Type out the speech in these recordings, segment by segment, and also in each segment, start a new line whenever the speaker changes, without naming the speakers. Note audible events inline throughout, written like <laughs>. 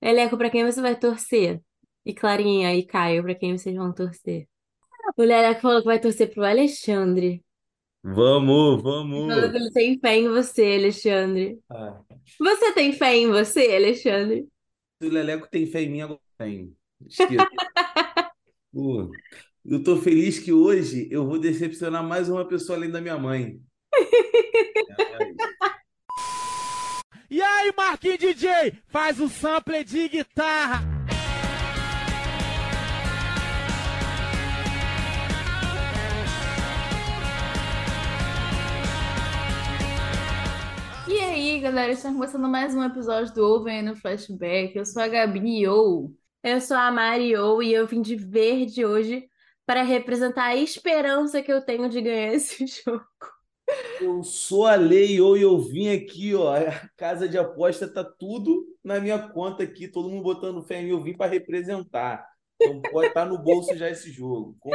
Eleco, pra quem você vai torcer? E Clarinha e Caio, pra quem vocês vão torcer? O Leleco falou que vai torcer pro Alexandre.
Vamos,
Ele Falou que
vamos.
ele tem fé em você, Alexandre.
Ah,
Você tem fé em você, Alexandre?
se o Leleco tem fé em mim, agora tem. <laughs> Esqueça. Pô, eu tô feliz que hoje eu vou decepcionar mais uma pessoa além da minha mãe. Minha mãe.
<laughs> E aí, Marquinhos DJ, faz um sample de guitarra.
E aí, galera, estamos começando mais um episódio do Ouvem Aí no Flashback. Eu sou a Gabi e eu.
Eu sou a Mariô e eu vim de verde hoje para representar a esperança que eu tenho de ganhar <laughs> esse jogo.
Eu sou a lei, ou eu vim aqui, ó. A casa de aposta tá tudo na minha conta aqui, todo mundo botando fé em mim. Eu vim para representar. Então pode estar no bolso já esse jogo. Com-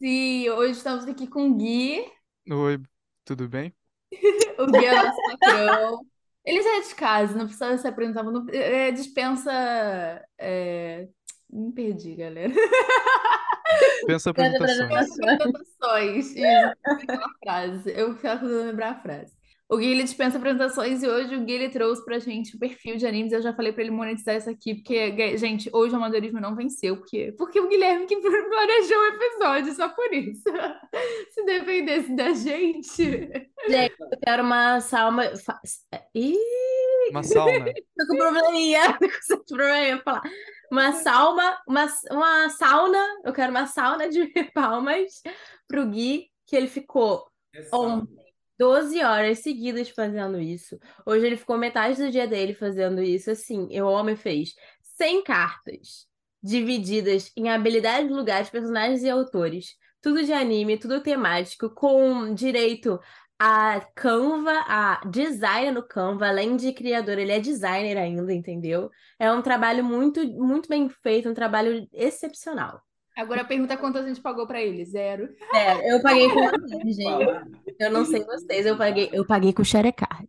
E hoje estamos aqui com o Gui.
Oi, tudo bem?
O Gui é nosso patrão. Ele já é de casa, não precisa se apresentar. Não, é, dispensa. é, Me perdi, galera. <laughs>
Pensa a apresentação.
Apresentações. Isso, aquela frase. Eu estava tentando lembrar a frase. O Gui, ele dispensa apresentações e hoje o Gui, ele trouxe pra gente o perfil de animes. Eu já falei pra ele monetizar isso aqui, porque, gue- gente, hoje o amadorismo não venceu, porque, porque o Guilherme que <laughs> planejou o episódio, só por isso. <laughs> Se dependesse da gente...
Gente, eu quero uma salma. fa- Ih,
Uma sauna.
tô com probleminha. <laughs> Tô com certo probleminha pra falar. Uma salma, uma, uma sauna. Eu quero uma sauna de <laughs> palmas pro Gui, que ele ficou Ontem, 12 horas seguidas fazendo isso. Hoje ele ficou metade do dia dele fazendo isso. Assim, e o homem fez 100 cartas divididas em habilidades, lugares, personagens e autores. Tudo de anime, tudo temático, com direito a Canva, a design no Canva, além de criador, ele é designer ainda, entendeu? É um trabalho muito, muito bem feito, um trabalho excepcional.
Agora pergunta quanto a gente pagou pra ele. Zero. <laughs>
É, eu paguei com vocês, gente.
Falar.
Eu não sei vocês, eu paguei, eu paguei com xerecar.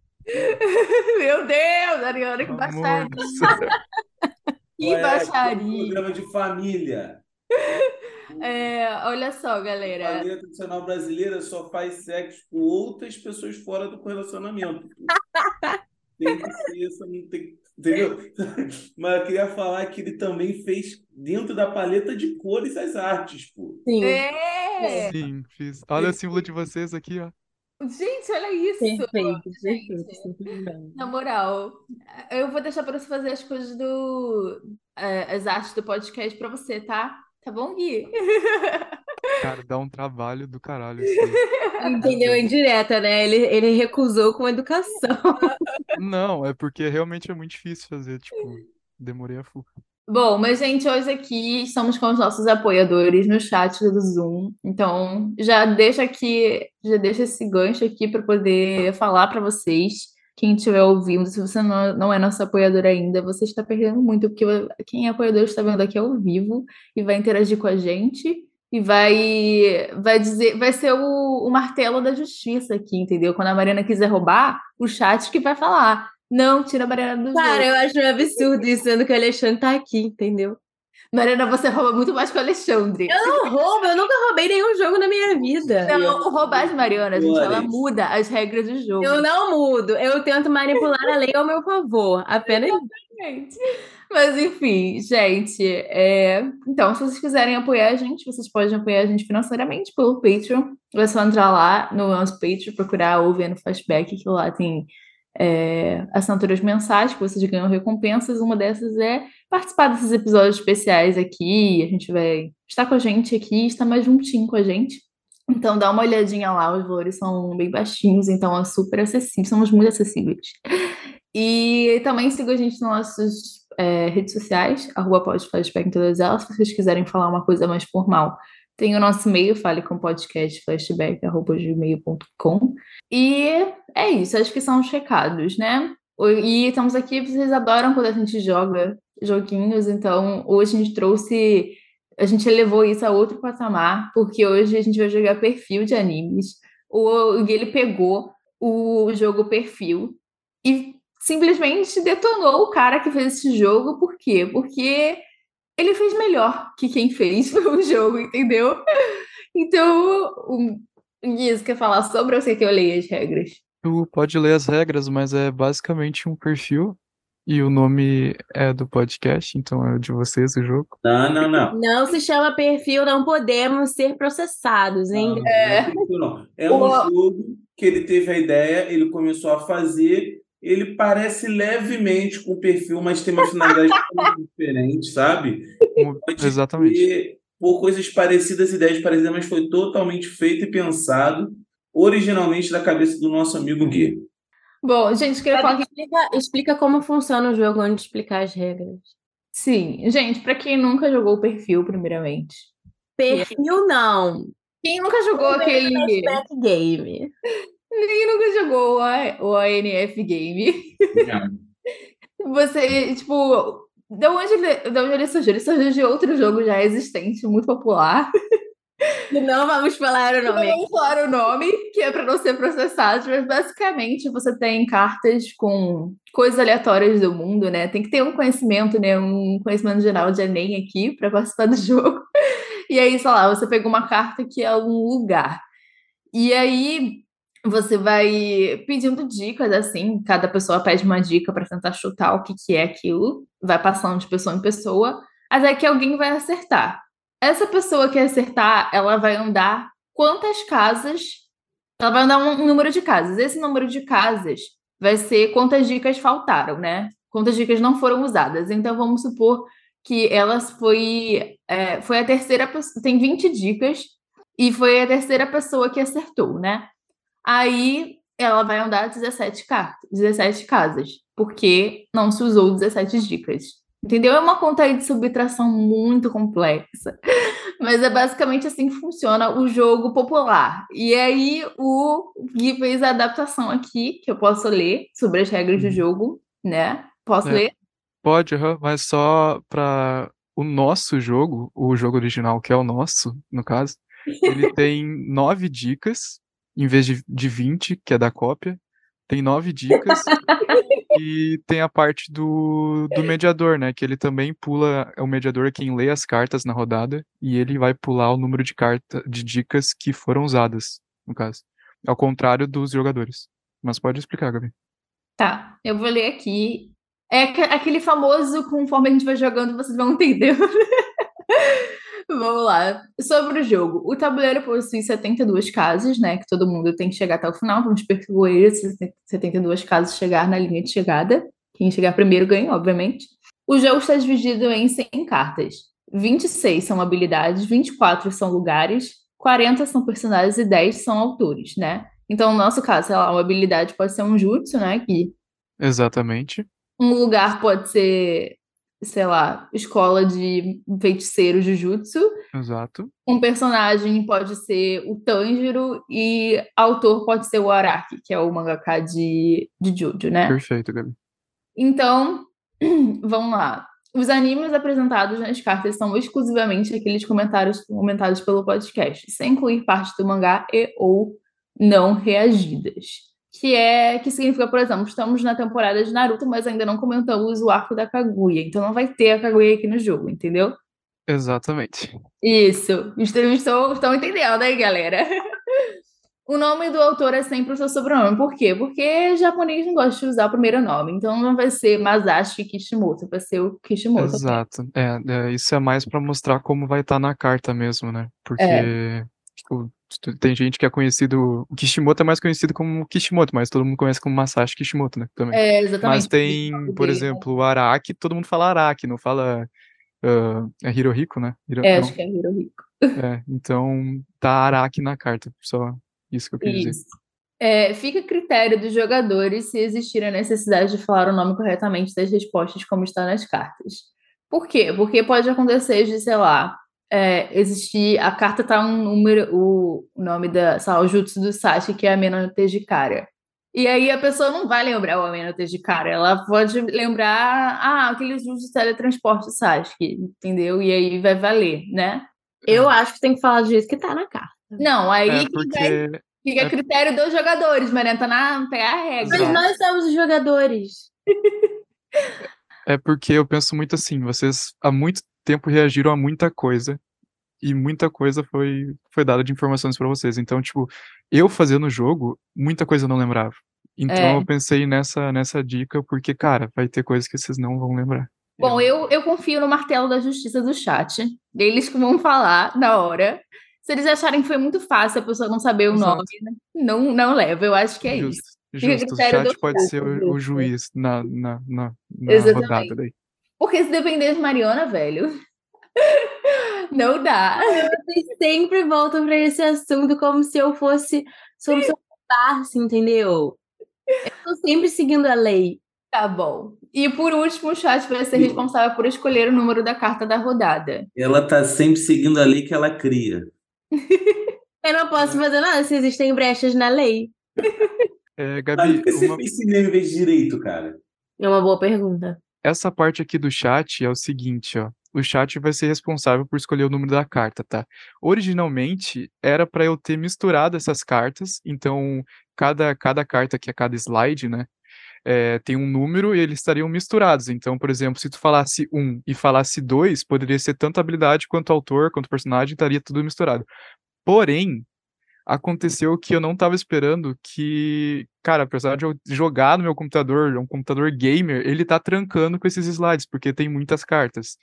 Meu Deus, Ariana, que
Pelo
baixaria.
amor do céu.
Que
Olha,
baixaria.
Programa de família.
É, olha só, galera.
Família tradicional brasileira só faz sexo com outras pessoas fora do correlacionamento. Tem que ser essa, não tem- entendeu? Mas eu queria falar que ele também fez dentro da paleta de cores as artes, pô.
Sim.
É.
<laughs> Sim, fiz. Olha o símbolo de vocês aqui, ó.
Gente, olha isso.
Perfeito,
gente.
perfeito. sempre
<laughs>
bem.
Na moral, eu vou deixar pra você fazer as coisas do. é, as artes do podcast pra você, tá? Tá bom, Gui?
Cara, dá um trabalho do caralho assim. isso aí.
Entendeu? Indireta, né? Ele, ele recusou com educação.
Não, é porque realmente é muito difícil fazer, tipo, demorei a full.
Bom, mas, gente, hoje aqui estamos com os nossos apoiadores no chat do Zoom. Então, já deixa aqui, já deixa esse gancho aqui pra poder falar pra vocês. Quem estiver ouvindo, se você não, não é nosso apoiador ainda, você está perdendo muito, porque quem é apoiador está vendo aqui ao vivo e vai interagir com a gente e vai vai dizer, vai ser o, o martelo da justiça aqui, entendeu? Quando a Mariana quiser roubar, o chat que vai falar. Não, tira a Mariana do jogo.
Cara, eu acho um absurdo isso, sendo que o Alexandre tá aqui, entendeu?
Mariana, você rouba muito mais que o Alexandre.
Eu não roubo, eu nunca roubei nenhum jogo na minha vida.
Não, o roubar as Mariana, gente, ela
Flores.
muda as regras do jogo.
Eu não mudo, eu tento manipular a lei ao meu favor. Apenas.
Gente. Mas enfim, gente, é, então se vocês quiserem apoiar a gente, vocês podem apoiar a gente financeiramente pelo Patreon. É só entrar lá no nosso Patreon, procurar ou ver no flashback, que lá tem é, assinaturas mensais que vocês ganham recompensas. Uma dessas é participar desses episódios especiais aqui. A gente vai estar com a gente aqui, estar mais juntinho com a gente. Então dá uma olhadinha lá, os valores são bem baixinhos, então é super acessível, somos muito acessíveis. E também siga a gente nas nossas é, redes sociais, arroba podflashback em todas elas, se vocês quiserem falar uma coisa mais formal. Tem o nosso e-mail, fale com podcastflashback.gmail.com. E é isso, acho que são os recados, né? O- E estamos aqui, vocês adoram quando a gente joga joguinhos, então hoje a gente trouxe, a gente elevou isso a outro patamar, porque hoje a gente vai jogar perfil de animes. O, o Gui, ele pegou o jogo perfil e simplesmente detonou o cara que fez esse jogo. Por quê? Porque ele fez melhor que quem fez <laughs> o jogo, entendeu? Então, o Guiz quer falar sobre ou você que eu leio as regras?
Tu pode ler as regras, mas é basicamente um perfil e o nome é do podcast, então é o de vocês o jogo.
Não, não, não.
Não se chama perfil, não podemos ser processados, hein?
Não, não é perfil, não. É um
O-
jogo que ele teve a ideia, ele começou a fazer. Ele parece levemente com o perfil, mas tem uma finalidade totalmente diferente, sabe?
Um- Exatamente.
E por coisas parecidas, ideias parecidas, mas foi totalmente feito e pensado originalmente da cabeça do nosso amigo Gui.
Bom, gente, queria falar que
Explica, explica como funciona o jogo antes de explicar as regras.
Sim, gente, pra quem nunca jogou o perfil, primeiramente.
Perfil não.
Quem nunca jogou
Tudo bem,
aquele.
Back game.
Quem nunca jogou o A- o ANF Game?
É.
Você, tipo. De onde, ele, de onde ele surgiu? Ele surgiu de outro jogo já existente, muito popular.
E não vamos falar o
Não
nome.
vou falar o nome, que é pra não ser processado, mas basicamente você tem cartas com coisas aleatórias do mundo, né? Tem que ter um conhecimento, né? Um conhecimento geral de Enem aqui pra participar do <laughs> jogo. E aí, sei lá, você pegou uma carta que é um lugar. E aí você vai pedindo dicas assim, cada pessoa pede uma dica pra tentar chutar o que que é aquilo, vai passando de pessoa em pessoa, até que alguém vai acertar. Essa pessoa que acertar, ela vai andar quantas casas. Ela vai dar um, um número de casas. Esse número de casas vai ser quantas dicas faltaram, né? Quantas dicas não foram usadas. Então vamos supor que elas foi. é, foi a terceira pessoa. Tem 20 dicas e foi a terceira pessoa que acertou, né? Aí ela vai andar 17 cartas, 17 casas, porque não se usou 17 dicas. Entendeu? É uma conta aí de subtração muito complexa. Mas é basicamente assim que funciona o jogo popular. E aí o Gui fez a adaptação aqui, que eu posso ler sobre as regras do jogo, né? Posso
É.
ler?
Pode, aham, mas só pra o nosso jogo, o jogo original, que é o nosso, no caso, ele tem nove dicas, em vez de, de 20, que é da cópia, tem nove dicas. E tem a parte do, do mediador, né? Que ele também pula. é O mediador quem lê as cartas na rodada e ele vai pular o número de carta, de dicas que foram usadas, no caso. Ao contrário dos jogadores. Mas pode explicar, Gabi.
Tá, eu vou ler aqui. É aque- aquele famoso, conforme a gente vai jogando, vocês vão entender. <laughs> Vamos lá. Sobre o jogo. O tabuleiro possui 72 casas, né? Que todo mundo tem que chegar até o final. Vamos percorrer esses 72 casas e chegar na linha de chegada. Quem chegar primeiro ganha, obviamente. O jogo está dividido em 100 cartas. 26 são habilidades, 24 são lugares, 40 são personagens e 10 são autores, né? Então, no nosso caso, sei lá, uma habilidade pode ser um jutsu, né? Que
Exatamente.
um lugar pode ser, sei lá, escola de feiticeiros de jutsu.
Exato.
Um personagem pode ser o Tanjiro e autor pode ser o Araki, que é o mangaka de, de Jojo, né?
Perfeito, Gabi.
Então, <clears throat> vamos lá. Os animes apresentados nas cartas são exclusivamente aqueles comentários comentados pelo podcast, sem incluir parte do mangá e ou não reagidas. Que é que significa, por exemplo, estamos na temporada de Naruto, mas ainda não comentamos o arco da Kaguya, então não vai ter a Kaguya aqui no jogo, entendeu?
Exatamente.
Isso. Estão, estão, estão entendendo aí, galera. <laughs> O nome do autor é sempre o seu sobrenome. Por quê? Porque japonês não gosta de usar o primeiro nome. Então não vai ser Masashi Kishimoto, vai ser o Kishimoto.
Exato. É, é, isso é mais pra mostrar como vai estar na carta mesmo, né? Porque
É.
tipo, tu- tem gente que é conhecido. O Kishimoto é mais conhecido como Kishimoto, mas todo mundo conhece como Masashi Kishimoto, né? Também.
É, exatamente.
Mas tem,
dele,
por
né?
exemplo, o Araki, todo mundo fala Araki, não fala. ah, é Hirohiko, né? Hiro-
É,
não,
acho que é Hirohiko.
é. Então tá Araki na carta, só isso que eu queria dizer.
Isso. É, fica a critério dos jogadores se existir a necessidade de falar o nome corretamente das respostas como está nas cartas. Por quê? Porque pode acontecer de, sei lá, é, existir. A carta tá um número, o nome da. Sei lá, o jutsu do Sashi, que é a Mena Tejikara. E aí a pessoa não vai lembrar o Amena Tejikara, ela pode lembrar, ah, aquele jutsu de teletransporte do Sasuke, entendeu? E aí vai valer, né?
Eu acho que tem que falar do jeito que tá na carta.
Não, aí
É
que vai
porque
Fica a
É-
critério dos jogadores, Mariana, tá na pegar a
Mas
Exato.
regra.
nós somos os jogadores.
É porque eu penso muito assim, vocês há muito tempo reagiram a muita coisa e muita coisa foi foi dada de informações para vocês. Então, tipo, eu fazendo o jogo, muita coisa eu não lembrava. Então
É.
eu pensei nessa nessa dica porque, cara, vai ter coisas que vocês não vão lembrar.
Bom, eu, eu confio no martelo da justiça do chat. Eles que vão falar na hora. Se eles acharem que foi muito fácil a pessoa não saber o
Exato.
nome, né, não, não leva. Eu acho que é isso. <laughs>
Justo,
Fica a
justo. O
critério do
chat pode
povo,
ser o,
justo.
o juiz na, na, na, na
Exatamente.
rodada daí.
Porque se depender de Mariana, velho, <laughs> não dá.
Vocês sempre voltam pra esse assunto como se eu fosse sobre se eu roubasse, entendeu? Eu tô sempre seguindo a lei.
Tá bom. E por último, o chat vai ser responsável por escolher o número da carta da rodada.
Ela tá sempre seguindo a lei que ela cria.
Eu não posso fazer nada se existem brechas na lei.
É,
Mas
Gabi,
por que você
uma-
fez cinema em vez de direito, cara?
É uma boa pergunta.
essa parte aqui do chat é o seguinte, ó. O chat vai ser responsável por escolher o número da carta, tá? Originalmente era para eu ter misturado essas cartas, então cada, cada carta que é cada slide, né? é, tem um número e eles estariam misturados. Então, por exemplo, se tu falasse um e falasse dois, poderia ser tanto habilidade quanto autor, quanto personagem, estaria tudo misturado. Porém, aconteceu que eu não estava esperando que, cara, apesar de eu jogar no meu computador, um computador gamer, ele tá trancando com esses slides, porque tem muitas cartas.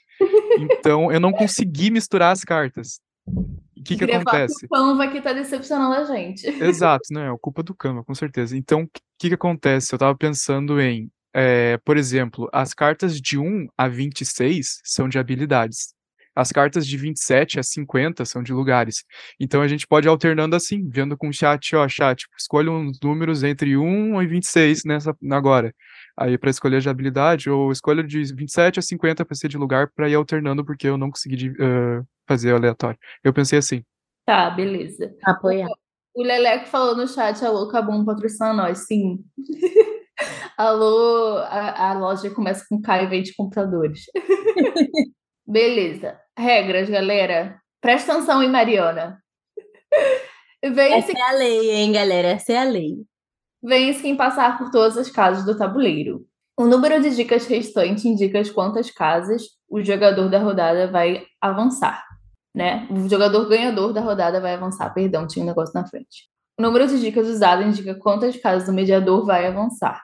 Então, eu não consegui misturar as cartas. O que que
Gravar com
acontece?
O pão vai que tá decepcionando a gente.
Exato, não é a culpa do Kama, com certeza. Então, o que, que acontece? Eu tava pensando em, eh, por exemplo, as cartas de 1 a 26 são de habilidades. As cartas de 27 a 50 são de lugares. Então a gente pode ir alternando assim, vendo com o chat, ó, chat, escolha uns números entre 1 e 26 nessa agora. Aí para escolher de habilidade, ou escolha de 27 a 50 para ser de lugar, para ir alternando, porque eu não consegui de- eh, fazer aleatório. Eu pensei assim.
Tá, beleza.
Apoiar.
O Leleco falou no chat, alô, Cabum, patrocina nós, sim. <laughs> alô, a, a loja começa com K e vende computadores. <laughs> Beleza. Regras, galera. Presta atenção em Mariana. <laughs> Vence,
Essa é a lei, hein, galera? Essa é a lei.
vence quem passar por todas as casas do tabuleiro. O número de dicas restante indica as quantas casas o jogador da rodada vai avançar, né? O jogador ganhador da rodada vai avançar. Perdão, tinha um negócio na frente. O número de dicas usado indica quantas casas o mediador vai avançar.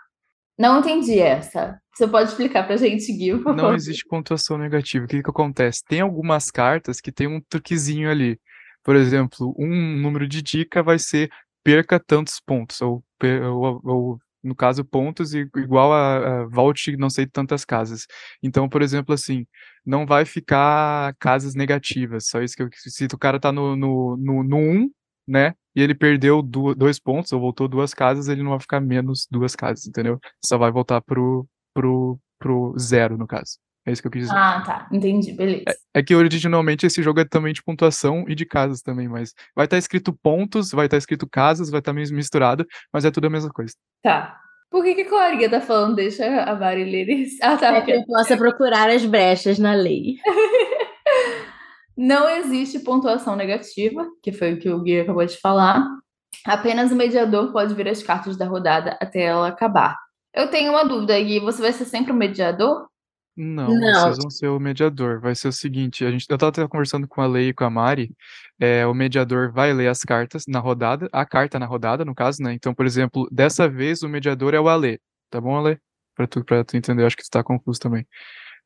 Não entendi essa. Você pode explicar pra gente, Gui, <laughs> por
Não
favor?
existe pontuação negativa. O que que acontece? Tem algumas cartas que tem um truquezinho ali. Por exemplo, um número de dica vai ser perca tantos pontos, ou, per- ou- ou, no caso, pontos i- igual a, a volte não sei tantas casas. Então, por exemplo, assim, não vai ficar casas negativas. Só isso que eu, se o cara tá no, no, no, no 1, né? E ele perdeu du- dois pontos, ou voltou duas casas, ele não vai ficar menos duas casas, entendeu? Só vai voltar pro, pro, pro zero, no caso. É isso que eu quis dizer.
Ah, tá. Entendi, beleza.
É que originalmente esse jogo é também de pontuação e de casas também, mas vai estar escrito pontos, vai estar escrito casas, vai estar misturado, mas é tudo a mesma coisa.
Tá. Por que, que a Clarinha tá falando? Deixa a Mari ler isso. Ah, tá.
Para É que eu possa procurar as brechas na lei.
Não existe pontuação negativa, que foi o que o Gui acabou de falar. Apenas o mediador pode ver as cartas da rodada até ela acabar. Eu tenho uma dúvida, Gui. Você vai ser sempre o mediador?
Não,
Não.
vocês vão ser o mediador. Vai ser o seguinte, a gente, eu estava conversando com a Lei e com a Mari, é, o mediador vai ler as cartas na rodada, a carta na rodada, no caso, né? Então, por exemplo, dessa vez o mediador é o Alê, tá bom, Alê? Pra tu, pra tu entender, eu acho que tu tá confuso também.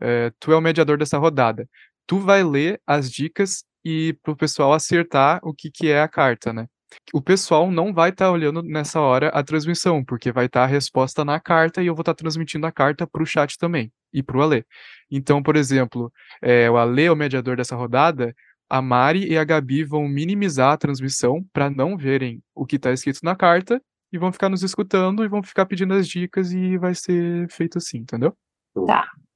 É, tu é o mediador dessa rodada. Tu vai ler as dicas e pro pessoal acertar o que que é a carta, né? O pessoal não vai estar olhando nessa hora a transmissão, porque vai estar a resposta na carta e eu vou estar transmitindo a carta pro chat também e pro Alê. Então, por exemplo, eh, o Ale é o mediador dessa rodada, a Mari e a Gabi vão minimizar a transmissão para não verem o que está escrito na carta e vão ficar nos escutando e vão ficar pedindo as dicas e vai ser feito assim, entendeu?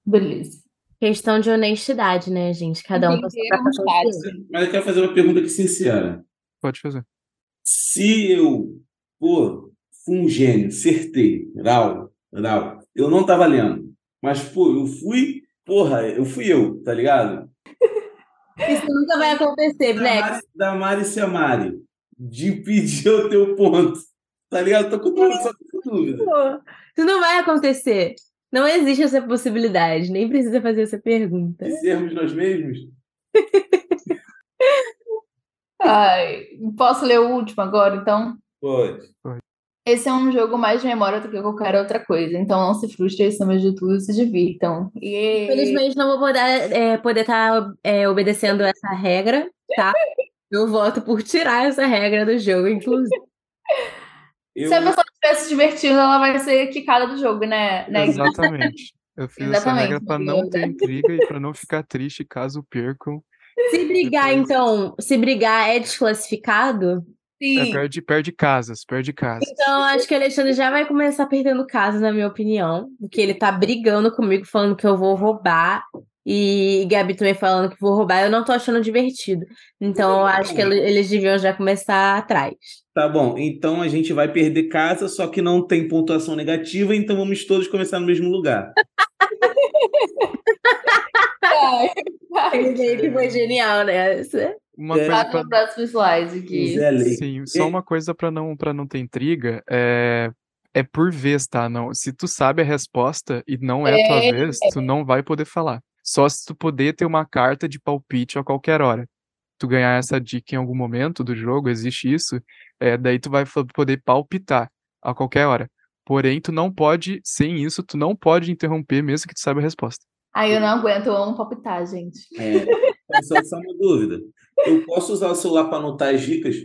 Beleza.
Questão de honestidade, né, gente? Cada um com a sua
Entender
própria
um chat.
consciência.
Mas eu quero fazer uma pergunta aqui sincera.
Pode fazer.
Se eu, pô, fui um gênio, acertei, rau, rau, eu não tava lendo, mas, pô, eu fui, porra, eu fui eu, tá ligado?
Isso nunca vai acontecer,
Da
Black.
Mari, da Mari se amare, de pedir o teu ponto, tá ligado? Tô com dúvida, só tô com dúvida.
Isso não vai acontecer. Não existe essa possibilidade, nem precisa fazer essa pergunta.
De sermos nós mesmos?
Ai, posso ler o último agora, então?
Pode.
Esse é um jogo mais de memória do que qualquer outra coisa, então não se frustrem, acima de tudo, se divirtam. E...
Infelizmente, não vou poder é, poder estar obedecendo essa regra, tá? Eu voto por tirar essa regra do jogo, inclusive.
Eu...
Se a pessoa estiver se divertindo, ela vai ser quicada do jogo, né? né Gui?
Exatamente. Eu fiz essa
Exatamente,
regra para não ter intriga e para não ficar triste caso percam.
Se brigar,
Depois-
então, se brigar é desclassificado,
É,
Sim.
perde, perde casas, perde casas.
então acho que o Alexandre já vai começar perdendo caso, na minha opinião. Porque ele tá brigando comigo, falando que eu vou roubar. E Gabi também falando que vou roubar, eu não tô achando divertido. Então, eu acho que ele- eles deviam já começar <laughs> atrás.
Tá bom, então a gente vai perder casa, só que não tem pontuação negativa, então vamos todos começar no mesmo lugar.
Ai, ai.
Esse aí que foi genial, né?
Uma
É.
coisa
Tá
pra...
no próximo slide, Gui.
Zé Lei.
Sim, só
E-
uma coisa para não para não ter intriga, é é por vez, tá? Não, se tu sabe a resposta e não é a tua
É.
vez, tu não vai poder falar. Só se tu poder ter uma carta de palpite a qualquer hora. Tu ganhar essa dica em algum momento do jogo, existe isso, é, daí tu vai fa- poder palpitar a qualquer hora. Porém, tu não pode, sem isso, tu não pode interromper mesmo que tu saiba a resposta.
Ai, eu não aguento, eu amo palpitar, gente.
É, só, só uma dúvida. Eu posso usar o celular para anotar as dicas?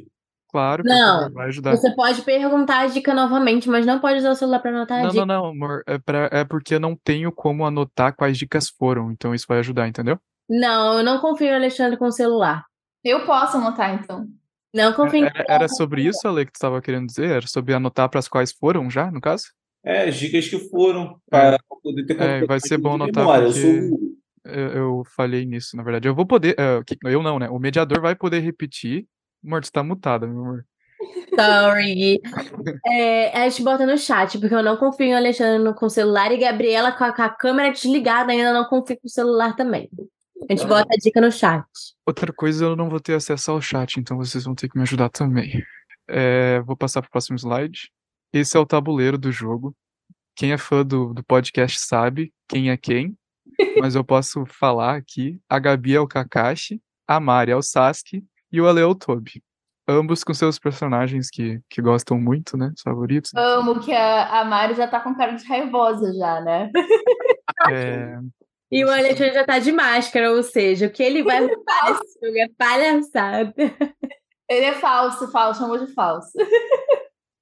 Claro, porque
Não,
vai ajudar.
Você pode perguntar a dica novamente, mas não pode usar o celular pra anotar a
Não,
dica.
não, não, amor. É, pra- é porque eu não tenho como anotar quais dicas foram, então isso vai ajudar, entendeu?
Não, eu não confio no Alexandre com o celular.
Eu posso anotar, então.
Não confio. em-
Era, É, era sobre isso, Ale, que tu estava querendo dizer? Era sobre anotar para as quais foram já, no caso?
É, as dicas que foram para poder ter
É, vai ser bom
de
anotar,
memória.
porque-
Eu sou o Hugo.
Eu, É, eu falhei nisso, na verdade. Eu vou poder. é, que- eu não, né? O mediador vai poder repetir. Amor, tu tá mutada, meu amor.
Sorry. Gui. <laughs> É, a gente bota no chat, porque eu não confio no Alexandre no- com o celular e Gabriela com a, com a câmera desligada ainda não confio com o celular também. A gente bota a dica no chat.
Outra coisa, eu não vou ter acesso ao chat, então vocês vão ter que me ajudar também. É, vou passar para o próximo slide. Esse é o tabuleiro do jogo. Quem é fã do, do podcast sabe quem é quem, mas eu posso falar aqui. A Gabi é o Kakashi, a Mari é o Sasuke e o Ale é o Tobi. Ambos com seus personagens que, que gostam muito, né? os Favoritos.
Amo que a, a Mari já tá com cara de raivosa já, né?
É,
E o Alexandre já tá de máscara, ou seja, o que ele vai roubar esse jogo é palhaçada.
Ele é falso, falso, chamou de falso.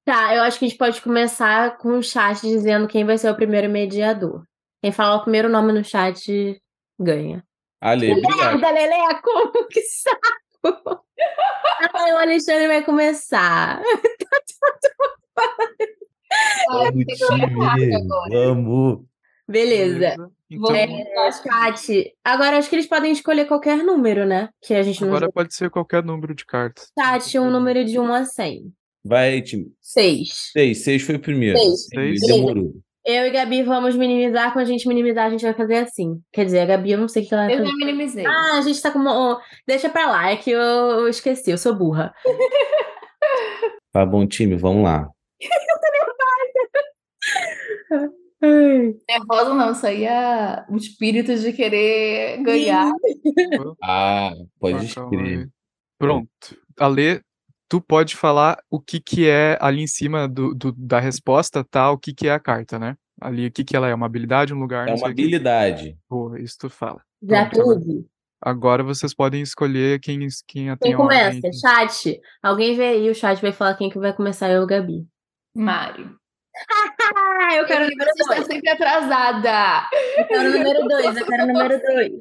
Tá, eu acho que a gente pode começar com o chat dizendo quem vai ser o primeiro mediador. Quem falar o primeiro nome no chat ganha.
Ale, obrigado.
Merda, Lelé, como <laughs> que saco! Ai, o Alexandre vai começar.
Vamos, time. Vamos.
Beleza.
Então,
É, chat. Agora acho que eles podem escolher qualquer número, né? Que a gente não
agora pode ser qualquer número de cartas.
chat um número de 1 a 100.
Vai, time.
Seis.
Seis, seis foi o primeiro.
Seis.
Seis.
Demorou.
Eu e Gabi vamos minimizar. Quando a gente minimizar, a gente vai fazer assim. Quer dizer, a Gabi, eu não sei o que ela vai
Eu
fazer.
já minimizei.
Ah, a gente tá com uma. Deixa pra lá, é que eu, eu esqueci, eu sou burra.
Tá bom, time, vamos lá.
Nervosa não, isso aí é o espírito de querer ganhar.
Ah, pode
Então,
escrever.
aí. Pronto. Ale, tu pode falar o que que é ali em cima do, do- da resposta, tá? O que que é a carta, né? Ali, o que que ela é? Uma habilidade, um lugar,
É
não
uma
sei o quê.
habilidade.
Boa, isso tu fala.
Já
Pronto, agora.
tudo.
Agora vocês podem escolher quem, quem a tem
Quem
um a ordem aí.
começa? Chat. Alguém vê aí, o chat vai falar quem que vai começar, eu ou Gabi.
Mari.
Ah, eu quero o
Você
número
está
dois.
sempre atrasada. <laughs>
Eu quero o número dois, eu quero o número dois.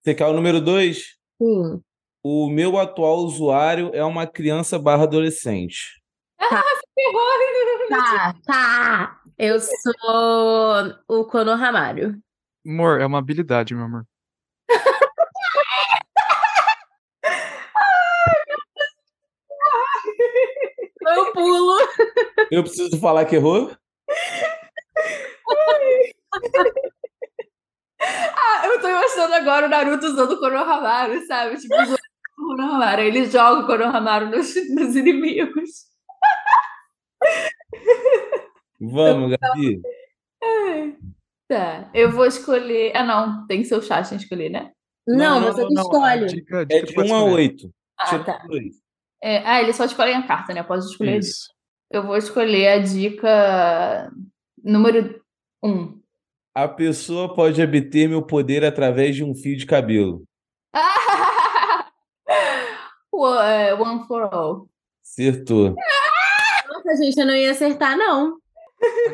Você quer o número dois?
Sim.
O meu atual usuário é uma criança barra adolescente.
Tá, tá. Eu sou o Kono Ramário.
Amor, é uma habilidade, meu amor.
Eu pulo.
Eu preciso falar que errou?
Ah, eu tô imaginando agora o Naruto usando o Konohamaru, sabe? Tipo, usando o Konohamaru. Aí Ele joga o Konohamaru nos, nos inimigos.
Vamos, Gabi.
Ai, Tá, eu vou escolher. Ah, não, tem que ser o chat a escolher, né?
Não,
não,
você
não,
que
Não,
escolhe.
a dica, a dica
É
tu
de
pode
1 a
escolher.
8.
Ah, tá. É, ah, eles só escolhem a carta, né? Eu posso escolher. a dica.
Isso.
Eu vou escolher a dica número 1.
A pessoa pode obter meu poder através de um fio de cabelo.
<laughs> One for all.
Acertou.
Nossa, gente, eu não ia acertar, não.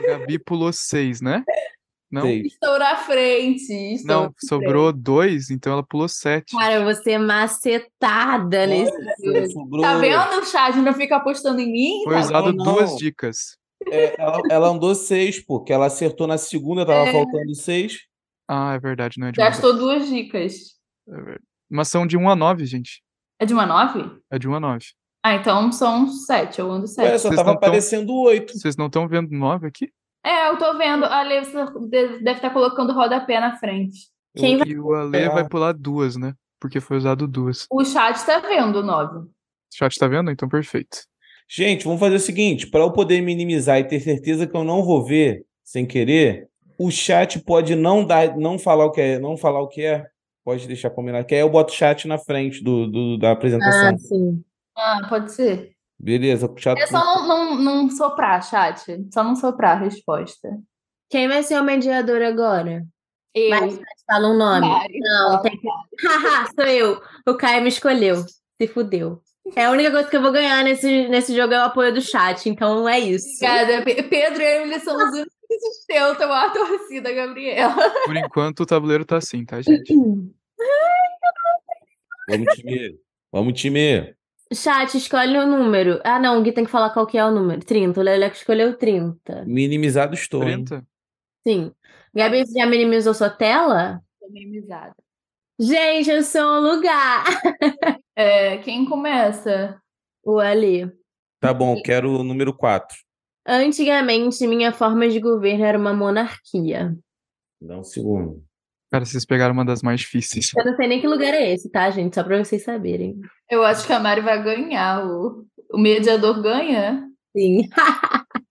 A Gabi pulou seis, né?
É
Não,
Seis.
Estou na frente. Estou
não sobrou dois, então ela pulou sete.
Cara, você é macetada nesse
Nossa,
jogo.
sobrou-
Tá vendo, chat? Não fica apostando em mim?
Foi
tá?
usado
não.
duas dicas.
É, ela, ela andou seis, porque ela acertou na segunda, tava faltando seis.
Ah, é verdade, não é de uma
Gastou duas dicas.
Mas são de 1 a 9, gente.
É de uma nove?
É de 1 a 9.
Ah, então são sete. Eu ando
Ué,
sete.
só
É, Vocês
tava
não tão-
aparecendo oito.
Vocês não estão vendo 9 aqui?
É, eu tô vendo. A Lê você de- deve estar colocando rodapé na frente.
Quem vai-
E o
É.
Ale vai pular duas, né? Porque foi usado duas.
O chat tá vendo o nove.
O chat tá vendo? Então perfeito.
Gente, vamos fazer o seguinte: para eu poder minimizar e ter certeza que eu não vou ver sem querer, o chat pode não dar, não falar o que é, não falar o que é. Pode deixar combinado. Que aí eu boto o chat na frente do, do- da apresentação.
Ah, sim.
Ah, pode ser.
Beleza, o chat.
É só não, não, não soprar, chat. Só não soprar a resposta.
Quem vai ser o mediador agora?
Eu,
Mas- Fala um nome.
Mari.
Não, tem que. Haha, sou eu. O Caio me escolheu. Se fudeu. É a única coisa que eu vou ganhar nesse, nesse jogo é o apoio do chat, então é isso.
Obrigada. Pe- Pedro e Emily são os únicos que sustentam a torcida, Gabriela.
Por enquanto o tabuleiro tá assim, tá, gente?
Vamos, time. Vamos, time.
Chat, escolhe o número. Ah, não, o Gui tem que falar qual que é o número. 30. O Leleco escolheu 30.
Minimizado estou. hein?
30?
Sim. Gabi, você já minimizou sua tela?
Tô minimizada.
Gente, eu sou um lugar.
É, quem começa?
O Ali.
Tá bom, quero o número 4.
Antigamente, minha forma de governo era uma monarquia.
Dá um segundo.
Cara, vocês pegaram uma das mais difíceis.
Eu não sei nem que lugar é esse, tá, gente? Só pra vocês saberem.
Eu acho que a Mari vai ganhar. O, o mediador ganha.
Sim. <laughs>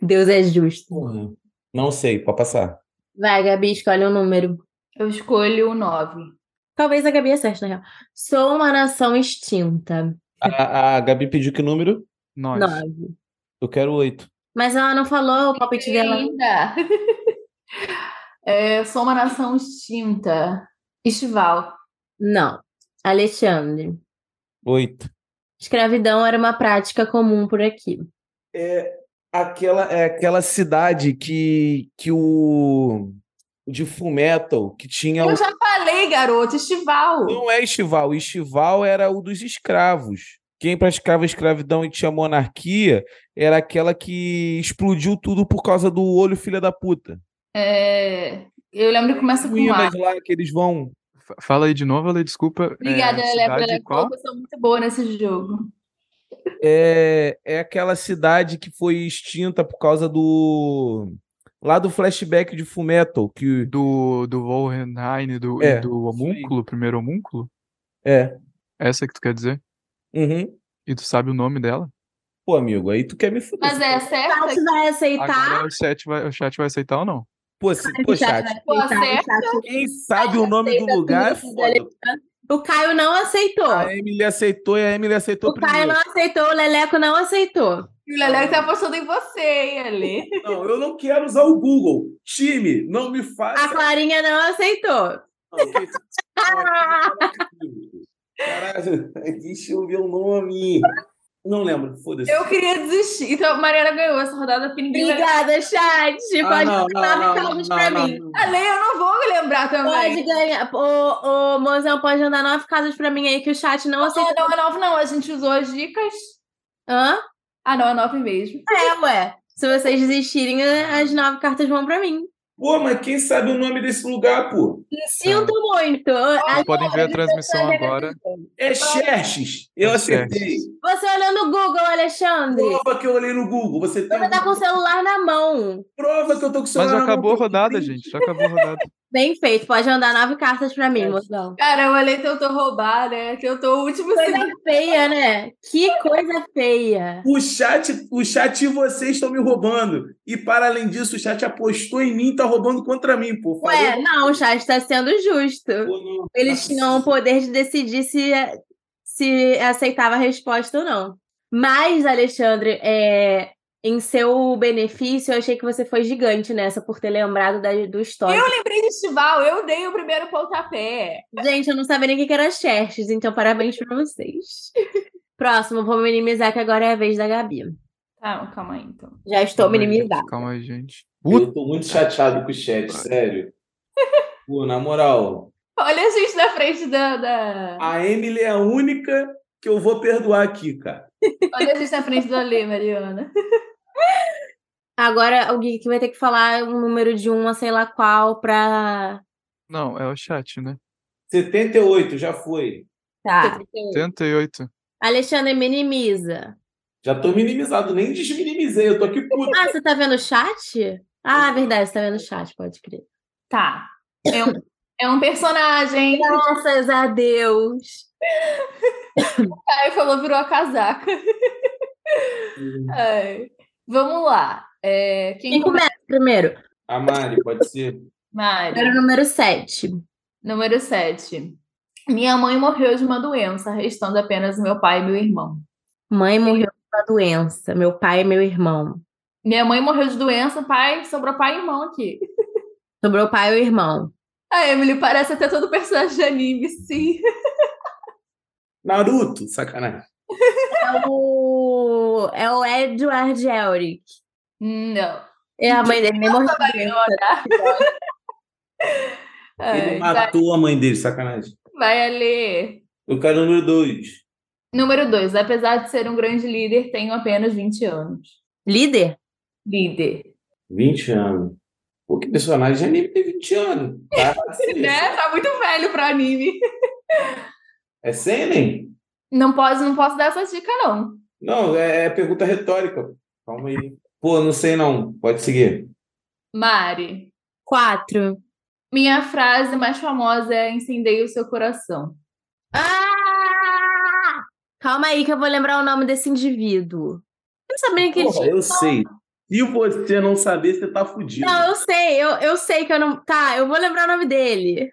Deus é justo.
Porra. Não sei, pode passar.
Vai, Gabi, escolhe um número.
Eu escolho o nove.
Talvez a Gabi acerte, na real. Sou uma nação extinta.
A, a Gabi pediu que número?
9.
Nove.
Eu quero oito.
Mas ela não falou o palpite dela.
Linda! <laughs> É, sou uma nação extinta. Estival.
Não. Alexandre.
Oito.
Escravidão era uma prática comum por aqui.
É aquela, é aquela cidade que, que o. De Full Metal, que tinha.
Eu
O...
já falei, garoto, estival.
Não é Estival. O Estival era o dos escravos. Quem praticava escravidão e tinha monarquia era aquela que explodiu tudo por causa do olho filha da puta.
É, eu lembro que começa com A.
Ruínas lá que eles vão.
Fala aí de novo, Ale, desculpa. É,
Obrigada, Lé,
cidade,
pela
qual?
colocação é muito boa nesse jogo.
É, é aquela cidade que foi extinta por causa do. Lá do flashback de Fullmetal, que.
Do, do Volhenheim do,
É,
e do homúnculo, primeiro homúnculo?
É.
Essa que tu quer dizer?
Uhum.
E tu sabe o nome dela?
Pô, amigo, aí tu quer me fuder.
Mas é
O
certa?
chat vai aceitar?
Agora o chat, vai, o chat vai aceitar ou não?
Pô, se,
O
pô,
chat
chat,
vai
Pô,
aceitar, o
acerta.
chat-
quem sabe o nome do
aceita
lugar é
tudo,
foda.
O Caio não aceitou.
A Emily aceitou e a Emily aceitou
O Caio
Ah, primeiro.
não aceitou, o Leleco não aceitou.
E o Leleco tá apostando em você, hein, Ale?
Não, eu não quero usar o Google. Time, não me
A
faça.
Clarinha não aceitou.
Não, é que- Caralho, <laughs> deixa eu ver o nome. Não lembro, foda-se.
Eu queria desistir. Então, a Mariana ganhou essa rodada porque ninguém vai...
Obrigada, chat.
Ah,
Pode
não,
falar
não, não,
mensagens
não,
pra
não,
mim.
não.
Ale, eu não vou me lembrar
Pode
também.
ganhar. Ô, ô, mozão, pode andar nove casas pra mim aí que o chat não
Ah,
aceitou.
não, é nove não. A gente usou as dicas.
Hã?
Ah, não, é nove mesmo.
É, ué. Se vocês desistirem, as nove cartas vão pra mim.
Pô, mas quem sabe o nome desse lugar, pô?
Sinto muito.
Vocês
A-
podem ver a transmissão
é
agora.
É Xerxes. Eu
É
acertei.
Você olhou no Google, Alexandre.
Prova que eu olhei no Google. Você tem
Você tá com o celular na mão.
prova que eu tô com o
Mas
celular
já
na mão,
acabou a
tô com
rodada,
print.
gente. Já acabou a rodada.
Bem feito, pode mandar nove cartas pra mim, moção.
Cara, eu olhei tentou roubar, né? Tentou o último
Coisa
segundo.
feia, né? Que coisa feia.
O chat, o chat e vocês estão me roubando. E para além disso, o chat apostou em mim e tá roubando contra mim, pô.
Ué, não, o chat está sendo justo.
Pô, não.
Eles tinham o poder de decidir se, se aceitava a resposta ou não. Mas, Alexandre, é, em seu benefício, eu achei que você foi gigante nessa por ter lembrado da, do
Eu
histórico.
lembrei de Estival, eu dei o primeiro pontapé.
Gente, eu não sabia nem o que que era Xerxes, então parabéns pra vocês. Próximo, vou minimizar que agora é a vez da Gabi.
Tá, calma aí, então.
Já estou
Calma aí,
minimizada.
Calma aí, gente. Puta,
Eu tô muito chateado com o chat, sério. Pô, na moral.
Olha a gente na frente da. da-
A Emily é a única que eu vou perdoar aqui, cara.
Olha a gente na frente do Alê, Mariana.
Agora o Gui que vai ter que falar um número de uma, sei lá qual, pra.
não, é o chat, né?
78, já foi.
Tá.
É.
78.
Alexandre, minimiza.
Já tô minimizado, nem desminimizei, eu tô aqui
<laughs>
puto.
Ah, você tá vendo o chat? Ah, é verdade, você tá vendo o chat, pode crer.
Tá. É um, é um personagem.
Graças a Deus.
Aí falou, virou a casaca. Ai. Vamos lá. É, quem
Quem começa primeiro?
A Mari, pode ser?
Mari.
Era o número 7.
Número 7. Minha mãe morreu de uma doença, restando apenas meu pai e meu irmão.
Mãe morreu de uma doença. Meu pai e meu irmão.
Minha mãe morreu de doença, pai, sobrou pai e irmão aqui.
Sobrou o pai e o irmão.
A Emily parece até todo personagem de anime, sim.
Naruto, sacanagem.
É o, é o Edward Elric.
Não.
É a mãe dele nem morreu de doença.
Ai, É,
Ele
vai,
matou a mãe dele, sacanagem.
vai ler.
Eu quero o número 2.
Número 2. Apesar de ser um grande líder, tenho apenas 20 anos.
Líder?
Líder.
20 anos. Pô, que personagem de anime tem 20 anos? assim, Cacete.
<laughs> <laughs> Né? Tá muito velho pra anime.
É Senen?
Não posso, não posso dar essa dica, não.
Não, é, é pergunta retórica. Calma aí. Pô, não sei não. Pode seguir.
Mari.
4.
Minha frase mais famosa é incendeie o seu coração.
Ah! Calma aí que eu vou lembrar o nome desse indivíduo. Eu não sabia É que ele
Porra, eu sei. Se você não saber, você tá fudido.
Não, eu sei, eu, eu sei que eu não. Tá, eu vou lembrar o nome dele.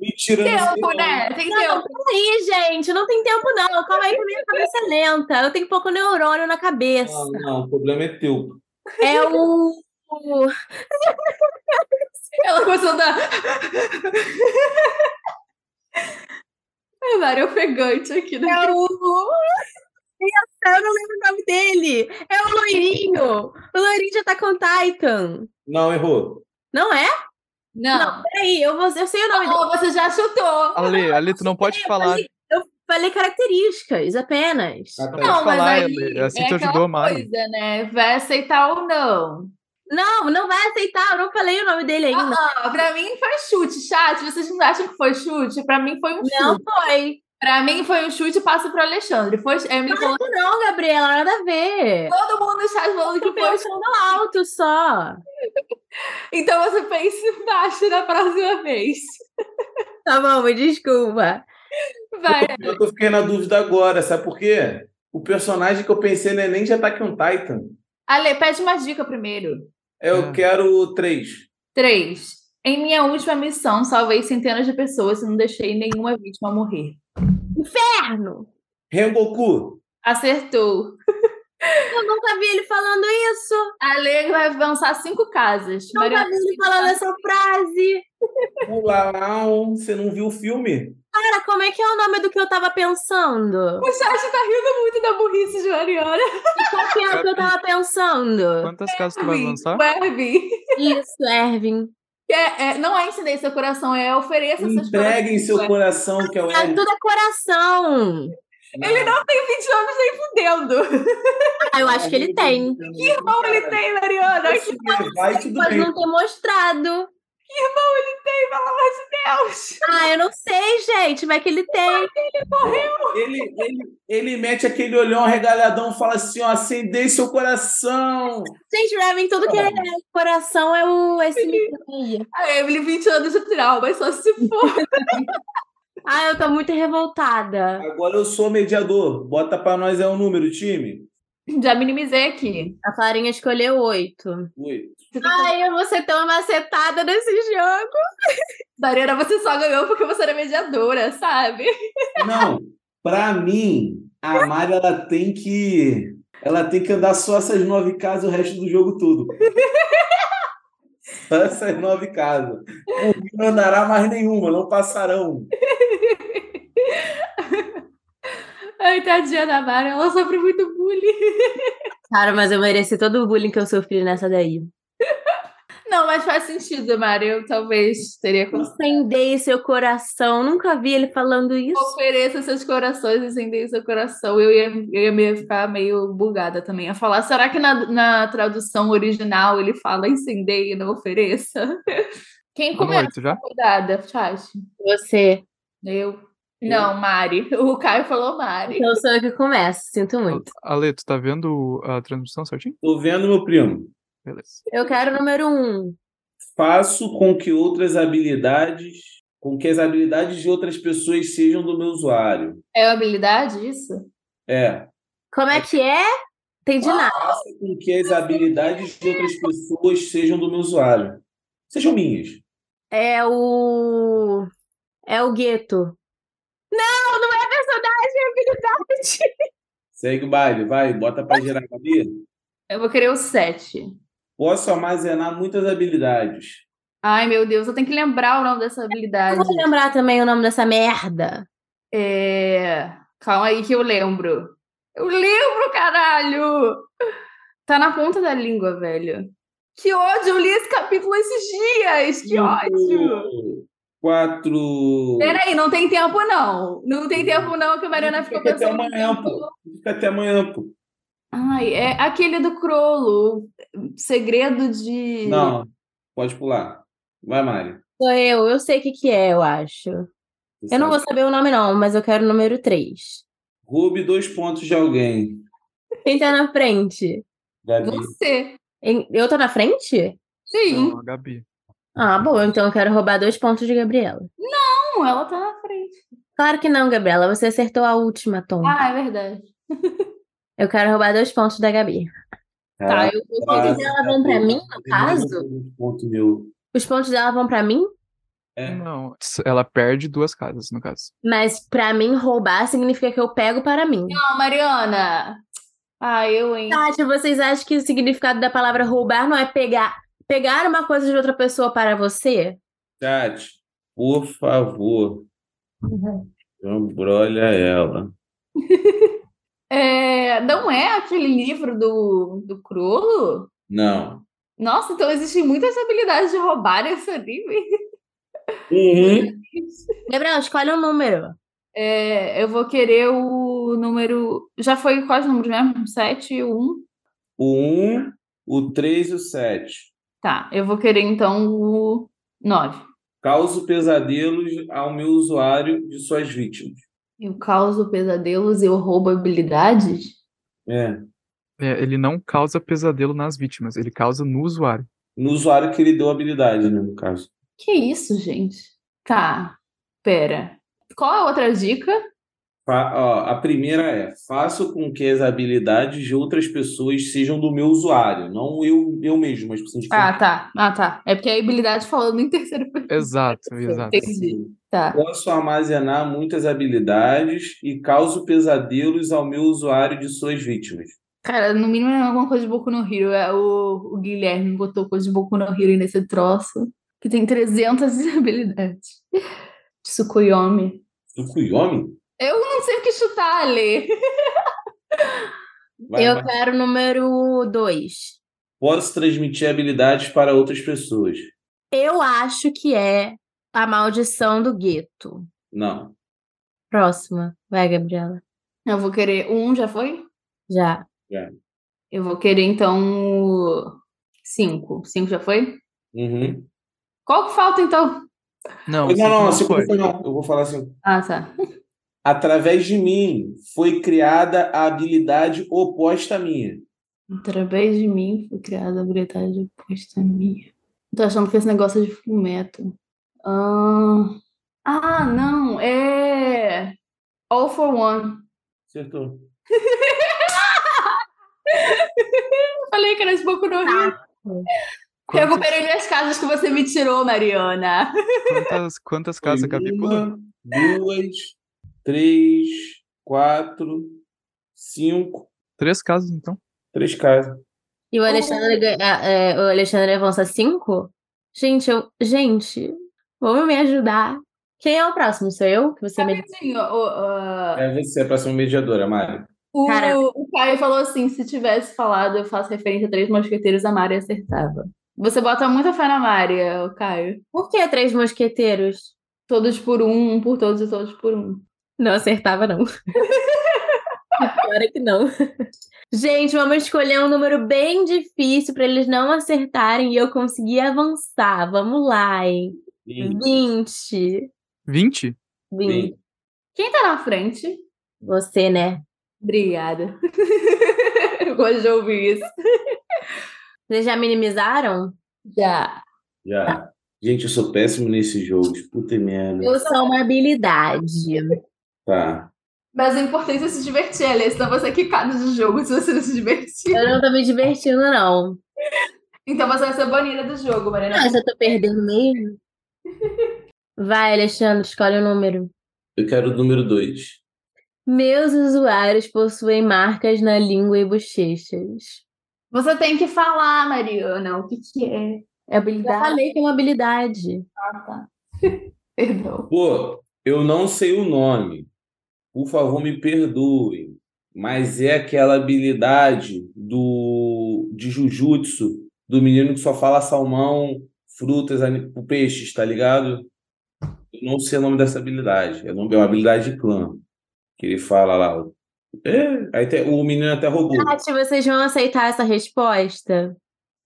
Mentira, eu não sei
Tempo,
não.
né? Tem
Não,
tempo.
calma aí, gente, não tem tempo não. Calma aí que minha cabeça é lenta. Eu tenho pouco neurônio na cabeça.
Não, não, o problema é teu.
É o. o-
Ela começou a dar. É <laughs> Mari ofegante aqui. Né?
É o. <laughs> Nossa, Eu não lembro o nome dele. É o Loirinho. O Loirinho já tá com Titan.
Não, errou.
Não é?
Não.
Peraí, eu, vou, eu sei o nome dele.
Oh, você já chutou.
Ale, Ale, tu não pode falar.
falei- Falei características apenas.
Ah, tá.
Não,
Não, mas
falar,
aí
Ale, assim
é
tu
aquela
ajudou a Mari.
coisa, né? Vai aceitar ou não?
Não, não vai aceitar. Eu não falei o nome dele ainda.
Ah, pra mim foi chute, chat. Vocês não acham que foi chute? Pra mim foi um chute.
Não foi.
Pra mim foi um chute passa pro Alexandre. Foi... É, me falou-
Não, não, Gabriela, nada a ver.
Todo mundo no chat falando que
Eu
foi
penso no alto só.
Então você <laughs> pense baixo na próxima vez.
Tá bom, me desculpa.
Vai.
Eu tô ficando na dúvida agora, sabe por quê? O personagem que eu pensei não é nem de Attack on Titan.
Ale, pede uma dica primeiro.
Eu
Ah.
quero três.
3. Em minha última missão, salvei centenas de pessoas e não deixei nenhuma vítima morrer.
Inferno.
Rengoku.
Acertou.
Eu nunca vi ele falando isso.
Ale vai avançar cinco casas.
Nunca vi ele tá falando essa frase.
Ulau, um. você não viu o filme?
Cara, como é que é o nome do que eu tava pensando?
O chat tá rindo muito da burrice de Mariana.
Qual que é o que eu tava pensando?
Quantas casas
É
tu vai lançar?
O Erwin.
Isso, Ervin.
Que É, é, não é incendeie seu coração, é ofereça seus
Entreguem seu coração, que é o
Tá
L.
tudo é coração.
Ele não tem 20 anos nem fudendo.
Ah, eu acho que ele tem.
Que irmão
Como ele tem, Mariana?
Vai, tudo
Mas
bem.
não tem mostrado.
Irmão, ele tem, pelo amor de Deus!
Ah, eu não sei, gente, mas que ele tem.
Ele, ele, ele mete aquele olhão regalhadão e fala assim: ó, acendei seu coração.
Gente, pra mim, tudo que é coração é o esse microfonia.
A Emily, 20 anos de trau, mas só se for.
Ah, eu tô muito revoltada.
Agora eu sou mediador. Bota pra nós aí o número, time.
<laughs> Já minimizei aqui.
A Clarinha escolheu oito.
Oito.
Ai, eu vou ser tão macetada nesse jogo.
Dariana, você só ganhou porque você era mediadora, sabe?
Não, pra mim, a Mari ela tem que. Ela tem que andar só essas nove casas o resto do jogo todo. Só essas nove casas. Não andará mais nenhuma, não passarão.
Ai, tadinha da Mara, ela sofre muito bullying.
Cara, mas eu mereci todo o bullying que eu sofri nessa daí.
Não, mas faz sentido, Mari. Eu talvez teria conseguido.
Acendei seu coração. Nunca vi ele falando isso.
Ofereça seus corações, acender seu coração. Eu ia, eu ia meio ficar meio bugada também a falar. Será que na, na tradução original ele fala incendeie e não ofereça? <laughs> Quem
Vamos
começa?
oito já?
Cuidada, Tchat.
Você.
Eu. Não, Mari. <laughs> O Caio falou Mari.
Então, Eu sou eu que começo. Sinto muito.
Ale, tu tá vendo a transmissão certinho?
Tô vendo, meu primo.
Beleza.
Eu quero o número um.
Faço com que outras habilidades. Com que as habilidades de outras pessoas sejam do meu usuário.
É uma habilidade isso?
É.
Como é que é? Entendi nada.
Faça com que as habilidades de outras pessoas sejam do meu usuário. Sejam minhas.
É o. É o gueto. Não, não é personagem, é habilidade.
Segue o baile, vai, bota pra girar ali.
Eu vou querer o 7.
Posso armazenar muitas habilidades.
Ai, meu Deus, eu tenho que lembrar o nome dessa habilidade.
Eu vou lembrar também o nome dessa merda.
É... Calma aí que eu lembro. Eu lembro, caralho! Tá na ponta da língua, velho. Que ódio, eu li esse capítulo esses dias! Que ódio!
Cinco, Quatro.
Peraí, não tem tempo não. Não tem tempo não que a Mariana ficou
Fica até
pensando.
amanhã, pô. Fica até amanhã, pô.
Ai, é aquele do Crollo. o Segredo de...
Não, pode pular. Vai, Mari.
Sou eu, eu sei o que, que é, eu acho.
Você
Eu não vou
sabe.
saber o nome, não, mas eu quero o número três.
Roube dois pontos de alguém.
Quem tá na frente?
Gabi.
Você.
Em- Eu tô na frente?
Sim.
Então, a Gabi.
Ah, bom, então eu quero roubar dois pontos de Gabriela.
Não, ela tá na frente.
Claro que não, Gabriela, você acertou a última, Tom.
Ah, é verdade.
Eu quero roubar dois pontos da Gabi.
É.
Tá, eu vou
Caraca,
Eles dela vão pra mim, no caso?
Um ponto meu.
Os pontos dela vão pra mim,
É.
Não, ela perde duas casas, no caso.
mas pra mim roubar significa que eu pego para mim.
Não, Mariana. Ah, eu, hein?
Tati, vocês acham que o significado da palavra roubar não é pegar, pegar uma coisa de outra pessoa para você?
Chat, por favor, embrolha ela.
É, não é aquele livro do, do Crolo?
Não.
Nossa, então existem muitas habilidades de roubar nesse anime.
Uhum.
Gabriela, escolhe um número.
É, eu vou querer o número. Já foi quais números mesmo? um? 7 e 1.
O 1, o 3 e o 7.
Tá, eu vou querer então o 9.
Causo pesadelos ao meu usuário de suas vítimas.
Eu causo pesadelos e eu roubo habilidades?
É.
É, ele não causa pesadelo nas vítimas, ele causa
<laughs>
no usuário.
No usuário que ele deu habilidade, né, no caso.
Que isso, gente? Tá, pera. Qual é a outra dica?
Fa- ó, a primeira é: faço com que as habilidades de outras pessoas sejam do meu usuário, não eu, eu mesmo, mas precisam de
Ah, tá. Ah, tá. É porque a habilidade falando em terceiro <laughs> pessoa.
Exato, exato.
Entendi. Tá.
Posso armazenar muitas habilidades e causo pesadelos ao meu usuário de suas vítimas.
Cara, no mínimo é alguma coisa de Boku no Hero. É, O, o Guilherme botou coisa de Boku no Hero aí nesse troço. Que tem 300 <laughs> habilidades. Tsukuyomi.
Tsukuyomi?
Eu não sei o que chutar, Ale.
Vai,
eu
vai.
quero o número dois.
Posso transmitir habilidades para outras pessoas?
Eu acho que é a maldição do gueto.
Não.
Próxima. Vai, Gabriela.
Eu vou querer... O um já foi?
Já.
Eu vou querer, então, o 5. 5 já foi?
Uhum.
Qual que falta, então?
Não,
Não,
cinco
não, não,
não
cinco
foi.
não foi, não. Eu vou falar assim.
Ah, tá.
Através de mim foi criada a habilidade oposta à minha.
Através de mim foi criada a habilidade oposta à minha. Tô achando que esse negócio é de fumeto. Ah, ah, não, é. All for One.
Acertou.
Eu falei que era de Boku no Hero.
Tá.
Quantas,
Recuperei minhas casas que você me tirou, Mariana.
quantas, quantas casas a
Foi
Gabi pulou?
uma, duas, três, quatro, cinco,
Três casas, então.
três casas.
E o Alexandre, ganha- ah, é, o Alexandre avança cinco? Gente, eu, gente, vamos me ajudar. Quem é o próximo? Sou eu? Que
Tá
você me...
Rapidinho, o, o-
É você, é pra ser um mediadora, Mari.
o,
Cara.
o Caio falou assim: se tivesse falado, eu faço referência a Três Mosqueteiros, a Mari acertava. Você bota muita fé na Mari, é, o Caio.
Por que três mosqueteiros?
Todos por um, um por todos e todos por um.
Não acertava, não. Pior é que não. Gente, vamos escolher um número bem difícil para eles não acertarem e eu conseguir avançar. Vamos lá, hein? Uhum.
Sim,
20.
20?
20.
sim.
Quem tá na frente?
Você, né?
Obrigada. <laughs> Eu gosto de ouvir isso.
Vocês já minimizaram?
Já.
Já. Gente, eu sou péssimo nesses jogos. Puta merda.
Eu sou uma habilidade.
Tá.
Mas o importante é se divertir, Alê, senão você é quicado de jogo se você não se divertir.
Eu não tô me divertindo, não.
Então você vai ser banida do jogo,
Ah,
Mariana.
se eu tô perdendo mesmo. Vai, Alexandre, escolhe o número.
Eu quero o número dois.
Meus usuários possuem marcas na língua e bochechas.
Você tem que falar, Mariana, o que que é. É
Já
habilidade.
falei que é uma habilidade.
Perdão.
Pô, eu não sei o nome. Por favor, me perdoem. Mas é aquela habilidade do de jujutsu do menino que só fala salmão, frutas, ani- peixes, tá ligado? Eu não sei o nome dessa habilidade. É nome- é uma habilidade de clã. Que ele fala lá. É, aí tem- o menino até roubou.
Tati, Ah, vocês vão aceitar essa resposta?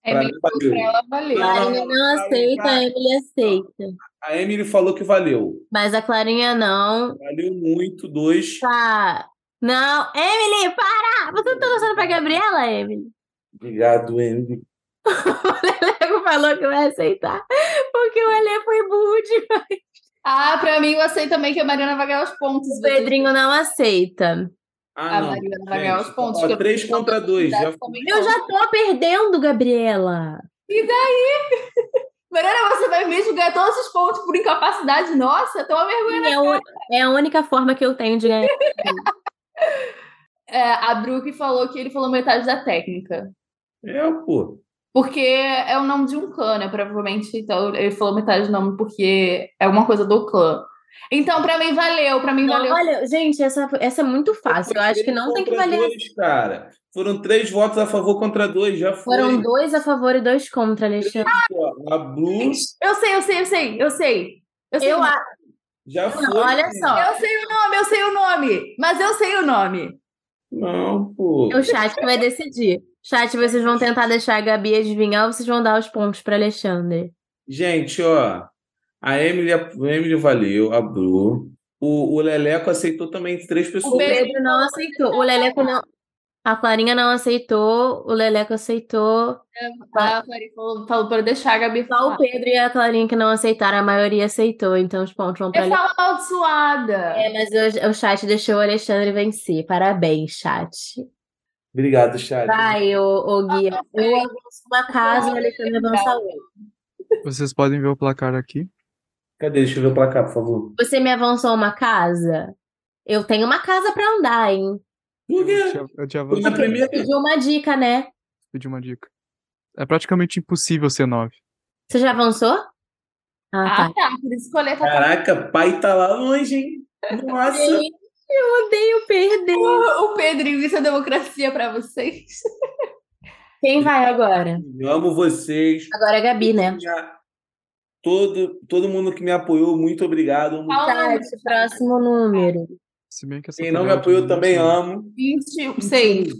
É
Pra
meio
mim,
difícil pra
valeu.
ela valer.
Não,
Clarinha não
não,
aceita,
não.
a Emily aceita.
A Emily falou que valeu.
Mas a Clarinha não.
Valeu muito, dois.
Tá. Não. Emily, para! Você não tá torcendo pra Gabriela, Emily? <laughs>
Obrigado, Emily.
Diego falou que vai aceitar, porque o Elê foi burro de
Ah, pra mim, eu aceito também que a Mariana vai ganhar os pontos.
O Pedrinho não aceita.
Ah,
A
não.
Mariana vai ganhar os
Gente,
pontos.
ó,
que eu-
três contra dois, já
Eu já tô perdendo, Gabriela.
E daí? Mariana, você vai mesmo ganhar todos os pontos por incapacidade nossa? Toma vergonha.
É a, un- é a única forma que eu tenho de ganhar.
É, a Brooke falou que ele falou metade da técnica.
É, pô.
Porque é o nome de um clã, né? Provavelmente. Então, ele falou metade do nome porque é uma coisa do clã. Então, pra mim, valeu. Pra mim,
Não,
valeu.
olha, gente, essa, essa é muito fácil. Eu acho que não tem que
Contra
valer.
Dois, cara. Foram três votos a favor contra dois, já foi.
Foram dois a favor e dois contra, Alexandre.
Ó, A Bru
Eu sei, eu sei, eu sei, eu sei. Eu sei,
Eu
o nome.
acho.
já foi.
Olha
gente.
só.
eu sei o nome, eu sei o nome. Mas eu sei o nome.
Não, pô.
É o chat que vai decidir. Chat, vocês vão tentar deixar a Gabi adivinhar ou vocês vão dar os pontos pra Alexandre?
Gente, ó. A Emily, a Emily valeu, a Bru. O, o Leleco aceitou também três
O
pessoas.
Pedro não aceitou. O Leleco não. A Clarinha não aceitou. O Leleco aceitou.
Ah, a Clarice falou, falou pra eu deixar a Gabi
Só o
falar.
Pedro e a Clarinha que não aceitaram, a maioria aceitou, então os pontos vão pra
Eu
ali.
falo amaldiçoada.
É, mas o, o chat deixou o Alexandre vencer. Parabéns, chat.
Obrigado, chat.
Vai, ô, ô Gui. Ah, Eu avanço uma casa e o Alexandre avança outra.
Vocês podem ver o placar aqui.
Cadê? Deixa eu ver o placar, por favor.
Você me avançou uma casa? Eu tenho uma casa pra andar, hein?
Por
Eu
quê?
te, eu te
Foi na
avanço,
primeira.
Pedi uma dica, né?
pedi uma dica. É praticamente impossível ser 9.
Você já avançou? Ah,
Ah,
tá.
tá. Por isso que eu olhei pra
Caraca, pai tá lá longe, hein? Nossa.
Gente, eu odeio perder.
O Pedrinho, isso é democracia pra vocês.
Quem vai agora?
Eu amo vocês.
Agora é a Gabi, né?
Minha- Todo, todo mundo que me apoiou, muito obrigado.
Fala o número.
Chat, próximo número.
Se bem que essa
Quem não me
tabela
apoiou
de números
também
não-
amo.
26.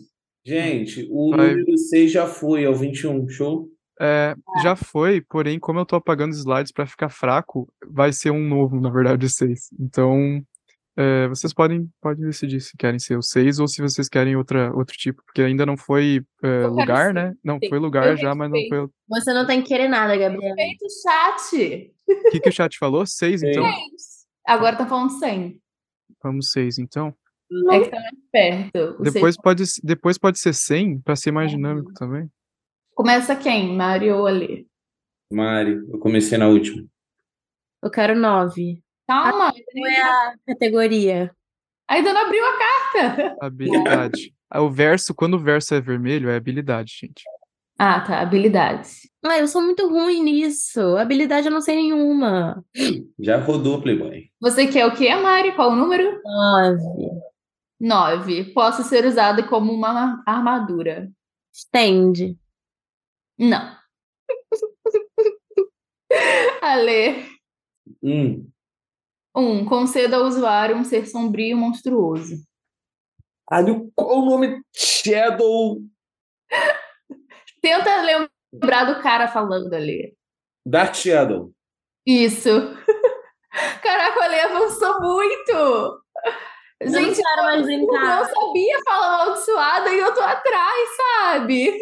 Gente, o
Vai.
número 6 já foi, é o 21, show?
É, já foi, porém, como eu tô apagando os slides pra ficar fraco, vai ser um novo, na verdade, o 6. Então, é, vocês podem, podem decidir se querem ser o 6 ou se vocês querem outra, outro tipo, porque ainda não foi é,
quero
lugar,
ser
né? Não,
seis.
foi lugar
Eu
já, mas não foi. O
Você não tem que querer nada, Gabriel.
Feito o chat.
que, que o chat falou? 6,
Seis.
então?
Agora tá falando 100.
Vamos 6, então.
É que tá mais perto. O
Depois
seis- É.
pode, se- depois pode ser 100 pra ser mais dinâmico também.
Começa quem? Mario ou Ali?
Mari, eu comecei na última.
Eu quero nove.
Calma,
Não é a categoria.
ainda não abriu a carta.
Habilidade. Ah, O verso, quando o verso é vermelho, é habilidade, gente.
<laughs> Ah, tá. Habilidades.
Ah, eu sou muito ruim nisso. Habilidade eu não sei nenhuma.
Já rodou, Playboy.
Você quer o quê, Mari? Qual o número?
Nove.
9. Posso ser usada como uma ma- armadura.
Estende.
<laughs> Não. Ale.
Hum.
1. Conceda ao usuário um ser sombrio e monstruoso.
Ali, qual o nome? Shadow
Tenta lembrar do cara falando ali.
Dark Shadow.
Isso. <laughs> Caraca, o Ale avançou muito. Gente,
eu não quero mais
eu
Tá.
não
brincar.
sabia falar amaldiçoada e eu tô atrás, sabe?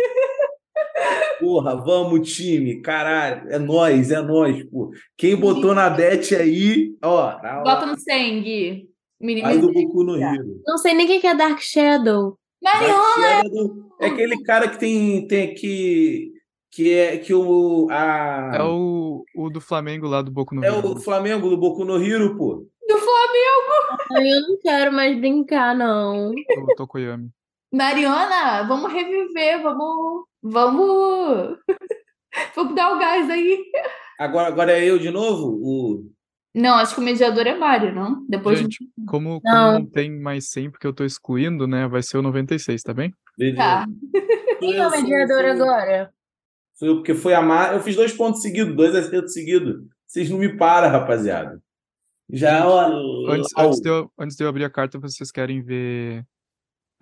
Porra, vamos, time. Caralho, é nóis, é nóis, pô. Quem botou na bet aí, ó.
Tá
na
Bota no sangue.
Aí
Minimiza.
do Goku no Rio.
Não sei nem o que é Dark Shadow.
Mariana,
Dark Shadow é aquele cara que tem, tem que que é que o a
É
Ah.
o, o do Flamengo lá do Boco no
é
Rio.
o Flamengo do Boku no Hiro, pô.
do Flamengo.
Ai, Eu não quero mais brincar, não.
<laughs>
o Tokoyami.
Mariana, vamos reviver, vamos. Vamos. <laughs> Vamos dar o gás aí.
Agora agora é eu de novo, o
Não, acho que o mediador é Mário, não? Depois.
Gente, como, como
Não.
não tem mais 100 porque eu tô excluindo, né? Vai ser o 96, tá bem?
Tá.
Quem é o mediador agora?
Sou eu, porque assim, foi a Mar... Eu fiz dois pontos seguidos, dois acertos seguidos. Vocês não me param, rapaziada. Já, ó.
Antes,
Lau.
antes de eu, antes de eu abrir a carta, vocês querem ver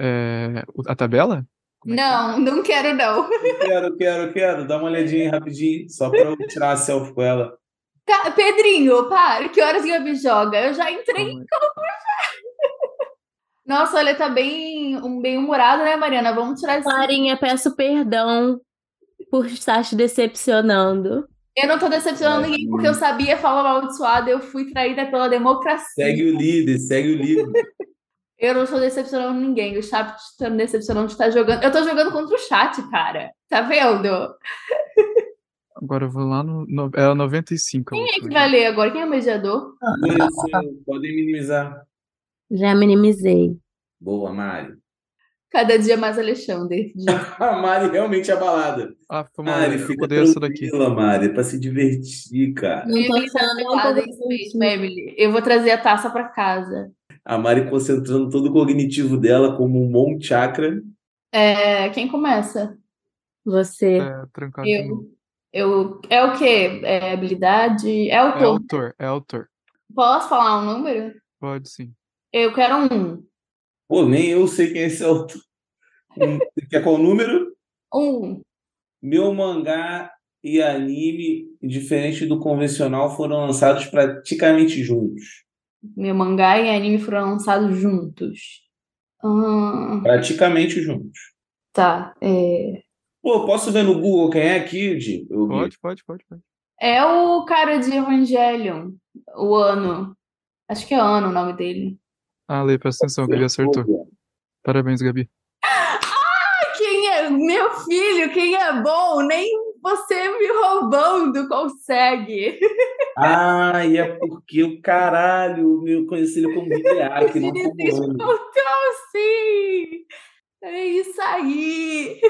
é, o- a tabela? Como é que
Não, não quero, não.
Eu Quero, eu quero, eu quero. Dá uma olhadinha aí rapidinho, só pra eu tirar a selfie com ela.
Ca- Pedrinho, para, que horas Gabi joga? Eu já entrei.
Calma aí.
<laughs> Nossa, olha, tá bem, um, bem humorado, né, Mariana? Vamos tirar esse.
Clarinha, peço perdão por estar te decepcionando.
Eu não tô decepcionando ninguém porque eu sabia falar amaldiçoada, eu fui traída pela democracia.
Segue o líder, segue o
<laughs>
líder.
Eu não estou decepcionando ninguém. O chat está me decepcionando de estar jogando. Eu tô jogando contra o chat, cara. Tá vendo?
Agora eu vou lá no. no é o 95. a
Quem é
última,
que vai ler agora? Quem é o mediador?
Isso, Podem minimizar.
Já minimizei.
Boa, Mari.
Cada dia mais Alexandre.
A Mari realmente é abalada.
Ah, foi mal.
Mari,
Eu
fica
odeio essa daqui.
tranquila, Mari, é pra se divertir, cara.
Não tô
Ele tá
achando nem um
Fala
pouco
isso mesmo, Emily. Eu vou trazer a taça pra casa.
A Mari concentrando todo o cognitivo dela como um Mon Chakra.
É, quem começa?
Você.
É, trancado de novo.
Eu. Eu, é o quê? É habilidade? É o
É
tom.
autor, é autor.
Posso falar um número?
Pode sim.
Eu quero um.
Pô, nem eu sei quem é esse autor. <laughs> Hum, Quer qual número?
Um.
Meu mangá e anime, diferente do convencional, foram lançados praticamente juntos.
Meu mangá e anime foram lançados juntos. Ahn,
Praticamente juntos.
tá. É...
Pô, posso ver no Google quem é Kid? Eu vi.
Pode, pode, pode, pode.
É o cara de Evangelion, o Ano. Acho que é Ano o nome dele.
Ah, Lê, presta atenção, Gabi acertou. Parabéns, Gabi.
Quem é? Meu filho, quem é bom? Nem você me roubando consegue.
Ah, e é porque o caralho, eu conheci ele como
<laughs>
Hideaki, não
Ele
como Ano.
Então, sim! É isso aí!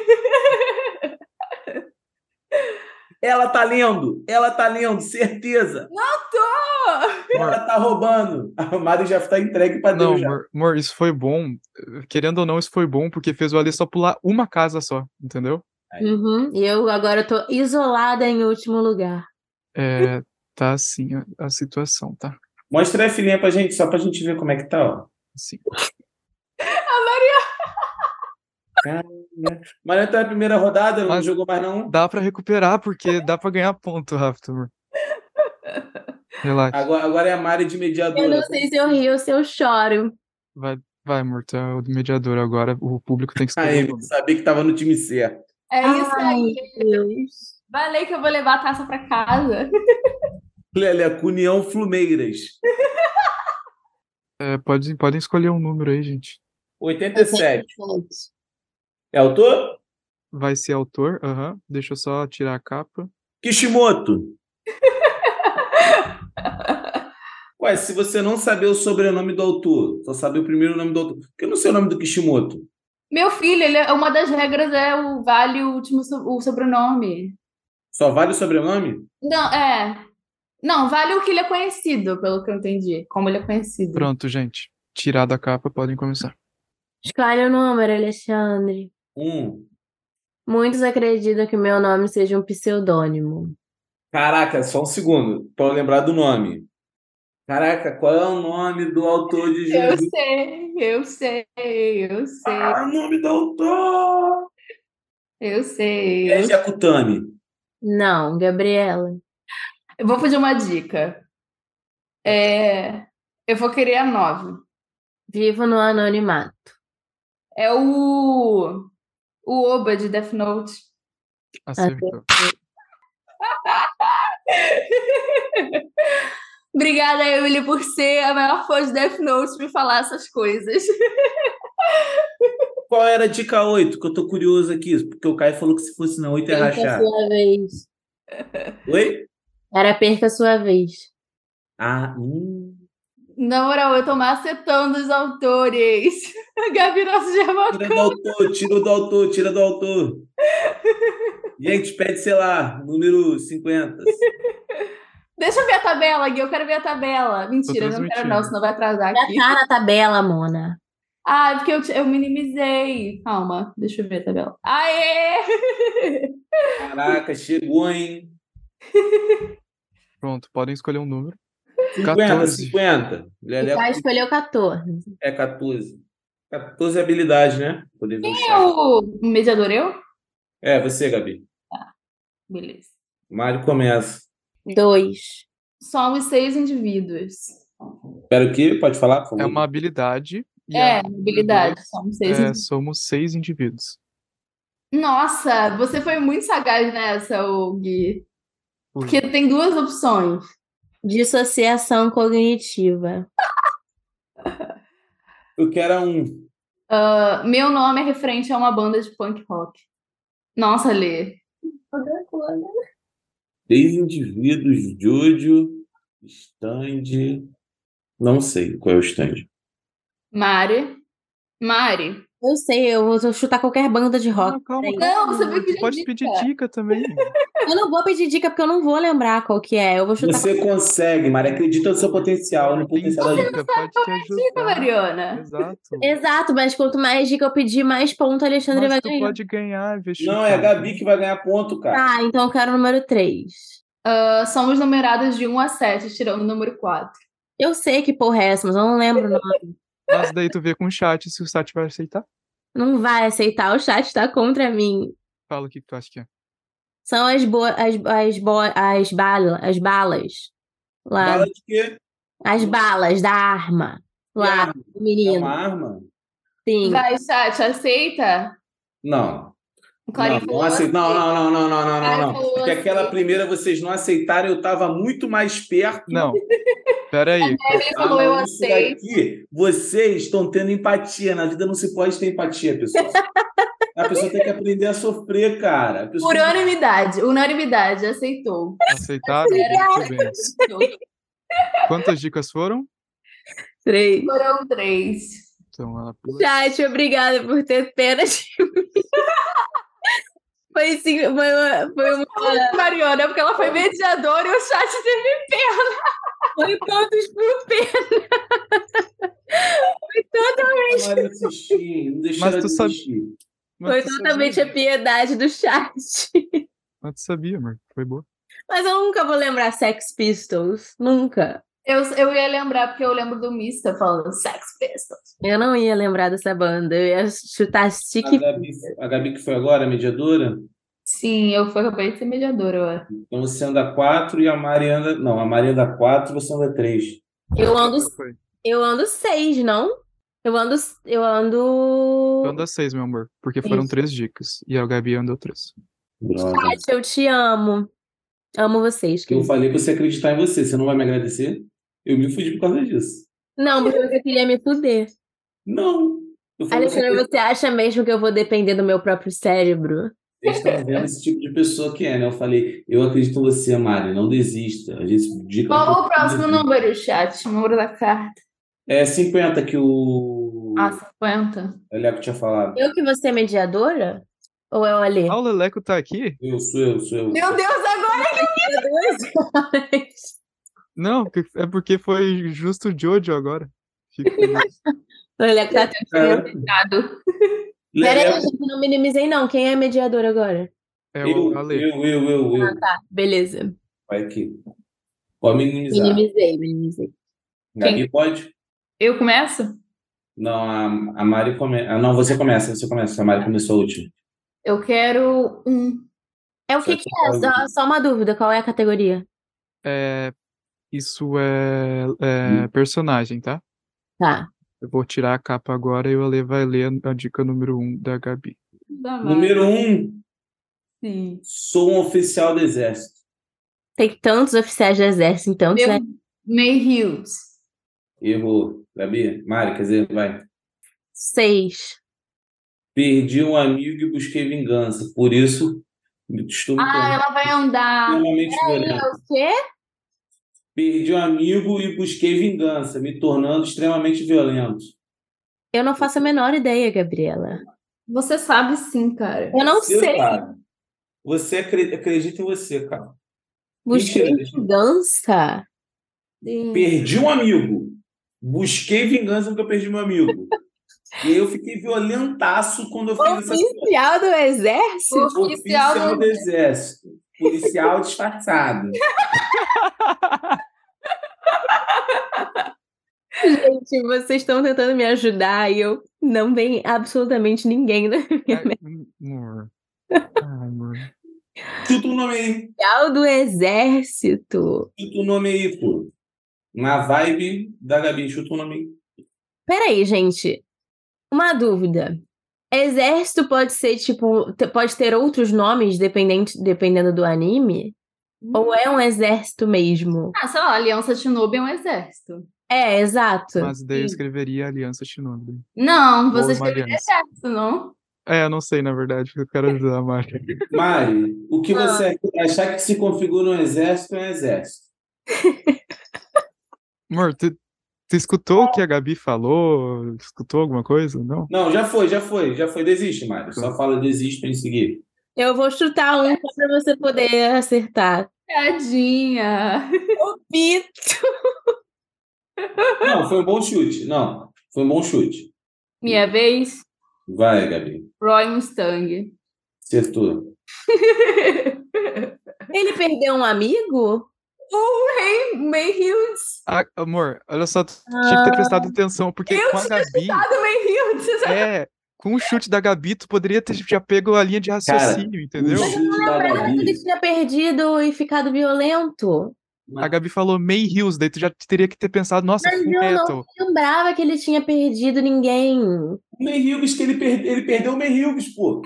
Ela tá lendo, ela tá lendo, certeza.
Tô!
Amor,
Ela tá roubando. <laughs> A Mari já tá entregue pra
não,
Deus já.
amor, amor, isso foi bom. Querendo ou não, isso foi bom, porque fez o Ali só pular uma casa só, entendeu?
Uhum. E eu agora tô isolada em último lugar.
É, tá assim a, a situação, tá?
Mostra a filhinha pra gente, só pra gente ver como é que tá, ó.
Assim.
Mas então é a primeira rodada, não
Mas-
jogou mais não.
Dá pra recuperar, porque dá pra ganhar ponto, Rafa.
<laughs>
Turma. Relaxa.
Agora, agora é a Mari de mediadora.
Eu não sei se eu rio ou se eu choro.
Vai, vai, amor, tu é o mediador agora. O público tem que
Aí,
escolher. um
sabia que estava no time certo.
É isso
Ai,
aí.
Deus.
Valeu que eu vou levar a taça pra casa.
Leleco, União Flumeiras.
É, pode, podem escolher um número aí, gente.
87. É autor?
Vai ser autor. Aham. Deixa eu só tirar a capa.
<laughs>
Kishimoto. Ué, se você não saber o sobrenome do autor, só saber o primeiro nome do autor. Por que eu não sei o nome do Kishimoto?
Meu filho, ele é, uma das regras é o vale o último so- o sobrenome.
Só vale o sobrenome?
Não, é. Não, vale o que ele é conhecido, pelo que eu entendi. Como ele é conhecido.
Pronto, gente. Tirada a capa, podem começar.
Escolhe o número, Alexandre.
Um.
Muitos acreditam que meu nome seja um pseudônimo.
Caraca, só um segundo, para eu lembrar do nome. Caraca, qual é o nome do autor de
Eu
Jesus?
sei, eu sei, eu sei,
Ah, o nome do autor!
eu sei.
É
Eu,
Yakutami.
Não, Gabriela.
eu vou pedir uma dica. É, eu vou querer a nove.
Vivo no anonimato.
É o o Oba de Death Note.
Acertou.
Obrigada, Emily, por ser a maior fã de Death Note me falar essas coisas.
Qual era a dica 8? Que eu tô curioso aqui, porque o Caio falou que se fosse na 8 ia
Perca a
rachar.
sua vez.
Oi?
Era perca a sua vez.
Ah, hum.
Na moral, eu tô macetando os autores. <laughs> A Gabi Nossa já mandou.
Tira do autor, tira do autor, tira do autor. Gente, pede, sei lá, número 50.
Deixa eu ver a tabela, Gui. Eu quero ver a tabela. Mentira, eu não quero, não,
transmitindo.
senão vai atrasar
Já
aqui.
tá na tabela, Mona.
Ah, é porque eu, te- eu minimizei. Calma, deixa eu ver a tabela. Aê!
Caraca, chegou, hein?
Pronto, podem escolher um número.
50,
14.
50.
O
Leleco
cara escolheu 14.
é 14. 14 é habilidade, né? Poder ver o chat.
Eu, o mediador, eu?
É, você, Gabi.
Beleza.
Mário começa.
2.
Somos seis indivíduos.
Espero que, pode falar, por favor.
É uma habilidade. e
É,
a-
habilidade. Somos seis
é,
indivíduos.
somos seis indivíduos.
Nossa, você foi muito sagaz nessa, ô, Gui.
Fui.
Porque tem duas opções.
Dissociação cognitiva.
Eu quero um.
Ah, meu nome é referente a uma banda de punk rock. Nossa, Lê.
Três indivíduos, Júlio, stand. Não sei qual é o stand.
Mari. Mari.
Eu sei, eu vou chutar qualquer banda de rock.
Não, Ah, calma,
peraí.
calma.
Não, você vai pedir
pode
dica.
pedir dica <laughs> também.
Eu não vou pedir dica porque eu não vou lembrar qual que é. Eu vou chutar.
Você consegue, Mari. Acredita no seu potencial, no
Tem
potencial da
dica, pode te
Dica,
ajudar.
Mariana.
Exato.
Exato, mas quanto mais dica eu pedir, mais ponto o Alexandre
Mas
vai
tu
ganhar.
pode ganhar, investir.
Não, é a Gabi que vai ganhar ponto, cara.
Tá, então eu quero o número 3.
Ah, somos numerados de 1 a 7, tirando o número 4.
Eu sei que porra é essa, mas eu não lembro o nome.
Mas daí tu vê com o chat se o chat vai aceitar.
Não vai aceitar, o chat tá contra mim.
Fala o que que tu acha que é.
São as bo as, as, bo as, bala as balas. Lá.
Fala de quê?
As balas da arma. Lá,
arma?
do
É
menino.
uma arma?
Sim.
Vai, chat, aceita?
Não.
O Clarinho
Não, não,
falou
aceito. não,
assim.
não, não, não, não, não,
Ai,
não, não.
falou
Porque
assim.
aquela primeira vocês não aceitaram, eu tava muito mais perto.
<laughs> Não, pera aí.
Ele falou, eu
mas isso
aceito.
daqui, vocês estão tendo empatia. Na vida não se pode ter empatia, pessoal. A pessoa tem que aprender a sofrer, cara. A pessoa
Por
tem que-
unanimidade. Unanimidade, <laughs> aceitou.
Aceitaram? Muito bem. Quantas dicas foram?
Três.
Foram três.
Então ela pula.
Chat, obrigada por ter pena de mim. <laughs> Foi sim, foi uma, foi uma-
Mariana, porque ela foi mediadora e o chat teve.
foi pontos por pena. Foi, total-
A Mari assistir, não deixar
Mas
ela
tu sabe-
desistir.
Mas
foi
tu
totalmente a
sabia.
piedade do chat. <laughs>
Mas tu sabia, amor. Foi boa.
Mas eu nunca vou lembrar Sex Pistols. Nunca.
Eu, eu ia lembrar, porque eu lembro do Mista falando Sex Pistols.
Eu não ia lembrar dessa banda, eu ia chutar Stick.
A Gabi, a Gabi que foi agora, a mediadora,
Sim, eu fui, acabei de ser mediadora, eu acho.
então você anda 4 e a Mari anda. Não, a Mari anda 4 você anda 3.
Eu ando,
Foi.
eu ando seis, não? Eu ando, eu ando.
Eu ando a Então seis, meu amor, porque foram
Isso.
três dicas. E a Gabi andou três.
Droga.
Kátia, Eu te amo. Amo vocês,
Eu
querido.
falei pra você acreditar em você, você não vai me agradecer? Eu me fudi por causa disso.
Não, porque você queria me fuder.
Não! Eu falei pra você
Alexandre, você acha mesmo que eu vou depender do meu próprio cérebro?
Vocês
<laughs>
estão vendo esse tipo de pessoa que é, né? Eu falei, eu acredito em você, Mari, não desista. A gente dica
Qual o próximo número, chat? O número da carta.
É 50 que o
Ah, 50.
Leleco tinha falado.
Eu que você é mediadora? Ou é o Alê?
Ah, o Leleco tá aqui?
Eu sou eu, sou eu.
Meu Deus, agora!
Não, porque- é porque foi justo o Jojo agora. Fica
O Alê que tá
Cara,
Obrigado.
Peraí,
Leleco,
gente, não minimizei, não. Quem é mediador agora?
É
eu,
o Ale.
eu, eu, eu,
Ah,
eu.
tá. Beleza.
Vai aqui. Pode minimizar.
Minimizei, minimizei.
Gabi pode?
Eu começo?
Não, a, a Mari começa. Ah, não, você começa, você começa. A Mari começou a última.
Eu quero um.
É o que, que é? Só, só uma dúvida, qual é a categoria?
É, isso é, é personagem, tá?
Tá.
Eu vou tirar a capa agora e o Ale vai ler a, a dica número um da
<laughs>
Gabi.
Da
Número 1, um,
Sim.
sou um oficial do exército.
Tem tantos oficiais do exército, então.
Meu-
né?
May Hughes.
Errou. Gabi, Mari, quer dizer, vai.
Seis.
Perdi um amigo e busquei vingança. Por isso, estou me
Ah, ela vai andar.
tornando extremamente violento.
O quê?
Perdi um amigo e busquei vingança, me tornando extremamente violento.
Eu não faço a menor ideia, Gabriela.
Você sabe sim, cara.
Eu não
Você,
sei.
cara. Você acre- acredita em você, cara.
Busquei
Mentira, gente.
vingança.
Sim.
Perdi um amigo. Busquei vingança porque eu perdi meu amigo. e aí eu fiquei violentaço quando eu fiz essa coisa.
Oficial do exército?
Oficial
Oficial do
do...
Exército. Policial disfarçado.
Gente, vocês estão tentando me ajudar e eu não vem absolutamente ninguém né? <laughs> do
É <laughs>
Ai, amor. Ai, amor.
Chuta o nome aí.
oficial do exército.
Chuta o nome aí, pô. Na vibe da Gabi, chuta o nome aí.
Peraí, gente. Uma dúvida. Exército pode ser, tipo, te- pode ter outros nomes dependente, dependendo do anime? Ou é um exército mesmo?
Ah, sei lá, Aliança Shinobi é um exército.
É, exato.
Mas daí eu
Sim.
escreveria Aliança Shinobi.
Não,
Ou
você
uma
escreveu
aliança.
exército, não?
É, eu não sei, na verdade, eu quero ajudar
<laughs>
a Mari.
Mari, o que você
Ah.
achar que se configura um exército é um exército.
Amor, tu, tu escutou o que a Gabi falou? Escutou alguma coisa? Não?
Não, já foi, já foi, já foi. Desiste, Mari. Só fala desiste pra gente seguir.
Eu vou chutar um só pra você poder acertar.
Tadinha.
Pito!
Não, foi um bom chute. Não, foi um bom chute.
Minha vez,
Vai, Gabi.
Roy Mustang.
Acertou.
Ele perdeu um amigo?
O May Hughes.
Ah, amor, olha só, tu tinha que ter prestado atenção, porque
Ah. Eu
com a Gabi,
Ah, do May Hughes.
é, com o chute da Gabi, tu poderia ter já pego a linha de raciocínio, entendeu?
O chute da
Ele
Gabi.
tinha perdido e ficado violento.
A Gabi falou May Hills, daí tu já teria que ter pensado, nossa,
Mas
Full
eu não-
Metal.
Eu lembrava que ele tinha perdido ninguém.
O Merrilbes, que ele, per- ele perdeu o Merrilbes, pô.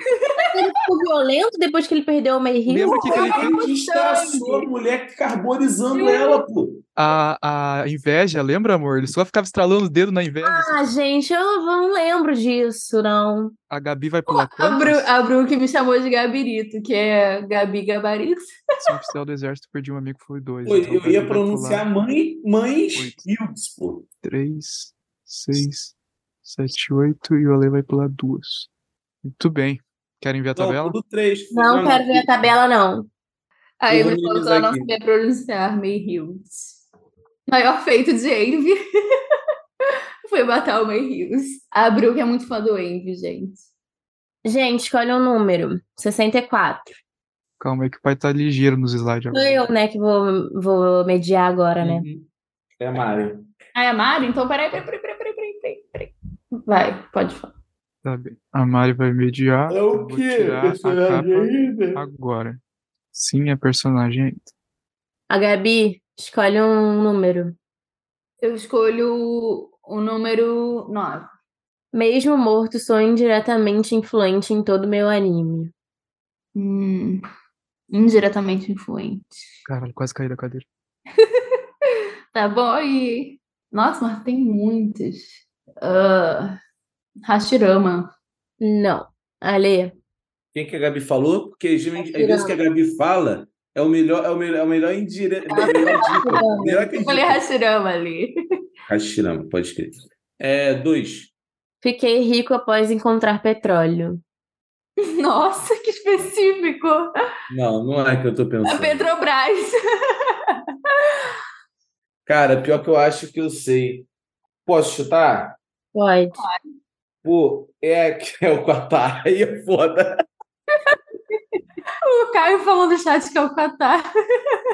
Ele ficou violento depois que ele perdeu o Mayhill.
Lembra o que, que ele fez?
Ele destroçou a mulher carbonizando ela, pô.
A, a inveja, lembra, amor? Ele só ficava estralando o dedo na inveja. assim.
Ah, gente, eu não lembro disso, não.
A Gabi vai
Ah,
pular
A, Bru,
quantos?
a Bru que me chamou de Gabirito, que é Gabi Gabarito.
Se o oficial do exército perdi um amigo, foi dois.
Pô,
então a
Eu
Gabi
ia
vai
pronunciar
pular
mãe, mães
Oito.
Hilbes, pô.
Três, seis, sete, oito e o Ale vai pular duas. Muito bem. Querem ver a
Não,
tabela?
tudo três.
Não quero ver a tabela, não.
Aí
Eu vou
me falou que
minimizar
ela não
aqui.
sabia pronunciar May Hughes. Maior feito de Envy <laughs> foi matar o May Hughes. A Bru que é muito fã do Envy, gente.
Gente, escolhe um número. 64.
Calma aí que o pai tá ligeiro nos slides
Sou
agora.
eu, né, que vou, vou mediar agora, né?
Uhum. É a Mari.
Ah, é a Mari? Então, peraí, peraí, peraí, peraí, peraí, peraí, peraí, peraí. Vai, pode falar.
Tá bem. A Mari vai mediar.
É
Ah, eu
o
vou
quê?
tirar a
Personagem
capa
ainda?
agora. Sim, é personagem ainda.
A Gabi, escolhe um número.
Eu escolho o número 9.
Mesmo morto, sou indiretamente influente em todo meu anime.
Hum, indiretamente influente.
Caralho, quase caí da cadeira.
Tá bom aí. Nossa, mas tem muitos. Ah, Hashirama.
Não. Ale,
Quem que a Gabi falou?
É
Porque gente, às vezes
Hashirama.
que a Gabi fala é o melhor, é o melhor, é o melhor indire... é a <laughs> melhor dica. Melhor que
Eu falei
dica.
Hashirama ali.
Hashirama, pode escrever. É, dois.
fiquei rico após encontrar petróleo.
Nossa, que específico.
Não, não é que eu tô
A
pensando.
Petrobras.
Cara, pior que eu acho que eu sei. Posso chutar?
Pode.
Pô, é <laughs> que é o Qatar. Aí é foda.
<laughs> O Caio falou no chat que é o Catar.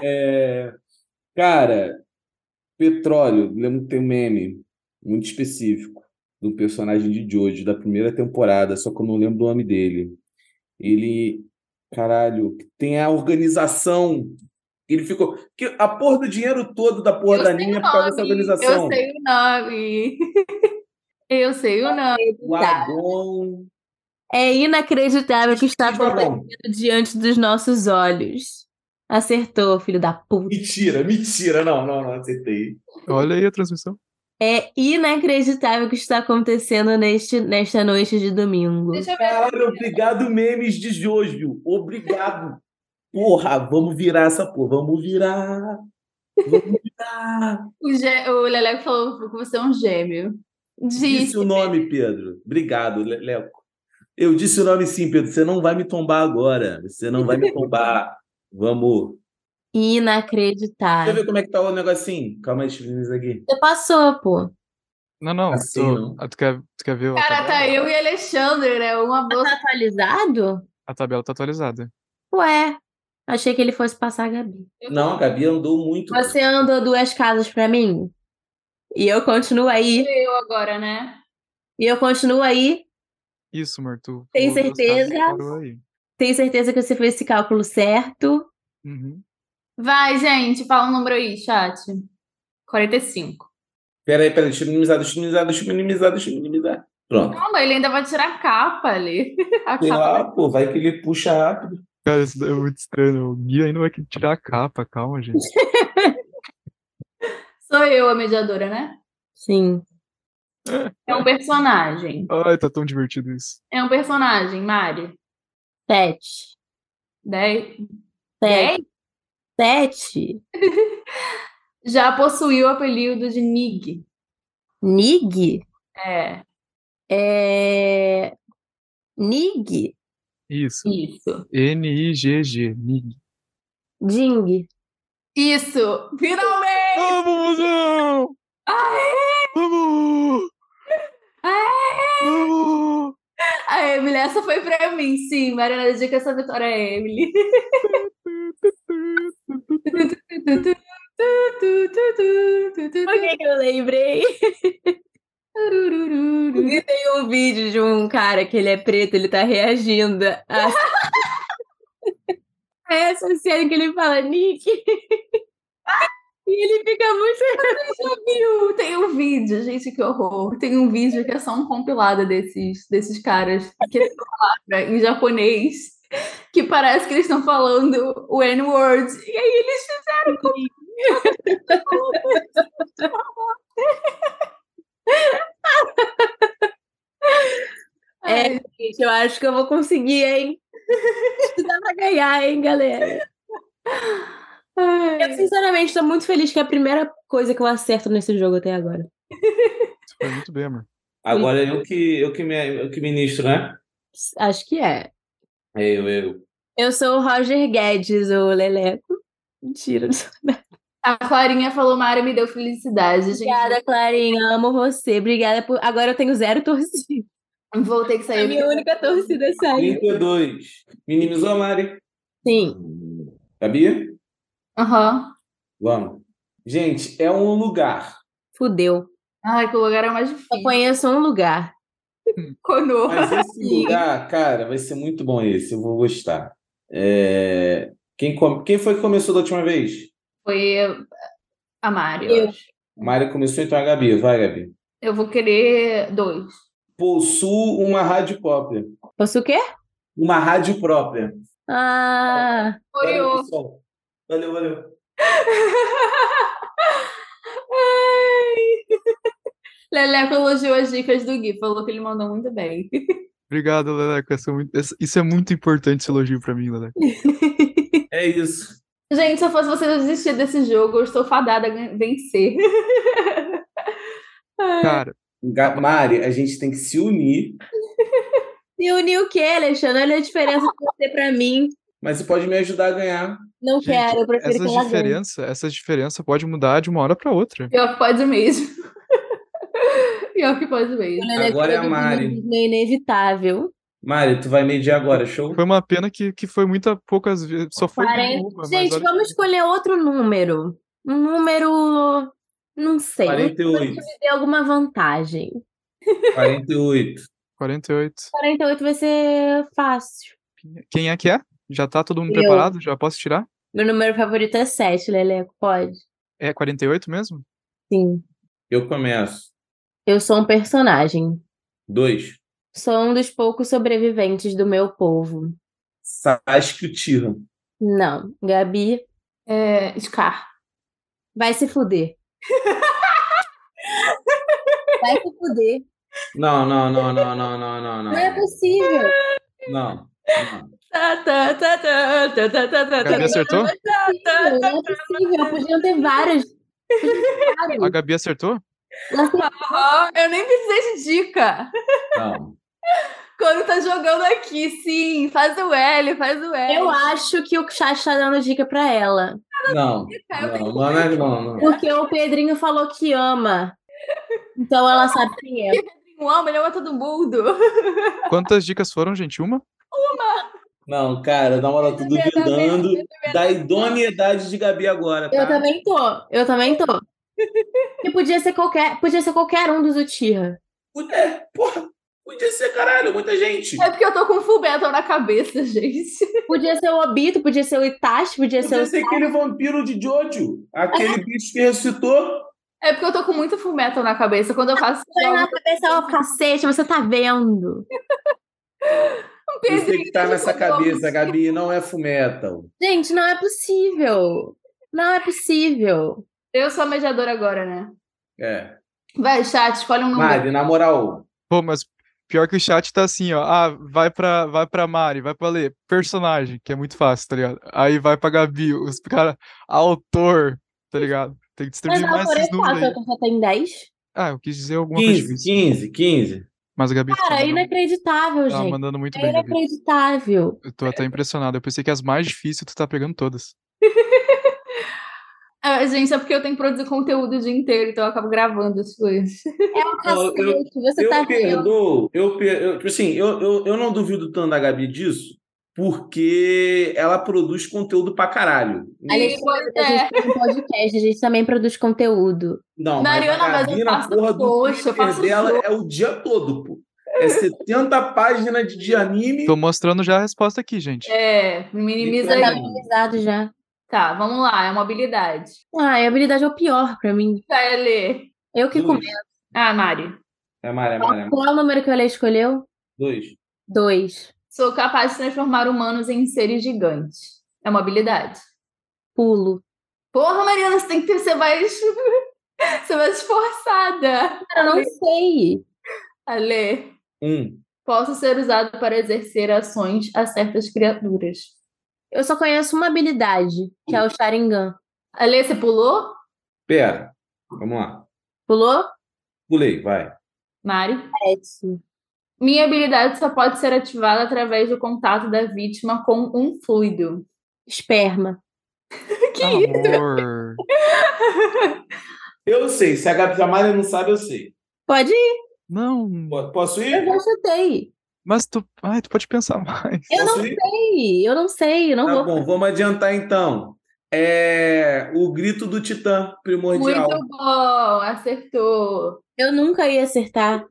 É, cara, petróleo. Lembro que tem um meme muito específico do personagem de Jojo da primeira temporada, só que eu não lembro do nome dele. Ele, caralho, tem a organização. Ele ficou. Que a porra do dinheiro todo da porra
Eu
da
sei
linha
o
É por causa dessa
nome,
organização.
Eu sei o nome. <laughs> Eu sei o nome.
O Agon.
É inacreditável o que está
é?
acontecendo
Agon.
diante dos nossos olhos. Acertou, filho da puta.
Mentira, mentira. Não, não, não acertei.
Olha aí a transmissão.
É inacreditável o que está acontecendo neste, nesta noite de domingo.
Deixa eu ver.
Caralho, obrigado, memes de Jojo. Obrigado. Porra, vamos virar essa porra. Vamos virar. Vamos
<laughs>
virar.
O, Gé- o Leleco falou que você é um gêmeo.
Disse
Disse.
o nome, Pedro. Obrigado, Le- Leco. Eu disse o nome sim, Pedro. Você não vai me tombar agora. Você não vai me tombar. Vamos. Deixa eu
Inacreditável.
ver como é que tá o negocinho. Calma aí, Chilinhos aqui.
Você passou, pô.
Não, não.
Assim,
tô-
não.
Ah, tu, quer, tu quer ver a
Cara,
tabela?
tá eu e Alexandre, né? Uma
Tá
bolsa.
atualizado?
A tabela tá atualizada.
Ué, achei que ele fosse passar a Gabi.
Não, a Gabi andou muito.
Você andou duas casas pra mim? E eu continuo aí.
Eu agora, né?
E eu continuo aí.
Isso, Mortu.
Tem
Pulou duas casas e
certeza?
parou aí.
Tenho certeza que você fez esse cálculo certo.
Uhum.
Vai, gente, fala um número aí, chat. 45.
Peraí, peraí. Deixa eu minimizar, deixa eu minimizar, deixa eu minimizar, deixa eu minimizar. Pronto.
Calma, ele ainda vai tirar a capa ali. <laughs> A
Sei
capa.
lá, pô, vai que ele puxa rápido.
Cara, isso é muito estranho. O Gui ainda vai que tirar a capa, calma, gente.
Sou eu a mediadora, né?
Sim.
É um personagem.
Ai, tá tão divertido isso.
É um personagem, Mari.
Sete.
Dez.
Sete.
Dez?
Sete.
Já possuiu o apelido de Nig.
Nig?
É,
É... Nig?
Isso.
isso.
N-I-G-G. Nig.
Ding.
Isso! Finalmente!
Vamos, mozão! Vamos! Vamos!
A Emily, essa foi pra mim, sim. Mariana, dedica essa vitória à Emily. <laughs>
Por que, que eu lembrei? E tem um vídeo de um cara que ele é preto, ele tá reagindo <laughs> a, a essa cena que ele fala, Nick. E ele fica muito.
Viu? Tem um vídeo, gente, que horror. Tem um vídeo que é só um compilado desses, desses caras que tem uma palavra em japonês que parece que eles estão falando o N-word. E aí eles fizeram como.
É,
<laughs> Ai,
gente, eu acho que eu vou conseguir, hein? Isso dá pra ganhar, hein, galera? Eu, assim,
ai.
sinceramente, tô muito feliz que é a primeira coisa que eu acerto nesse jogo até agora.
Foi muito bem, amor.
Agora é eu que, eu que, me, eu que ministro, né?
Acho que é.
É, Eu, eu.
Eu sou o Roger Guedes, o Leleco. Mentira.
A Clarinha falou, Mara me deu felicidade, gente.
Obrigada, Clarinha. Amo você. Obrigada por. Agora eu tenho zero <laughs> torcida.
Vou ter que
A
sair.
minha única torcida é saiu.
32. Minimizou, Mari?
Sim.
Sabia?
Aham.
Vamos. Gente, é um lugar.
Fudeu.
Ai, que o lugar é o mais
Eu
difícil.
conheço um lugar.
Konoha.
Mas esse
Sim.
lugar, cara, vai ser muito bom esse. Eu vou gostar. É, Quem, come- Quem foi que começou da última vez?
Foi eh, a Mário.
Eu.
Eu. acho.
Mário começou, então a Gabi. Vai, Gabi.
Eu vou querer dois.
Possuo uma rádio própria.
Posso o quê?
Uma rádio própria.
Ah,
Valeu,
Oreo.
pessoal. Valeu, valeu.
Ai. Leleco elogiou as dicas do Gui, falou que ele mandou muito bem. <laughs>
Obrigado, Leleco. essa é muito- essa- Isso é muito importante, esse elogio pra mim, Leleco.
É isso.
Gente, se eu fosse vocês eu desistir desse jogo, eu estou fadada a gan- vencer. <laughs>
É,
Cara,
Ga- Mari, a gente tem que se unir.
se unir o quê, Alexandre? Olha a diferença de você pra mim.
Mas você pode me ajudar a ganhar.
Não
Gente,
quero, eu prefiro que
essas
ela ganhe.
diferenças, essas diferenças pode mudar de uma hora pra outra.
Pior que pode mesmo. <laughs> Pior que pode mesmo.
Ela
Agora é a
todo
Mari.
mundo é inevitável.
Mari, tu vai mediar agora, show?
Foi uma pena que, que foi muita poucas vezes. Só foi
Quarenta-
uma, mas
Gente,
olha-
vamos escolher outro número. Um número. Não sei. Um número
48.
que me dê alguma vantagem.
48.
48.
48 vai ser fácil.
Quem é que é? Já tá todo mundo
Eu.
preparado? Já posso tirar?
Meu número favorito é 7, Leleco. Pode?
É 48 mesmo?
Sim.
Eu começo.
Eu sou um personagem.
Dois.
Sou um dos poucos sobreviventes do meu povo.
Sasuke Uchiha.
Não, Gabi,
É, Scar.
vai se fuder. Vai se fuder.
Não, não, não, não, não, não, não, não.
Não é possível.
Não. não.
Tá, tá, tá, tá, tá, tá, tá, tá,
A Gabi
tá,
acertou?
tá,
Não
tá.
é possível. Podiam ter vários. Podiam ter
A
vários.
Gabi acertou?
Ela tem-
Ó, Eu nem precisei de dica.
não.
Quando tá jogando aqui, sim. Faz o L, faz o L.
Eu acho que o Chat está dando dica pra ela.
Não, não, não, é- não, não.
Porque o Pedrinho falou que ama. Então ela sabe quem é.
Um ama, ele ama todo mundo.
Quantas dicas foram, gente? Uma?
Não, cara, na moral, tô duvidando da idoneidade de Gabi agora,
Eu
tá?
também tô. Eu também <laughs> tô. E podia ser qualquer, podia ser qualquer um dos Uchiha.
É, porra, podia ser caralho, muita gente.
É porque eu tô com um full metal na cabeça, <laughs> gente.
Podia ser o Obito, podia ser o Itachi, podia ser
Podia
o
ser aquele vampiro de Jojo,
É.
aquele bicho que ressuscitou.
É porque eu tô com muito full metal na cabeça. Quando eu faço
Põe na
jogo,
cabeça ó, cacete, você tá vendo.
um
Você que tá
de
nessa
futebol.
cabeça, Gabi, não é fumetal.
Gente, não é possível. Não é possível.
Eu sou a mediadora agora, né?
É.
Vai, chat, escolhe um número.
Mari, na moral,
Pô, mas pior que o chat tá assim, ó. Ah, vai pra, vai pra Mari, vai pra Lê. Personagem, que é muito fácil, tá ligado? Aí vai pra Gabi, os cara, autor, tá ligado? Tem
Mas
que distribuir
a
mais
autora
esses
é
números
fácil,
aí.
a só tem 10.
Ah, eu quis dizer alguma coisa
15,
difícil.
15, 15.
Mas a Gabi tá
Cara, é
mandando,
inacreditável,
tá
gente.
mandando muito
É
bem, Gabi.
inacreditável.
Eu tô até impressionado. Eu pensei que as mais difíceis tu tá pegando todas.
Ah, gente, é porque eu tenho que produzir conteúdo o dia inteiro, então eu acabo gravando as coisas.
<laughs>
É um
Não, eu-
cacete, você
Eu
tá vendo.
perdoo, eu, per- eu, tipo assim, eu, eu, eu não duvido tanto da Gabi disso, porque ela produz conteúdo pra caralho.
Alexandre, a
É.
gente tem um podcast, a gente também produz conteúdo.
Não, mas
Mariana,
a
mas eu
Gabi na
faço
porra do
post, eu
Twitter
faço
dela
jogo.
é o dia todo, pô. É 70 páginas de anime.
Tô mostrando já a resposta aqui, gente.
É, minimiza
Então,
aí.
Organizado já.
Tá, vamos lá, é uma habilidade.
Ah, a habilidade é o pior pra mim.
Vai, Lê.
Eu que
dois.
começo.
Ah, Mari.
É Mari, é Mari, é Mari.
Qual é o número que o Ale escolheu?
Dois.
Dois.
Sou capaz de transformar humanos em seres gigantes. É uma habilidade.
Pulo.
Porra, Mariana, você tem que ter, ser <laughs> mais. ser mais esforçada.
Cara, eu não sei.
Ale,
Um.
posso ser usado para exercer ações a certas criaturas.
Eu só conheço uma habilidade, que é o Sharingan.
Ale, você pulou?
Pera. Vamos lá.
Pulou?
Pulei, vai.
Mari.
Sete.
Minha habilidade só pode ser ativada através do contato da vítima com um fluido.
Esperma.
é
Que isso?
Amor.
Eu sei. Se a Gabi se a Mari não sabe, eu sei.
Pode ir,
Não,
Po- Posso
eu
ir?
já chutei.
mas tu. Ai, tu pode pensar <laughs> mais.
Eu não
Posso ir?
sei, eu não sei, eu não
Tá
vou.
bom, vamos adiantar então. é o grito do Titã primordial.
Muito bom, acertou.
Eu nunca ia acertar.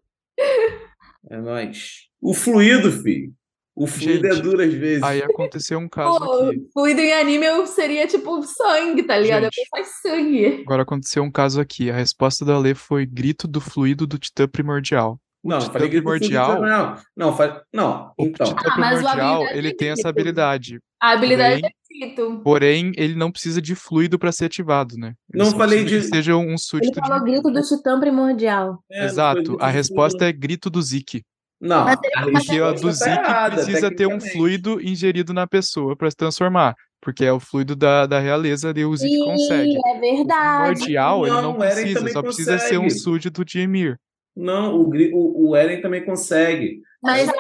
É nóis. O fluido, filho. O fluido
Gente,
é duro às vezes.
Aí aconteceu um caso
Pô,
aqui.
fluido em anime eu seria tipo sangue, tá ligado?
Gente.
Faz sangue.
Agora aconteceu um caso aqui. A resposta da Lê foi grito do fluido do Titã primordial.
não,
Titã
falei grito do fluido,
primordial?
Não, não, fa- não.
O
Então,
Titã
Ah, mas o
primordial,
habilidade
ele
é
tem essa
grito.
habilidade.
A habilidade
Bem.
é grito.
Porém, ele não precisa de fluido para ser ativado, né? Ele
Não
só
falei
precisa que
de-
seja um
Ele
súdito de.
falou grito do titã primordial.
é, não foi
Exato.
grito do
A resposta
fluido.
é grito do Zik.
Não,
Mas
a
Porque a
resposta
do
tá
Zik
errada,
precisa ter um
tecnicamente.
fluido ingerido na pessoa para se transformar. Porque é o fluido da, da realeza e o Zik consegue.
Ih, é
O
verdade.
primordial, ele não
Não, o Eren
precisa,
também
só precisa ser um
consegue.
súdito de Emir.
Não, o, gri- o, o Eren também consegue.
Mas olha,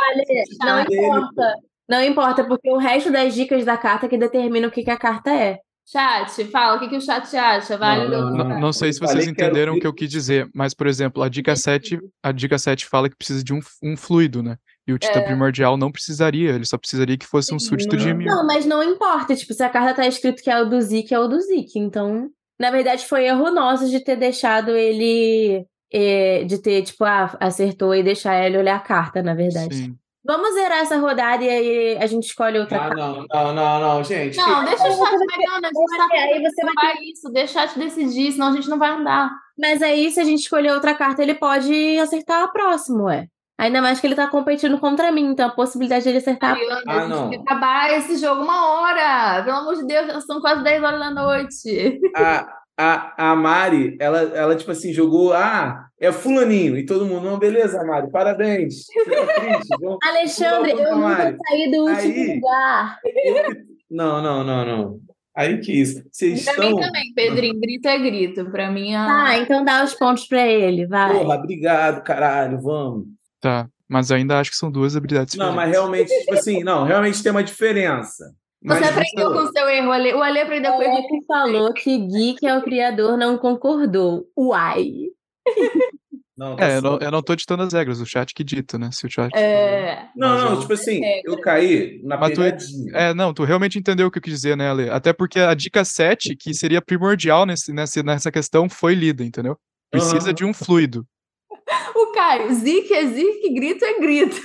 não
Tá.
importa. Não importa, porque o resto das dicas da carta que determina o que, que a carta é.
Chat, fala, o que, que o chat acha? Vale
Não,
N- Não, sei se
Eu falei
vocês
que era o
entenderam o que
grito-
eu quis dizer, mas, por exemplo, a dica 7, a dica 7 fala que precisa de um, um fluido, né? E o Titã primordial não precisaria, ele só precisaria que fosse um súdito de
Não.
Emir.
Não, mas não importa. Tipo, se a carta tá escrito que é o do Zik, é o do Zik. Então, na verdade, foi erro nosso de ter deixado ele. eh, de ter, tipo, ah, acertou e deixar ele olhar a carta, na é verdade.
Sim.
Vamos zerar essa rodada e aí a gente escolhe outra
Ah,
carta.
não, não, não, não, gente.
Não, deixa o chat, mas não, né?
Você- aí você vai
vai isso, deixa o chat decidir, senão a gente não vai andar.
Mas aí, se a gente escolher outra carta, ele pode acertar a próxima, ué. Ainda mais que ele tá competindo contra mim, então a possibilidade dele acertar.
Mariana,
Ah,
a gente
não.
tem que acabar esse jogo uma hora. Pelo amor de Deus, já são quase 10 horas da noite.
<laughs> a, a, a Mari, ela, ela, tipo assim, jogou, ah, é fulaninho. E todo mundo, não, beleza, Mari, parabéns. Você tá triste? Vamos-
Alexandre,
Não,
eu nunca
Mari.
saí do último
Aí-
lugar.
Não, não, não, não. Aí que isso. Vocês
Pra mim
estão...
também, Pedrinho, grito é grito. Pra mim, a...
Tá, então dá os pontos pra ele, vai.
Porra, obrigado, caralho, vamos.
Tá, mas ainda acho que são duas habilidades
Não, mas
diferentes.
realmente, tipo assim, não, realmente tem uma diferença. Mas
você aprendeu com o seu erro, Ale. O Ale aprendeu com
O
o erro.
Eric falou que Gui, que é o criador, não concordou. Uai.
Não, tá
É, eu
certo.
não, eu não tô ditando as regras, o chat que dita, né? Se o chat.
É,
Não,
Mas
não,
eu-
tipo assim,
É,
eu caí na
Mas tu-
pegadinha.
É, não, tu realmente entendeu o que eu quis dizer, né, Ale? Até porque a dica 7, que seria primordial nesse, nessa, nessa questão, foi lida, entendeu? Precisa
Aham.
de um fluido.
o Caio, zique é zique, grito é
<laughs>
grito.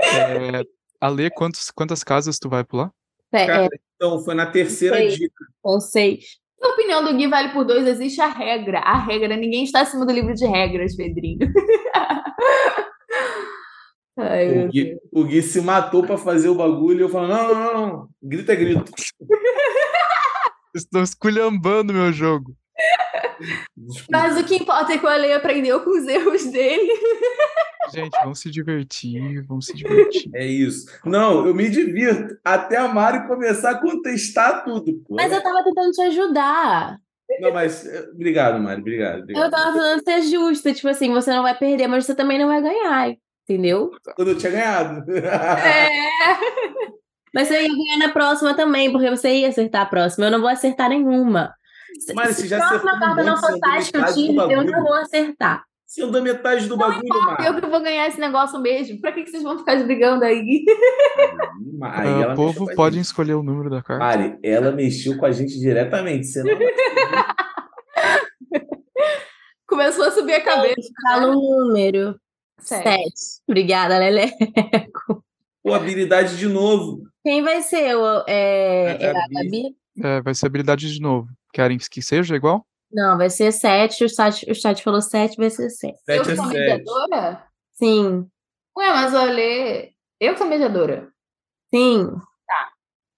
É, Ale, quantos, quantas casas tu vai pular?
É,
Cara,
é,
Então, foi na terceira
Sei.
dica.
são seis.
A opinião do Gui vale por dois, existe a regra. A regra, ninguém está acima do livro de regras, Pedrinho. <laughs> Ai,
O
meu Deus.
Gui, o Gui se matou pra fazer o bagulho e eu falo: não, não, não, não. grita, grito.
Vocês estão esculhambando meu jogo.
Desculpa.
Mas o que importa é que o Ale aprendeu com os erros
<laughs>
dele.
Gente, vamos se divertir, vamos se divertir.
É isso. Não, eu me divirto até a Mari começar a contestar tudo. pô.
Mas eu tava tentando te ajudar.
Não, mas eh, obrigado, Mari, obrigado.
Eu
obrigado.
tava tentando ser justa. Tipo assim, você não vai perder, mas você também não vai ganhar. Entendeu?
Quando eu tinha ganhado. <laughs>
É.
Mas você ia ganhar na próxima também, porque você ia acertar a próxima. Eu não vou acertar nenhuma. Se,
Mari,
se
você já
a
acertou
próxima
um
carta
monte,
não
você
for
não tem
tais que eu
metade do
tive, eu não
bagulho.
vou acertar.
Você andou metade do
então,
bagulho, Mari.
Eu que vou ganhar esse negócio mesmo. Pra que, que vocês vão ficar brigando aí?
<laughs>
<laughs>
Aí
Ah,
ela
o
mexeu
povo
com a
pode
gente.
escolher o número da carta.
Mari, ela mexeu com a gente diretamente. Você não vai
Começou a subir a cabeça.
Fala o número.
Sério.
Sete. Obrigada, Lelé.
Pô, habilidade de novo.
Quem vai ser? O, é,
A
é a
Gabi.
Gabi?
É, vai ser habilidade de novo. Querem que seja igual?
Não, vai ser sete. O chat, o chat falou sete, vai ser sete.
Eu
7 a
sou
7.
mediadora?
Sim,
Ué, mas o Ale. Eu sou mediadora.
sim.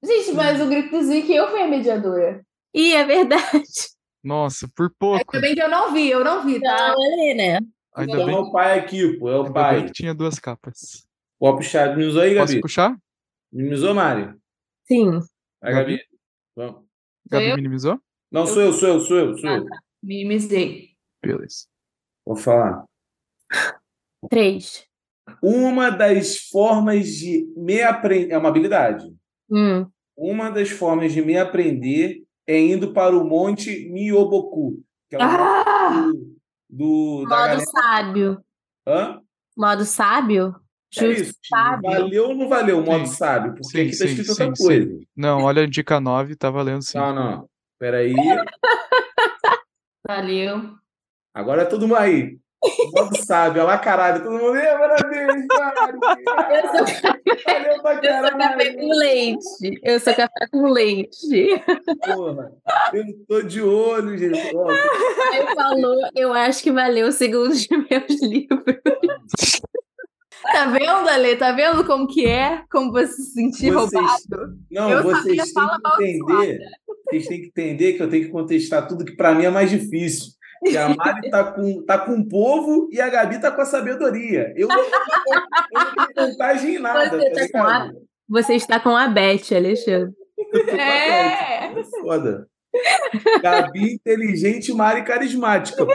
Gente, mas o grito do Zique, eu fui a mediadora.
Ih, é verdade.
Nossa, por pouco.
Ainda bem que eu não vi, eu não vi, tá?
Não, Lelê, né?
Ainda
Então é
bem,
o pai aqui, pô. É o
ainda bem
pai.
que tinha duas capas.
Vou puxar. Minimizou aí,
Posso
Gabi?
puxar?
Minimizou, Mari?
Sim.
Vai, Gabi. Vamos.
Tá.
Gabi
eu?
minimizou?
Não, sou eu, sou eu, sou eu, sou
Ah,
eu.
Minimizei.
Beleza.
Vou falar.
Três.
Uma das formas de me aprender. É uma habilidade.
Hum.
Uma das formas de me aprender é indo para o Monte Mioboku, que é o
Ah!
monte do, do- da
Modo
galera.
sábio.
Hã?
Modo sábio?
É isso.
sabe?
Valeu ou não valeu o modo
Sim.
sábio? Porque
Sim,
aqui tá
sim,
escrito
sim,
outra
sim.
coisa.
Não, olha a dica 9, tá valendo sim.
Não, não. Peraí.
Valeu.
Agora é todo mundo aí. O modo sábio, olha lá caralho. Todo mundo, "Ê, parabéns, caralho.
Eu sou,
Valeu pra
eu sou café
caralho.
com leite. Eu sou café com leite.
Porra. Eu tô de olho, gente. Ó,
Aí falou, eu acho que valeu segundo de
<laughs>
meus livros. Tá vendo, Ale? Tá vendo como que é? Como você se sentir roubado?
vocês... Não,
Eu sabia
vocês têm
fala
que entender. Vocês têm que entender que eu tenho que contestar tudo que pra mim é mais difícil. Que a Mari tá com, tá com o povo e a Gabi tá com a sabedoria. Eu não, eu não tenho vantagem em nada.
Você tá com a-
ligado?
Você está com a Beth, Alexandre.
É.
Foda. Gabi inteligente, Mari carismática. Pô.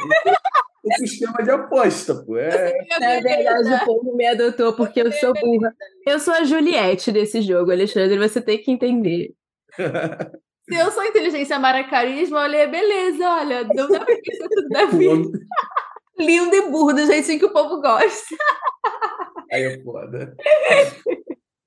O sistema de aposta, pô. É,
Na verdade, o povo me adotou porque eu sou burra. Eu sou a Juliette desse jogo, Alexandre. Você tem que entender.
Se eu sou inteligência mara carisma, olha, beleza, olha, não dá pra isso tudo da
o
vida.
homem-
Lindo e burro, do jeitinho que o povo gosta.
aí é foda.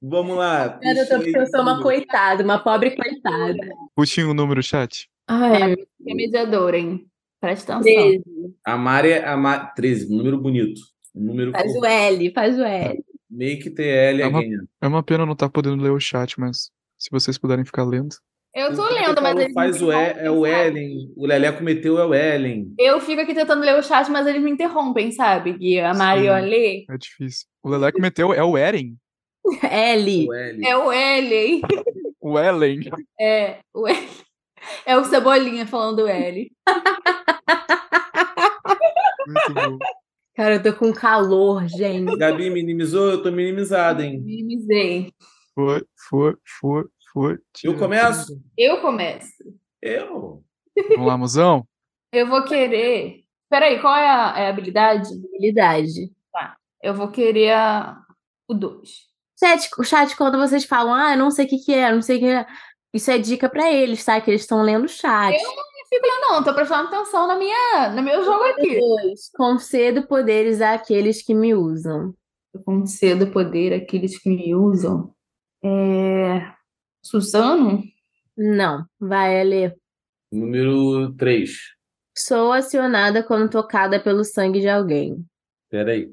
Vamos lá.
Me adotou
puxa
porque eu
aí,
sou uma
Dudu.
coitada, uma pobre coitada.
Puxem o número, chat.
Ai, é mediador, hein? Presta atenção.
A Mari, é- a Ma- 13, um número bonito. Um número
Faz
fofo.
o L, faz o L.
Make TL
É uma-
again.
É uma pena não estar podendo ler o chat, mas se vocês puderem ficar lendo.
Eu tô
O Peter
lendo, mas
falou,
eles
faz
me
o E, é o
interrompem, sabe?
Ellen. O Leleco meteu é o Ellen.
Eu fico aqui tentando ler o chat, mas eles me interrompem, sabe? Gui? a Mari
Sim.
e o Ale.
É difícil. O Leleco meteu. É o Eren?
L.
O L.
É o L, hein?
O Ellen. <laughs>
É, o L. É o Cebolinha falando L.
Muito bom.
Cara, eu tô com calor, gente.
Gabi minimizou, eu tô minimizado, hein?
Minimizei.
Foi, foi, foi, foi.
Eu
tira.
começo?
Eu começo.
Eu.
Vamos lá, mozão?
Eu vou querer. Peraí, qual é a, é a habilidade?
Habilidade.
Eu vou querer a... o 2.
Chat, chat, quando vocês falam, ah, não sei o que que é, não sei o que é. Isso é dica pra eles, tá? Que eles estão lendo o chat.
Não, tô prestando atenção na minha, no meu jogo aqui.
Deus, concedo poderes àqueles que me usam.
Eu concedo poder àqueles que me usam. É... Suzano?
Não, vai ler.
Número 3.
Sou acionada quando tocada pelo sangue de alguém.
Peraí.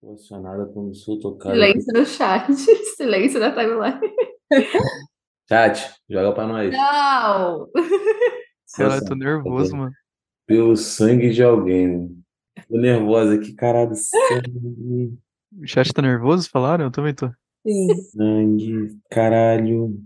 Posicionada como sou tocado.
Silêncio no chat. <laughs> Silêncio na timeline.
Chat, joga pra nós.
Não!
Caralho, eu tô nervoso, mano.
Pelo sangue de alguém. Tô nervosa aqui, caralho. Sangue,
O chat tá nervoso? Falaram? Eu também tô.
Sim.
sangue, caralho.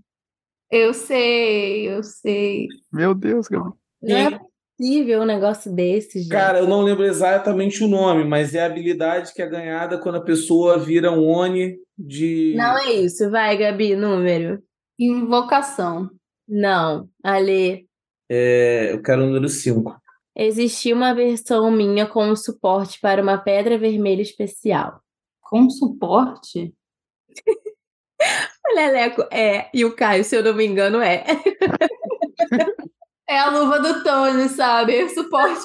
Eu sei, eu sei.
Meu Deus, Gabi.
Não é possível um negócio desse, gente.
Cara, eu não lembro exatamente o nome, mas é a habilidade que é ganhada quando a pessoa vira um Oni de.
Não é isso, vai, Gabi, número.
Invocação.
Não, Ale.
É, eu quero o número 5.
Existia uma versão minha com um suporte para uma pedra vermelha especial.
Com suporte?
O Leleco é, e o Caio, se eu não me engano, é. <laughs>
É a luva do Tony, sabe? É Suporte.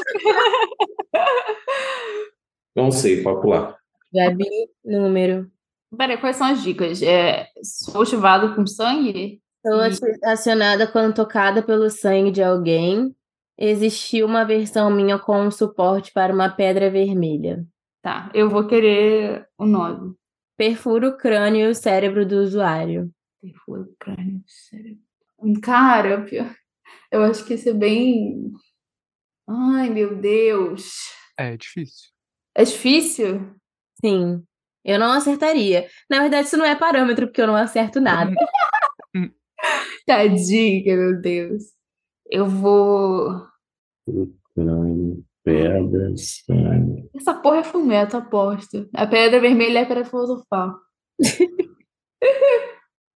Não sei, pode pular.
Gabi, número.
Peraí, quais são as dicas? É, sou chivado com sangue?
Sou
Sim.
ati- acionada quando tocada pelo sangue de alguém. Existiu uma versão minha com um suporte para uma pedra vermelha.
Tá, eu vou querer o 9.
Perfura o crânio e o cérebro do usuário.
Perfura o crânio, sério. Cara, pior. Eu acho que isso é bem. Ai, meu Deus.
É difícil.
É difícil?
Sim, eu não acertaria. Na verdade, isso não é parâmetro, porque eu não acerto
Tá.
nada.
<laughs> Tadinha, meu Deus. Eu vou.
Crânio, pedra, sangue.
Essa porra é fumeto, aposto. A pedra vermelha é pedra filosofal. <laughs>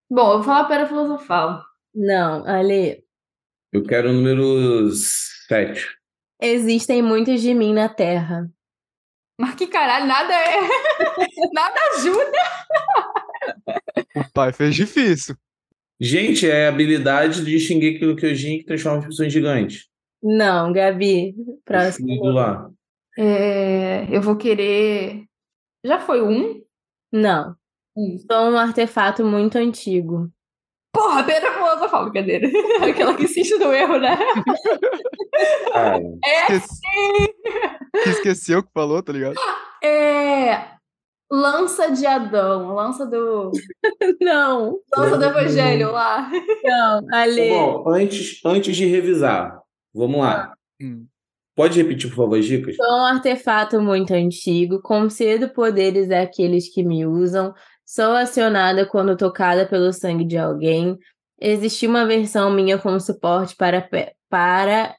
Bom, eu vou falar pedra filosofal.
Não, Ale,
Eu quero o número 7.
existem muitos de mim na Terra.
Mas que caralho, nada é. <laughs> nada ajuda.
O pai fez difícil.
Gente, é a habilidade de Shingeki no Kyojin que transforma as pessoas em gigantes.
Não, Gabi, próximo.
Deixa eu ir lá.
É, eu vou querer. Já foi um?
Não.
Isso.
Sou um artefato muito antigo. <laughs>
Porra, pedra com lousa, eu falo, brincadeira. <laughs> Aquela que insiste no erro, né?
Ah,
É,
Esquece- que esqueceu que falou, tá ligado?
é. Lança de Adão, lança do.
Não,
Lança do Evangelho lá. <laughs>
não, Ale.
Tá Bom, antes, antes de revisar, vamos lá.
Hum.
Pode repetir, por favor, as dicas?
Sou um artefato muito antigo, concedo poderes àqueles que me usam, sou acionada quando tocada pelo sangue de alguém. Existe uma versão minha com suporte para, pe- para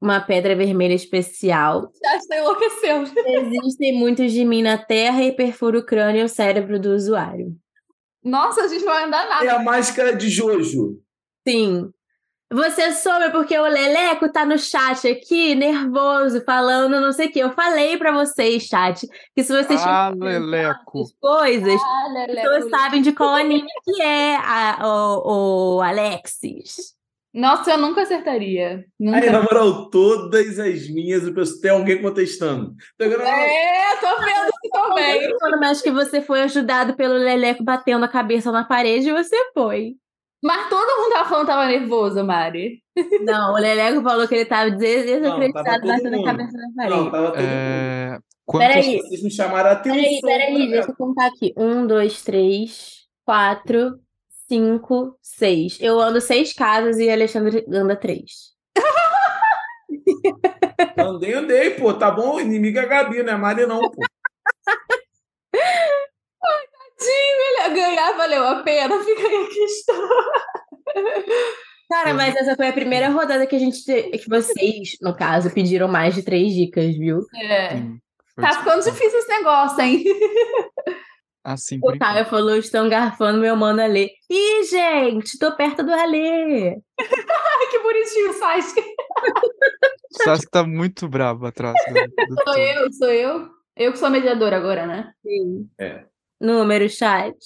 uma pedra vermelha especial.
Já estou enlouquecendo.
Existem muitos de mim na Terra e perfuro o crânio e o cérebro do usuário.
Nossa, a gente não vai andar
É
Tá.
nada.
a máscara de Jojo.
Sim. Você soube porque o Leleco tá no chat aqui, nervoso, falando não sei o que. Eu falei pra vocês, chat, que se vocês
Ah,
tiverem
Leleco.
essas coisas,
Ah, Lelé,
pessoas
Lelé.
Então, sabem de qual anime que é a- o, o Alexis.
Nossa, eu nunca acertaria.
Aí,
Nunca.
na moral, todas as minhas, o pessoal- tem alguém contestando. Então, Tem alguém-
É, tô vendo isso também.
Quando mais que você foi ajudado pelo Leleco batendo a cabeça na parede, você foi.
Mas todo mundo tava falando que tava nervoso, Mari.
Não, o Leleco falou que ele tava des-
Não,
desacreditado
tava todo
batendo a
mundo.
cabeça na
Não,
parede.
tava todo mundo.
É...
Peraí.
Quantos...
Vocês me chamaram a atenção.
Peraí, peraí, deixa eu contar aqui. Um, dois, três, quatro, cinco, seis. Eu ando seis casas e Alexandre anda três.
Andei, andei, pô. Tá bom, inimiga é a Gabi, não é a Mari, não, pô.
Ele ia ganhar, valeu a pena, <laughs> fica aí a questão.
Cara, mas essa foi a primeira rodada que a gente. te- Que vocês, no caso, pediram mais de três dicas, viu?
É.
Sim, foi
Tá ficando difícil esse negócio, hein? <laughs>
Assim, por
O
enquanto.
Caio falou: estão garfando meu mano Alê. Ih, gente, tô perto do Alê.
Ai, que bonitinho, Sasuke.
O Sasuke tá muito bravo atrás né? do, do
Sou
Tom.
<laughs> eu, sou eu. Eu que sou a mediadora agora, né?
Sim.
É.
Número, chat.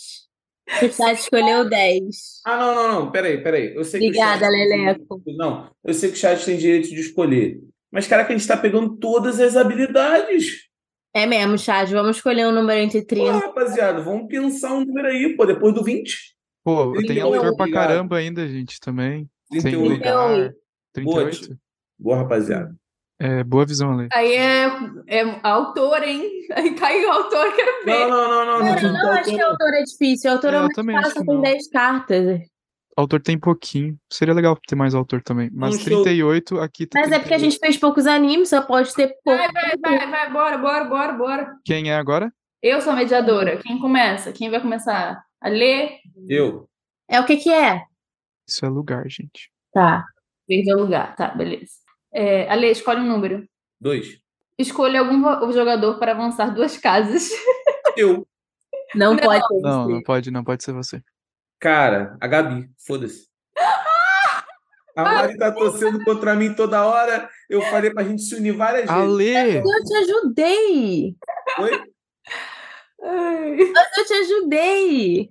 O chat escolheu 10.
Ah, não, não, não. Peraí, peraí. Eu sei que o
Obrigada,
chat tem
Leleco.
direito- Não, eu sei que o chat tem direito de escolher. Mas, caraca, a gente tá pegando todas as habilidades.
É mesmo, chat. Vamos escolher um número entre
Pô,
30.
rapaziada, vamos pensar um número aí, pô. Depois do 20.
Pô,
Ele
tem
não é
autor pra
obrigado.
caramba ainda, gente, também. Tem
31.
lugar. 38.
lugar.
Boa,
38?
Boa, rapaziada.
É, boa visão, Ale.
Aí é, é autor, hein? Aí caiu o autor, quero
Não,
ver.
não, não, não.
Cara, eu
não,
não acho que a autora é difícil. A autora
É,
é
eu
mais
também acho
tá
fácil
que
com
não.
10 cartas. é
Autor tem pouquinho. Seria legal ter mais autor também. Mas
Um show.
38 aqui tá.
Mas é porque a gente fez poucos animes, só pode ter pouco.
Vai, vai, vai, vai, bora, bora, bora, bora.
38. Quem é agora?
Eu sou a mediadora. Quem começa? Quem vai começar? A ler?
Eu.
É o que que é?
Isso é lugar, gente.
Tá.
Perdeu o lugar, tá, beleza. É, Ale, escolhe um número.
Dois.
Escolha algum vo- jogador para avançar duas casas. <laughs>
Eu.
Não,
Não.
pode ter
Não, não
isso.
pode, não pode ser você.
Cara, a Gabi. Foda-se.
<laughs>
A Mari tá torcendo contra mim toda hora. Eu falei pra gente se unir várias vezes.
Ale!
É, Eu te ajudei!
Oi?
Ai.
Eu te ajudei!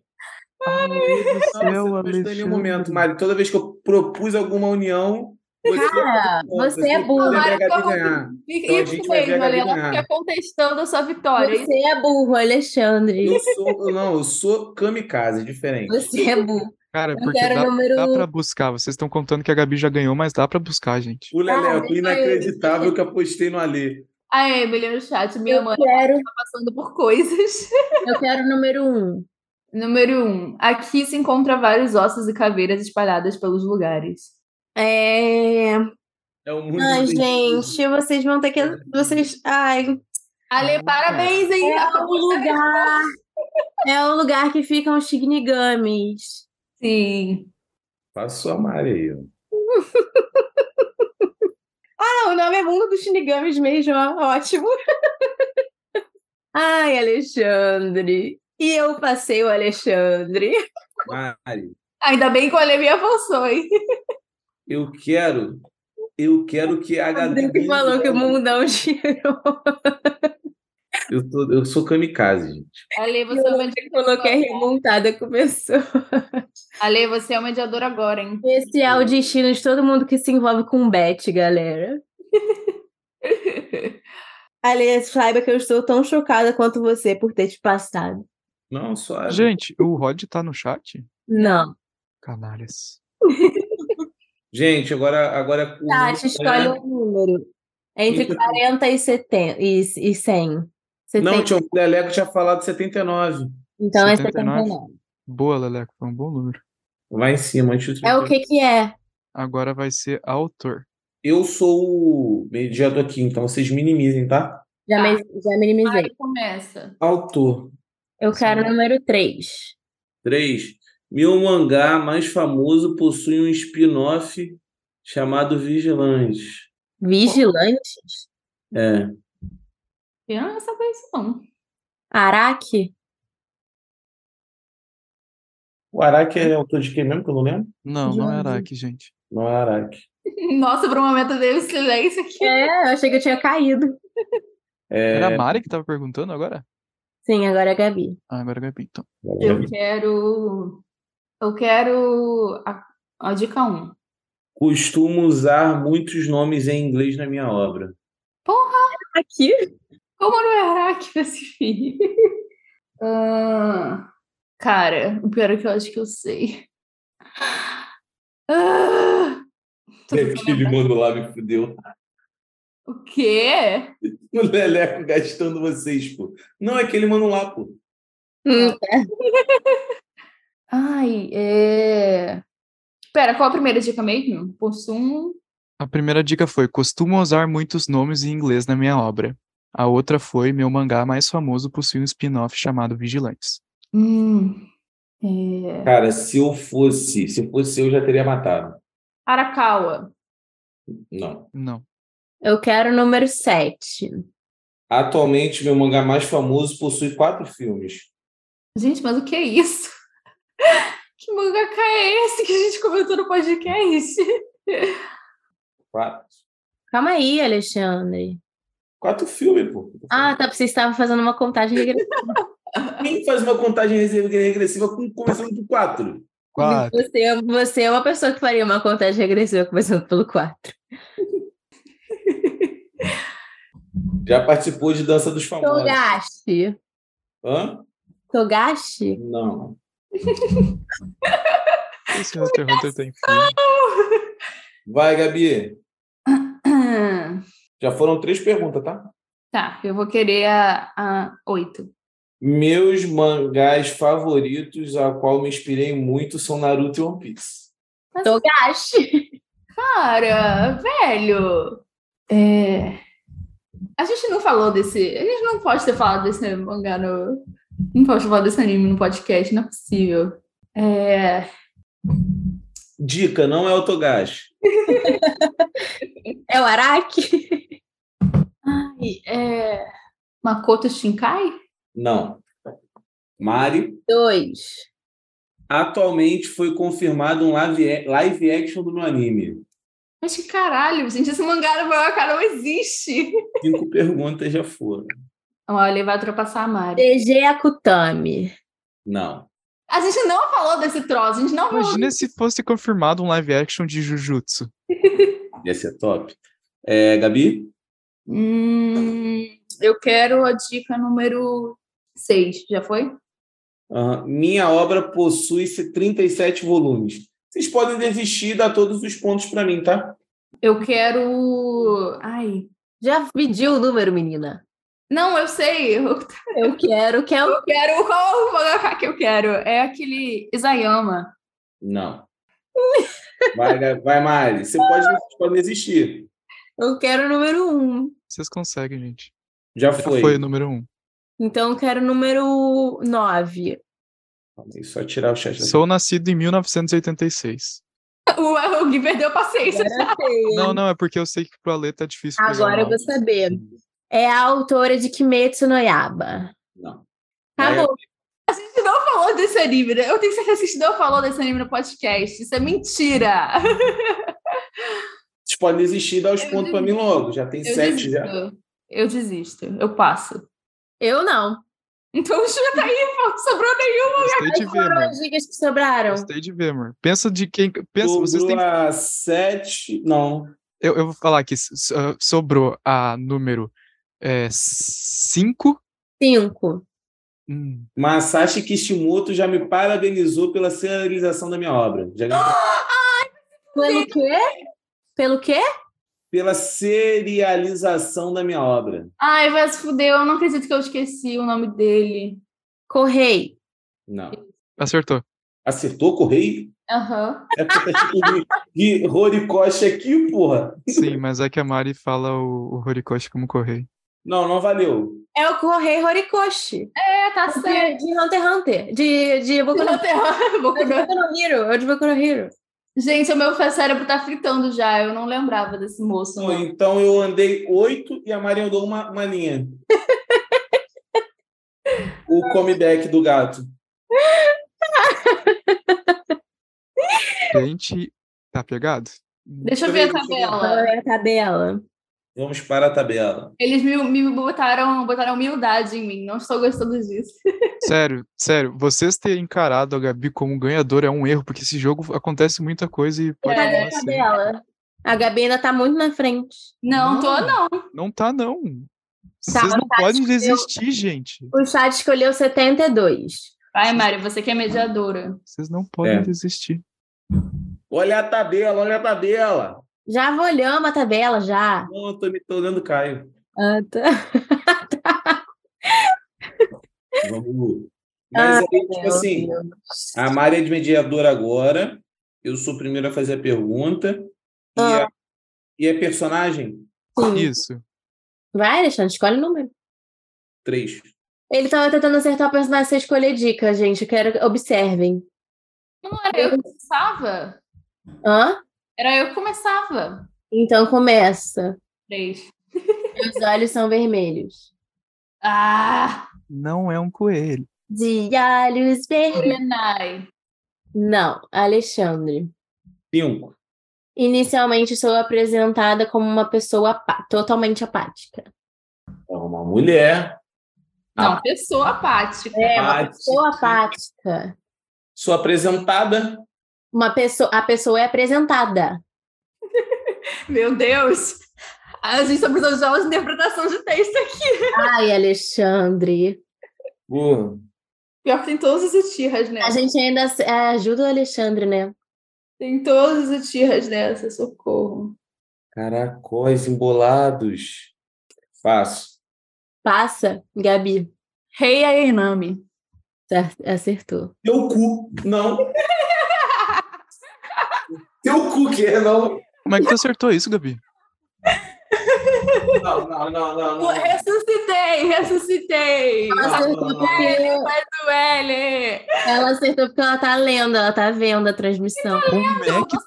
Ale do
Não,
céu,
você não gostou em
é Alexandre.
nenhum momento, Mari. Toda vez que eu propus alguma união, você,
Cara, você é burro.
Você
Mari,
vai ver a Gabi
como-
ganhar.
Fica-
Então a
Isso
gente vai ver a
mesmo, Ale.
Gabi
Ela
ganhar.
fica contestando a sua vitória. Isso
Você é burro, Alexandre.
Eu sou, não, eu sou kamikaze, diferente.
Você é burro.
Cara,
Eu
porque
quero
dá,
o número.
dá pra buscar. Vocês estão contando que a Gabi já ganhou, mas dá pra buscar, gente.
O Leleco,
Cara,
inacreditável que apostei no Alê.
A Emily no chat, minha
Eu
mãe
quero,
tá passando por coisas. <laughs>
eu quero o número um.
Número 1. Um, aqui se encontra vários ossos e caveiras espalhadas pelos lugares.
É...
É o mundo.
Ai,
do-
gente, vocês vão ter que. Vocês. Ai,
Ale,
Ah,
parabéns, hein?
É um lugar. É um lugar que ficam os Shinigamis.
Sim.
Passou a Mari aí. ó.
Ah, não, o nome é Mundo dos Shinigamis mesmo, ó. Ótimo. Ai, Alexandre. E eu passei o Alexandre.
Mari,
Ainda bem que o Ale me avançou,
<laughs>
hein?
eu quero. Eu quero que a Gabi.
Que falou que o mundão girou.
Eu, tô- eu sou kamikaze, gente.
Ale, você é o mediador
Falou que é
agora.
remontada começou.
Ale, você é o mediador agora, hein?
Esse é o destino de todo mundo que se envolve com Bet, <laughs> galera. Aliás, saiba que eu estou tão chocada quanto você por ter te passado.
Não, suave.
Gente, o Rod tá no chat?
Não.
Canalhas.
Gente, agora, agora é o
Tati, escolhe
Instagram-
um número. Entre
Isso.
40 e 70 e, e 100. Você
Não,
tem-
tinha o Leleco tinha falado 79.
Então é
79.
79.
Boa, Leleco, foi um bom número.
Vai em cima, antes do
É o que que é?
Agora vai ser autor.
Eu sou o mediador aqui, então vocês minimizem, tá?
Já,
Tá.
me- já
é.
minimizei.
Aí começa.
Autor
Eu quero o número 3.
3. Meu mangá mais famoso possui um spin-off chamado Vigilantes.
Vigilantes?
É.
Eu não sabia isso, não.
Araque?
O Araki é autor de quem mesmo, que eu não lembro?
Não, não
Jorge.
era aqui, gente.
Não é Araki.
Nossa, por um momento dele, silêncio aqui.
É, eu achei que eu tinha caído.
É,
Era a Mari que tava perguntando agora?
Sim, agora é a Gabi.
Ah, agora vai bem, então.
Eu quero. Eu quero. A, a dica 1.
Costumo usar muitos nomes em inglês na minha obra.
Aqui?
Como não era que <laughs> esse filho? Ah, cara, o pior é que eu acho que eu sei. Ah, tô tentando lembrar.
manda lá me fudeu.
o quê?
O Leleco gastando vocês, pô. Não, é aquele mano lá, pô.
Hum,
Ai, é. Pera, qual a primeira dica mesmo? um? Possum.
A primeira dica foi: costumo usar muitos nomes em inglês na minha obra. A outra foi: meu mangá mais famoso possui um spin-off chamado Vigilantes.
Hum. É...
Cara, se eu fosse, se fosse eu já teria matado.
Arakawa.
Não.
Não.
Eu quero o número 7.
Atualmente, meu mangá mais famoso possui quatro filmes.
Gente, mas o que é isso? <laughs> Que mangaka é esse que a gente comentou no podcast?
Quatro.
Calma aí, Alexandre.
Quatro filmes, pô.
Ah, tá. Você estava fazendo uma contagem regressiva.
Quem faz uma contagem regressiva com começando por quatro?
Quatro.
Você, é- você é uma pessoa que faria uma contagem regressiva começando pelo 4.
Já participou de Dança dos Famosos?
Togashi.
Hã?
Togashi?
Não.
Esse Hunter x Hunter tem filme.
Vai, Gabi. Já foram três perguntas, tá?
Tá, eu vou querer a, a 8.
Meus mangás favoritos, a qual me inspirei muito, são Naruto e One Piece.
Togashi.
Cara, velho! É, A gente não falou desse. A gente não pode ter falado desse mangá no. Não pode falar desse anime no podcast, não é possível. É...
Dica, não é o Togashi.
É o Araki? <laughs>
Ai, é... Makoto Shinkai?
Não. Mari,
2.
atualmente foi confirmado um live, live action do meu anime.
Mas que caralho, gente, esse mangá no meu cara não existe.
Cinco <laughs> perguntas já foram.
Olha, ele vai ultrapassar a Mari.
DG Akutami.
Não.
A gente não falou desse troço, a gente não falou.
Imagina se fosse confirmado um live action de Jujutsu.
Ia ser top. É, Gabi?
Hum, eu quero a dica número 6. Já foi?
Aham. Minha obra possui 37 volumes. Vocês podem desistir e dar todos os pontos para mim, tá?
Eu quero. Ai.
Já pediu o número, menina?
Não, eu sei. Eu
Eu quero que é o
eu quero. Qual o mangaka que eu quero? É aquele Isayama.
Não. Vai, Ga- vai Mari. Você pode, vocês podem desistir.
Eu quero o número 1. Um.
Vocês conseguem, gente.
Já
Já
foi.
foi o número um.
Então eu quero o número 9.
Calma aí, Só tirar o chat. da-
Sou nascido em 1986.
O, o Gui perdeu a paciência.
Não, não, é porque eu sei que pro Alê tá difícil. pegar
Agora
o
eu vou
áudio.
saber. É a autora de Kimetsu no Yaba.
Não.
Acabou.
A gente não falou desse anime. né? Eu tenho certeza que a gente não falou desse anime no podcast. Isso é mentira.
Vocês podem desistir e dar os
Eu
pontos pra mim logo. Já tem
Eu
sete já.
desisto. Eu desisto. Eu passo.
Eu não.
Então chuta aí, pô. Sobrou nenhum.
Gostei de ver,
Foram
mano.
as dicas que sobraram.
Gostei de ver, mano. Pensa de quem. Pensa,
Sobrou
vocês têm.
a sete. Não.
Eu, eu vou falar que so- so- é, sobrou a número 5,
5.
Hum.
Masashi Kishimoto já me parabenizou pela serialização da minha obra. Já ganhei-
<gasps>
Pelo quê? Pelo quê?
Pela serialização da minha obra.
Ai, vai se fuder, eu não acredito que eu esqueci o nome dele.
Correi.
Não.
Acertou.
Acertou, correio?
Aham.
É porque tá escrito de Horikoshi aqui, porra.
<laughs>
Sim, mas é que a Mari fala o, o Horikoshi como correio.
Não, não valeu.
É o Correi Horikoshi.
É, tá
De,
certo.
de Hunter x Hunter. De, de Boku
<laughs>
no
Boku no-
Boku no Hero. É o de Boku no Hero.
Gente, o meu cérebro tá fritando já. Eu não lembrava desse moço.
Bom,
não.
Então eu andei oito e a Maria andou uma, uma
<laughs>
linha. o comeback do gato.
Gente, tá pegado?
Deixa eu ver a
Peraí, deixa eu
tabela.
Qual é a tabela?
Vamos para a tabela.
Eles me, me botaram, botaram humildade em mim. Não estou gostando disso.
Sério, sério, vocês terem encarado a Gabi como ganhadora é um erro, porque esse jogo acontece muita coisa e pode
Cadê
Cadê a
dar
a
certo.
tabela? A Gabi ainda tá muito na frente.
Não,
Não.
tô não.
Não tá, não. Vocês não
tá,
podem
escolheu.
desistir, gente.
O chat escolheu 72.
Ai, Mário, você que é mediadora.
Vocês não podem
É.
desistir.
Olha a tabela, olha a tabela.
Já olhamos a tabela, já.
Não, eu tô me tô olhando, Caio.
Ah, tá. <laughs>
Vamos. Mas aí, tipo
Ah, Meu
assim,
Deus.
a Mari é de mediadora agora. Eu sou o primeiro a fazer a pergunta. E,
Ah.
a, e é personagem?
Sim.
Isso.
Vai, Alexandre, escolhe o número.
Três.
Ele tava tentando acertar o personagem sem escolher dica, gente. Eu quero observem.
Não era eu que começava?
Hã?
Era eu que começava.
Então começa.
Três.
Meus olhos são vermelhos.
Ah!
Não é um coelho.
De olhos vermelhos.
Renai.
Não, Alexandre.
Cinco.
Inicialmente sou apresentada como uma pessoa apá- totalmente apática.
É uma mulher.
Não, pessoa apática.
É, uma
Apática.
pessoa apática.
Sou apresentada.
Uma pessoa, a pessoa é apresentada.
Meu Deus! A gente tá precisando de aulas de interpretação de texto aqui.
Ai, Alexandre.
Boa.
Pior que tem todas as tiras
A
nessa.
gente ainda se- é, ajuda o Alexandre, né?
Tem todas as tiras nessa, socorro.
Caracóis embolados. Faço.
Passa, Gabi.
Rei é Ainami.
Acer- Acertou.
Teu cu. Não. <laughs> Teu cu que é, não.
Como é que tu acertou isso, Gabi?
<laughs>
Não, não, não, não. não.
é
Ressuscitei, ressuscitei.
Ela acertou,
não, não.
porque,
Duele.
ela acertou porque ela tá lendo, ela tá vendo a transmissão.
Como é que,
Você,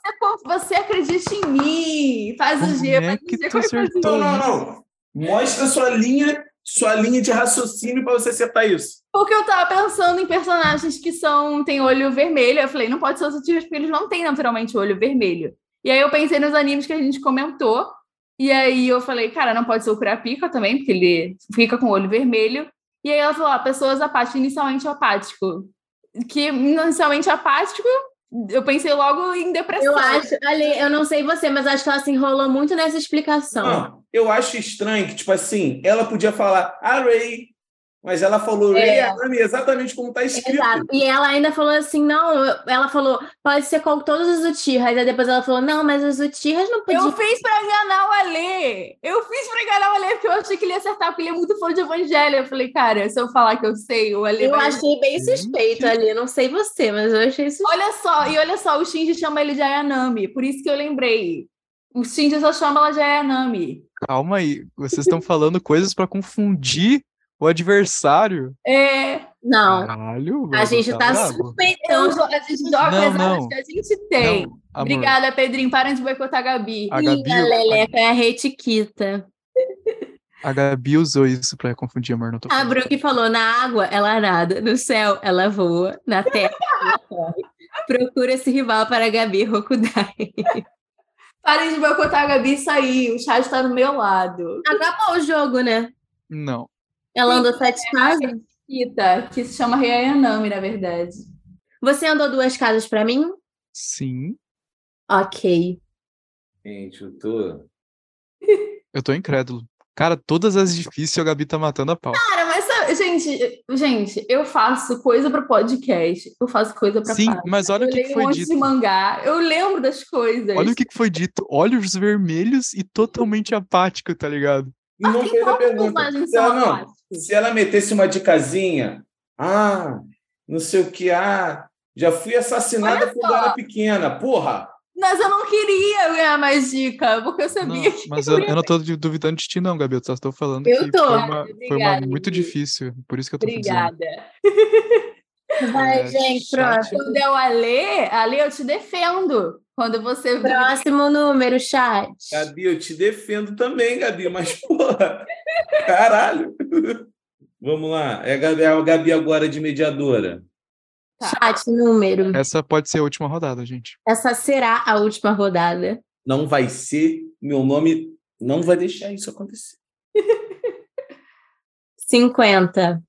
você acredita em mim. Faz o
como
G,
é
faz
que
o G.
tu
qualquer coisa.
Não,
acertou
não,
isso?
não. Mostra sua linha, sua linha de raciocínio para você acertar isso.
Porque eu tava pensando em personagens que são tem olho vermelho. Eu falei, não pode ser os antigos, porque eles não têm naturalmente olho vermelho. E aí eu pensei nos animes que a gente comentou. E aí eu falei, cara, não pode ser o Kurapika também, porque ele fica com o olho vermelho. E aí ela falou, ah, pessoas apáticas, inicialmente apático. Que inicialmente apático, eu pensei logo em depressão.
Eu acho, Ale, eu não sei você, mas acho que ela se enrolou muito nessa
Então.
explicação.
Não, eu acho estranho que, tipo assim, ela podia falar a Ray, mas ela falou Ray
É.
Arame exatamente como está escrito.
Exato. E ela ainda falou assim: não, eu- ela falou, pode ser com todos os Uchihas. Aí depois ela falou, não, mas os Uchihas não podiam.
Eu fiz pra enganar o Alê. Eu fiz pra enganar o Alê, porque eu achei que ele ia acertar, porque ele é muito fã de Evangelho. Eu falei, cara, se eu falar que eu sei, o Alê
Eu
vai...
achei bem suspeito ali. Não sei você, mas eu achei suspeito.
Olha só, e olha só, o Shinji chama ele de Ayanami, por isso que eu lembrei. O Shinji só chama ela de Ayanami.
Calma aí, vocês estão falando coisas pra confundir o adversário.
É,
Ah.
Não.
Caralho,
A
velho,
gente tá
brabo.
suspeitando.
então jo- a gente joga
Não,
as armas
não.
que a gente tem.
Não, amor,
Obrigada, Pedrinho. Parem de boicotar a Gabi.
a Gabi,
A Leleca é a retiquita.
a, Gabi usou isso pra confundir, amor, não
Ah,
tô
A
falando.
Brooke falou: na água ela nada, no céu ela voa, na terra ela corre. Procura esse rival para Gabi Rokudai.
Parem de boicotar a Gabi e sair. O chat tá no meu lado.
Acabou o jogo, né?
Não,
Ela andou sete casas.
Kita, que se chama Rei Ayanami, na verdade.
Você andou duas casas pra mim?
sim,
Ok.
Gente, eu tô.
eu tô incrédulo. Cara, todas as difíceis a Gabi tá matando a pau.
Cara, mas sabe Sabe, gente, gente, eu faço coisa para podcast, eu faço coisa para
Sim, mas olha
eu
o que,
leio
que
um
foi
monte de
dito.
mangá, eu lembro das coisas.
Olha o que que foi dito. Olhos vermelhos e totalmente apático, tá ligado?
Não fez a
qual
pergunta.
personagem
Se
são
ela, não,
apáticos?
se ela metesse uma dicasinha, ah, não sei o que, ah, já fui assassinada
Olha
quando
só.
era pequena, porra.
Mas eu não queria ganhar mais dica, porque eu sabia
Não,
que
mas
eu
eu,
ia
eu não tô du- duvidando de ti, não, Gabi. Eu só estou falando
Eu
que
tô.
foi uma, foi uma
Obrigada,
muito
Gui.
difícil. Por isso que eu tô dizendo.
Obrigada.
Vai,
É,
gente,
chat.
próximo.
Quando é o Alê, Alê, eu te defendo. Quando você vê.
Próximo número, chat.
Gabi, eu te defendo também, Gabi, mas <laughs> porra, caralho. Vamos lá, é a Gabi, é a Gabi agora de mediadora.
Tá.
Chat número.
Essa pode ser a última rodada, gente.
Essa será a última rodada.
Não vai ser, meu nome não vai deixar isso acontecer.
50.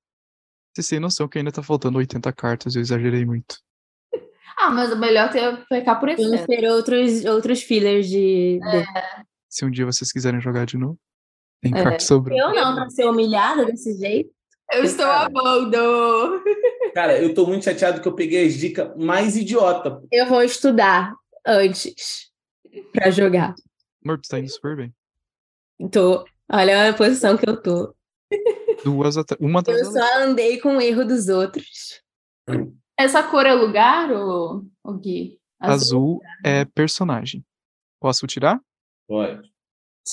Vocês têm noção que ainda tá faltando 80 cartas, eu exagerei muito.
Ah, mas o melhor é pecar por
Vamos
excesso.
ter outros, outros fillers de. de-
Se um dia vocês quiserem jogar de novo, tem
É.
carta sobrando.
Eu não, pra ser humilhada desse jeito.
Eu estou a bordo.
Cara, eu tô muito chateado que eu peguei as dicas mais idiota.
Eu vou estudar antes pra jogar.
Amor, tu tá indo super bem.
Tô. Olha a posição que eu tô.
Duas atra- Uma atrás
Eu
da outra.
só andei com o erro dos outros.
Essa cor é lugar, ou, o Gui?
Azul é personagem. Posso tirar?
Pode.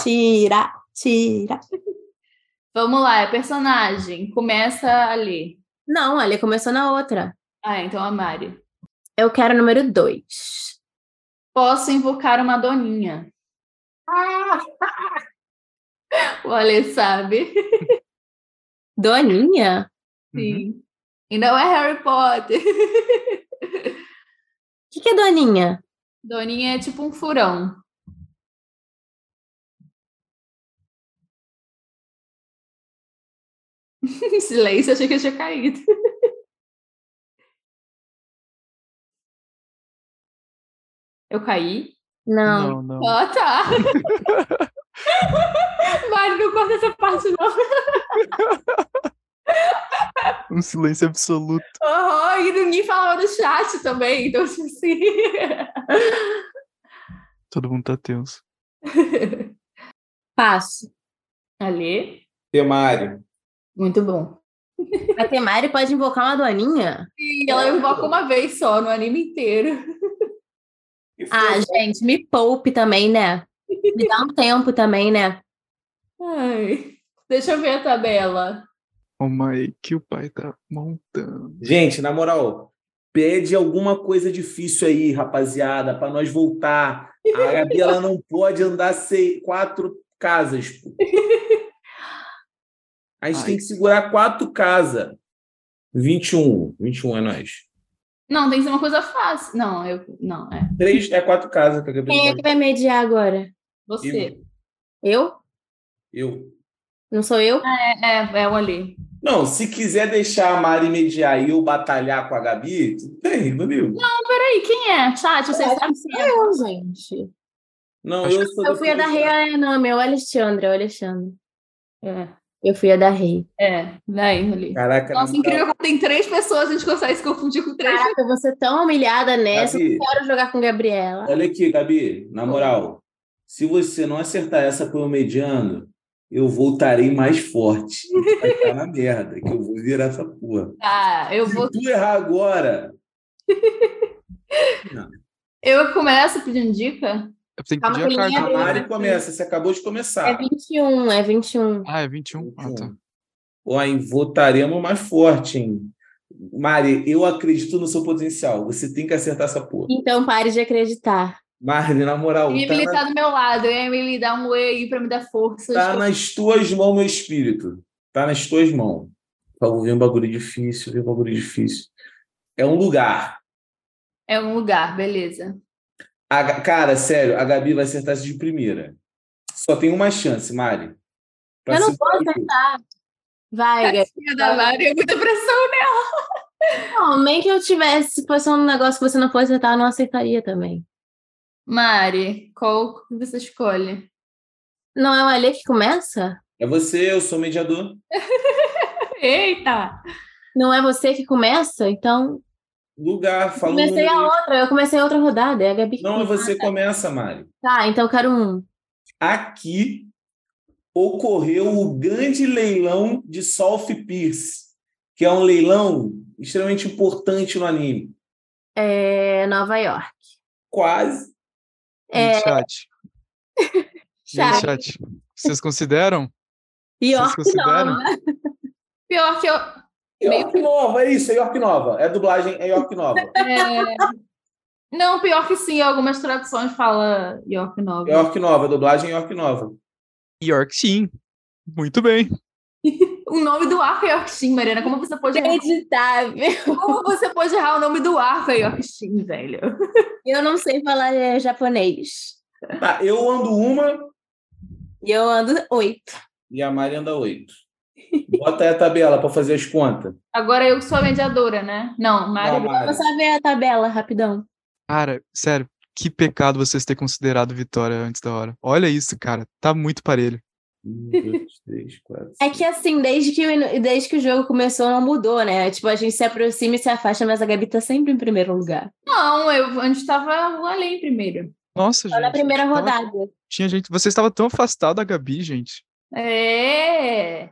Tira, tira.
Vamos lá, é personagem. Começa ali.
Não, olha, começou na outra.
Ah, então a Mari.
Eu quero o número 2.
Posso invocar uma doninha.
Ah!
<laughs> O Ale sabe.
Doninha?
Uhum.
Sim. E não é Harry Potter.
O que, que é Doninha?
Doninha é tipo um furão. <laughs> Silêncio, achei que eu tinha caído. Eu caí?
Não.
Não, não.
Ah, <laughs> tá. Mário, não corta essa parte, não.
Um silêncio absoluto.
Aham, e ninguém falava no chat também, então, <laughs> tipo assim.
Todo mundo tá tenso.
Passo.
Ali.
Temário.
Muito bom.
A Temari pode invocar uma Doninha?
E ela invoca uma vez só no anime inteiro.
Que
Ah,
fofo.
gente, me poupe também, né? Me dá um tempo também, né?
Ai, deixa eu ver a tabela.
Calma aí, Oh que o pai tá montando.
Gente, na moral, pede alguma coisa difícil aí, rapaziada, para nós voltar. A Gabi ela não pode andar seis, quatro casas. pô. A gente
Ai.
tem que segurar quatro casas. 21. 21 é nós.
Não, tem que ser uma coisa fácil. Não, eu. Não, é.
Três é quatro casas que a Gabi
Quem é
não
que vai
pode.
mediar agora?
é Você.
Eu?
Eu.
Não sou eu?
É, é, é o ali.
Não, se quiser deixar a Mari mediar e eu batalhar com a Gabi, tudo bem, não ligo.
Peraí, quem é? Chat, vocês
Eu
sabem quem é?
Eu, gente.
Não,
Acho
eu sou
Eu fui a da
defensor.
Rei Ayanami, é o Alexandre, é o Alexandre.
É,
Eu fui a da Rei.
é, daí, ali.
Caraca, na
Nossa,
moral,
incrível como tem três pessoas, a gente consegue se confundir com três.
Caraca, eu vou ser tão humilhada nessa. Eu
Gabi,
não quero jogar com Gabriela.
Olha aqui, Gabi, na moral, se você não acertar essa com o mediano, eu voltarei mais forte. Vai ficar na merda, que eu vou virar essa porra.
Tá, eu vou.
Se tu errar agora,
Eu começo pedindo dica?
Eu tenho que
Calma
pedir a
que ninguém
carta.
a
né?
Mari começa. Você acabou de
É
começar.
21, é 21.
Ah, é 21? Ah, tá.
Ó, hein, voltaremos mais forte, hein? Mari, eu acredito no seu potencial. Você tem que acertar essa porra.
Então pare de acreditar.
Mari, na moral,
A Emily
tá, na-
tá do meu lado, a Emily dá um whey pra me dar força.
tá nas tuas mãos, meu espírito. Tá nas tuas mãos. Vamos ver um bagulho difícil, ver um bagulho difícil. É um lugar.
É um lugar, beleza.
A Ga- cara, sério, a Gabi vai acertar isso de primeira. Só tem uma chance, Mari. Pra
Eu não
ser-
vou acertar. Vai, Gabi.
Filha da Mari, é muita pressão.
Não, nem que eu tivesse, se fosse um negócio que você não fosse acertar, eu não aceitaria também.
Mari, qual que você escolhe?
Não é o Alê que começa?
É você, eu sou mediador.
Eita!
Não é você que começa? Então,
Lugar, fala um
comecei a
número.
outra, eu comecei a outra rodada, é a Gabi que
Não,
começa.
você começa, Mari.
Tá, então eu quero um.
Aqui ocorreu o grande leilão de Solf Pierce, que é um leilão extremamente importante no anime.
É, Nova York.
Quase.
É,
E um. chat. E aí,
Chat.
chat. Vocês consideram? Vocês
York
consideram?
Nova.
Pior que eu.
York Nova, é isso, é York Nova. É dublagem, é York Nova.
é, Não, pior que sim, algumas traduções fala York Nova.
É York Nova, dublagem é York Nova.
York sim. Muito bem.
O nome do arco é York Shin, Mariana. Como você pode errar?
é Inacreditável.
Como você pode errar o nome do arco é York Shin, velho?
Eu não sei falar é, japonês.
Tá, eu ando uma
E eu ando oito.
e a Mari anda oito. Bota aí a tabela para fazer as contas.
Agora eu que sou a mediadora, né? Não,
Não,
Mari.
Mari.
Vamos só ver a tabela rapidão.
Cara, sério, que pecado vocês terem considerado Vitória antes da hora. Olha isso, cara. Tá muito parelho.
Um, dois, três, quatro.
É que assim, desde que, o- desde que o jogo começou, não mudou, né? Tipo, a gente se aproxima e se afasta, mas a Gabi tá sempre em primeiro lugar.
Não, eu antes estava o além primeiro.
Só
Nossa, gente. então-
na primeira
tava-
rodada.
Tinha gente. Você estava tão afastado da Gabi, gente.
É.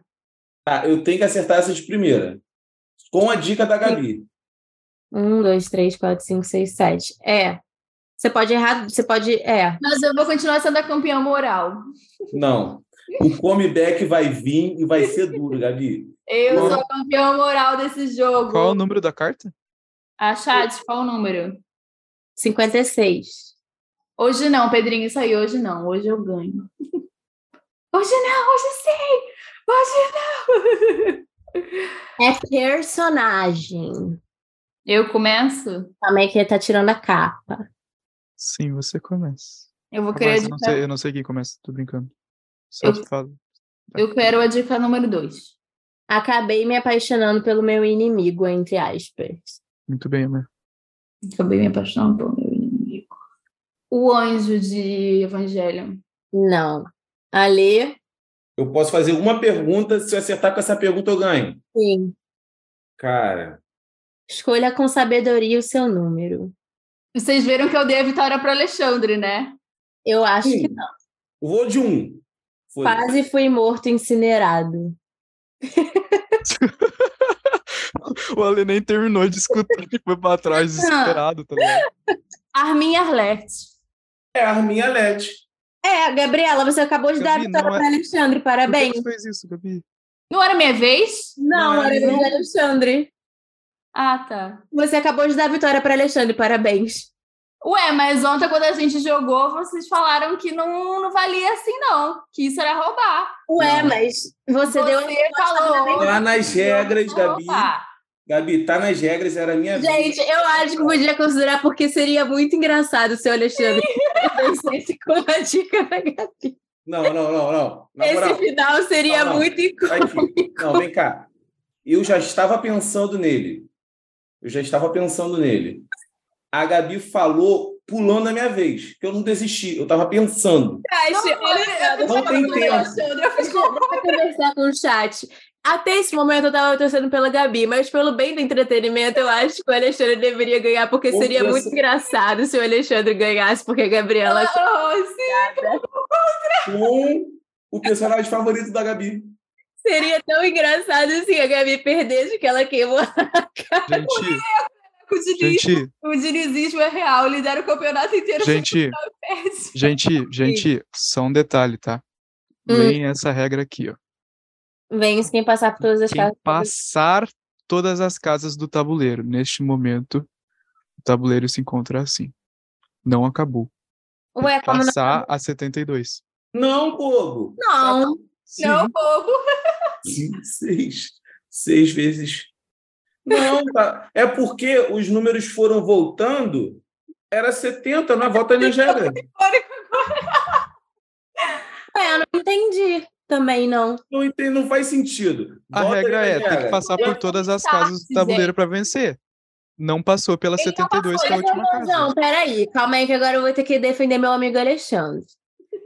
Tá, eu tenho que acertar essa de primeira. Com a dica da Gabi.
Um, dois, três, quatro, cinco, seis, sete. É. Você pode errar, você pode. É.
Mas eu vou continuar sendo a campeã moral.
Não. O comeback vai vir e vai ser duro, Gabi.
Eu
Bom.
sou a campeã moral desse jogo.
Qual é o número da carta?
A chat, qual o número?
56.
Hoje não, Pedrinho, isso aí, hoje não. Hoje eu ganho. <laughs> Hoje não, hoje sim! Hoje
É personagem.
Eu começo?
Também que tá tirando a capa.
Sim, você começa.
Eu vou
Ah,
querer
mas
a
eu não,
dica.
sei, eu não sei quem começa, tô brincando. Só
Eu-
te falo. tá.
Eu quero a dica número 2.
Acabei me apaixonando pelo meu inimigo, entre aspas.
Muito bem, amor.
Acabei me apaixonando pelo meu inimigo. O anjo de Evangelho.
Não. Alê,
Eu posso fazer uma pergunta, se eu acertar com essa pergunta, eu ganho.
sim.
Cara,
Escolha com sabedoria o seu número.
Vocês viram que eu dei a vitória para Alexandre, né?
Eu acho
Sim.
que não.
um. eu vou de um. Foi.
Quase fui morto incinerado.
O Ale nem terminou de
<laughs>
escutar que foi pra trás desesperado, tá ligado?
Armin Arlert.
É a Arminha Lete.
É, Gabriela, você acabou de dar a
Gabi,
vitória
não é-
para Alexandre,
Por que
parabéns.
você fez
<laughs>
isso, Gabi?
Não era minha vez?
Não,
Não,
era
não.
do Alexandre.
Ah, tá.
Você acabou de dar a vitória para Alexandre, parabéns.
Ué, mas ontem quando a gente jogou, vocês falaram que não, não valia assim, não. Que isso era roubar.
Ué,
Não.
mas você, deu a
Você falou.
Lá Tá nas regras, Gabi.
Roubar.
Gabi, tá nas regras, era a minha vez.
Gente, eu acho que podia considerar porque seria muito engraçado se o Alexandre vencesse com a dica da Gabi.
Não, não, não, não. Na
Esse
moral,
final seria
Não, não.
muito
Tá aqui. Não,
icônico.
vem cá. Eu já estava pensando nele. Eu já estava pensando nele. A Gabi falou pulando a minha vez, que eu não desisti, eu estava pensando.
Caixa,
Não,
olha
eu- eu
só.
Não tem
Não,
tempo.
Alexandre, eu fiz
Deixa eu deixa eu conversar com o chat. Até esse momento eu tava torcendo pela Gabi, mas pelo bem do entretenimento, eu acho que o Alexandre deveria ganhar, porque
Vou
seria muito
pensar-
engraçado se o Alexandre ganhasse, porque a Gabriela.
Oh, sim.
Com o personagem favorito da Gabi.
Seria tão engraçado se a Gabi perdesse que ela queimou. Tá
Gente,
O,
é
Diniz,
gente,
o dinizismo é real. Lidera o campeonato inteiro.
gente,
Perde.
<laughs>
gente, gente, só um detalhe, tá?
Hum.
Leem essa regra aqui, ó.
Vence quem passar por todas as
Quem
casas.
passar todas as casas do tabuleiro. Neste momento, o tabuleiro se encontra assim. Não acabou.
Ué, como não?
Passar a 72.
Não, bobo.
Não.
Sim.
Não, bobo.
Cinco, seis. Seis vezes. Não, tá. É porque os números foram voltando. Era 70 na volta nas regras.
É, eu não entendi também, não.
Não, entendo, não faz sentido.
A
Volta
regra
nas
é, tem que
regras.
passar por
Tem
todas as
que
casas do
passar,
tabuleiro pra vencer. Não passou pela
Ele não
72, que é a
passou,
última
Não,
casa.
peraí, calma aí que agora eu vou ter que defender meu amigo Alexandre.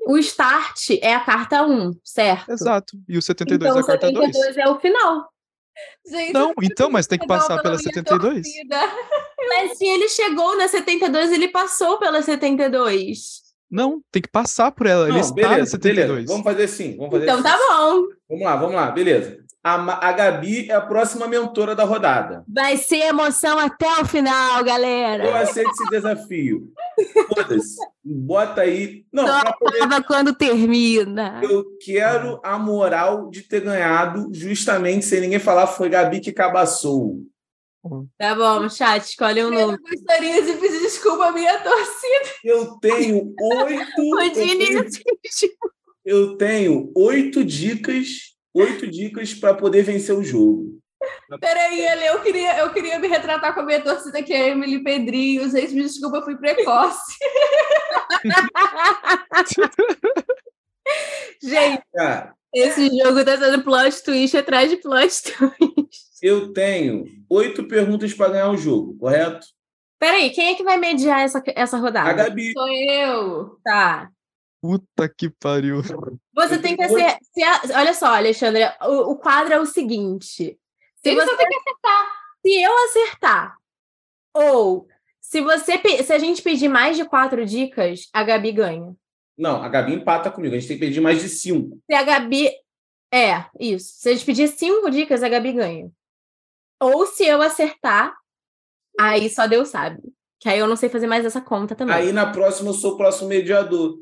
O start é a carta 1, certo?
Exato. E o 72
Então,
é a carta 2.
72 é o final.
Gente,
Não,
eu tô
então, mas tem que
tentando
passar
dar
pela
minha
72.
torcida.
Mas se ele chegou na 72, ele passou pela 72.
Não, tem que passar por ela. Ele
Não,
está na
beleza, beleza.
72.
Vamos fazer assim. Vamos fazer
Então
é.
assim.
tá bom.
Vamos lá, vamos lá, beleza. A, Ma- a Gabi é a próxima mentora da rodada.
Vai ser emoção até o final,
Eu
galera.
aceito esse desafio. Foda-se. Bota aí. Não,
Só
pra poder.
Acaba quando termina.
Eu quero a moral de ter ganhado, justamente sem ninguém falar, foi Gabi que cabaçou.
Tá bom, chat, escolhe um
Eu
número.
gostaria de pedir desculpa à minha torcida.
Eu tenho
<laughs>
oito.
O
eu tenho-
Diniz.
Eu tenho oito dicas, oito dicas para poder vencer o jogo.
Peraí, Ale, eu queria, eu queria me retratar com a minha torcida, que é a Emily Pedrinho. Gente, me desculpa, eu fui precoce.
<laughs> Gente,
Cara,
esse jogo tá sendo plot twist atrás de plot twist.
eu tenho oito perguntas para ganhar o jogo, correto?
Peraí, quem é que vai mediar essa, essa
A
rodada?
Gabi.
Sou eu.
Tá.
Puta que pariu.
Você
Eu
tem que
tenho
ser. se a- olha só, Alexandre, o, o quadro é o seguinte: se,
Ele
você,
só tem que
se eu acertar, ou se você pe- se a gente pedir mais de quatro dicas, a Gabi ganha.
Não, a Gabi empata comigo. A gente tem que pedir mais de cinco.
Se a Gabi. É, isso. Se a gente pedir cinco dicas, a Gabi ganha. Ou se eu acertar, aí só Deus sabe. Que aí eu não sei fazer mais essa conta também.
Aí na próxima eu sou o próximo mediador.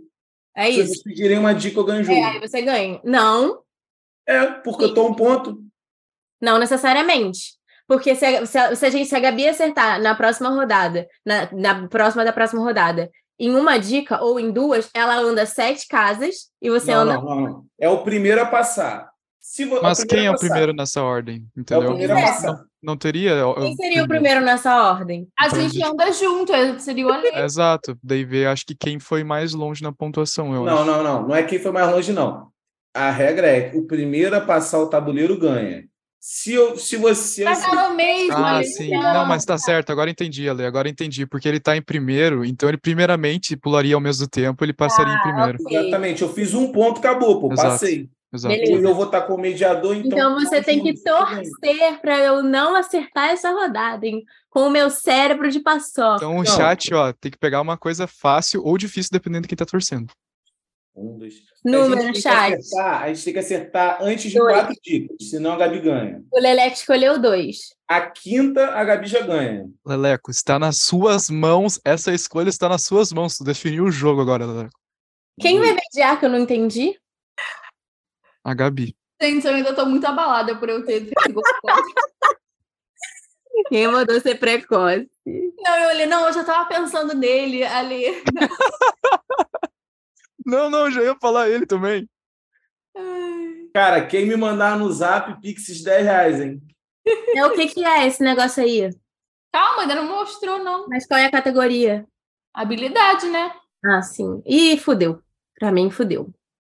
é
Se
isso.
vocês pedirem uma dica, eu ganho o
É, aí
jogo.
você ganha. Não,
É, porque eu tô um ponto.
Não necessariamente. Porque se a, se a- se a gente, se a Gabi acertar na próxima rodada, na, na próxima da próxima rodada, em uma dica ou em duas, ela anda sete casas e você
Não,
anda.
não, não, não. É o primeiro a passar. Se vo-
Mas quem é
a
o
passar.
primeiro nessa ordem?
É o
Entendeu?
primeiro a
Não,
passar.
Não teria. ó,
Quem seria o primeiro nessa ordem?
A gente anda junto, é, seria o
<laughs>
Ale.
Exato. Daí vê, acho que quem foi mais longe na pontuação, eu
Não,
acho.
não, não. Não é quem foi mais longe, não. A regra é o primeiro a passar o tabuleiro ganha. Se, eu, se você.
Mas era o Tá mesmo,
Ah,
Ale,
sim.
então.
Não, mas tá certo. Agora entendi, Ale. Agora entendi. Porque ele tá em primeiro, então ele primeiramente pularia ao mesmo tempo, ele passaria
Ah,
em primeiro.
Exatamente, eu fiz um ponto, acabou, pô,
Exato.
passei.
Exato.
Beleza.
Hoje eu vou estar com o mediador, então.
Então você tem que torcer para eu não acertar essa rodada, hein? Com o meu cérebro de paçoca.
Então
Não.
o chat, ó, tem que pegar uma coisa fácil ou difícil, dependendo de quem tá torcendo.
Um, dois.
Número,
a gente tem que
chat.
acertar- a gente tem que acertar antes de
Dois.
quatro dicas, senão a Gabi ganha.
O Lelec escolheu dois.
A quinta, a Gabi já ganha.
Leleco, está nas suas mãos. Essa escolha está nas suas mãos. Tu definiu o jogo agora, Leleco.
Quem
Hum.
vai mediar que eu não entendi?
A Gabi.
Gente, eu ainda tô muito abalada por eu ter feito gol.
Quem mandou ser precoce?
<laughs> Não, eu olhei, não, eu já tava pensando nele, Ale.
Não, não, já ia falar ele também.
Ai.
Cara, quem me mandar no zap, Pixis 10 reais, hein?
É, o que, que é esse negócio aí?
Calma, ainda não mostrou, não.
Mas qual é a categoria?
Habilidade, né?
Ah, sim. Ih, fudeu. Pra mim, fudeu.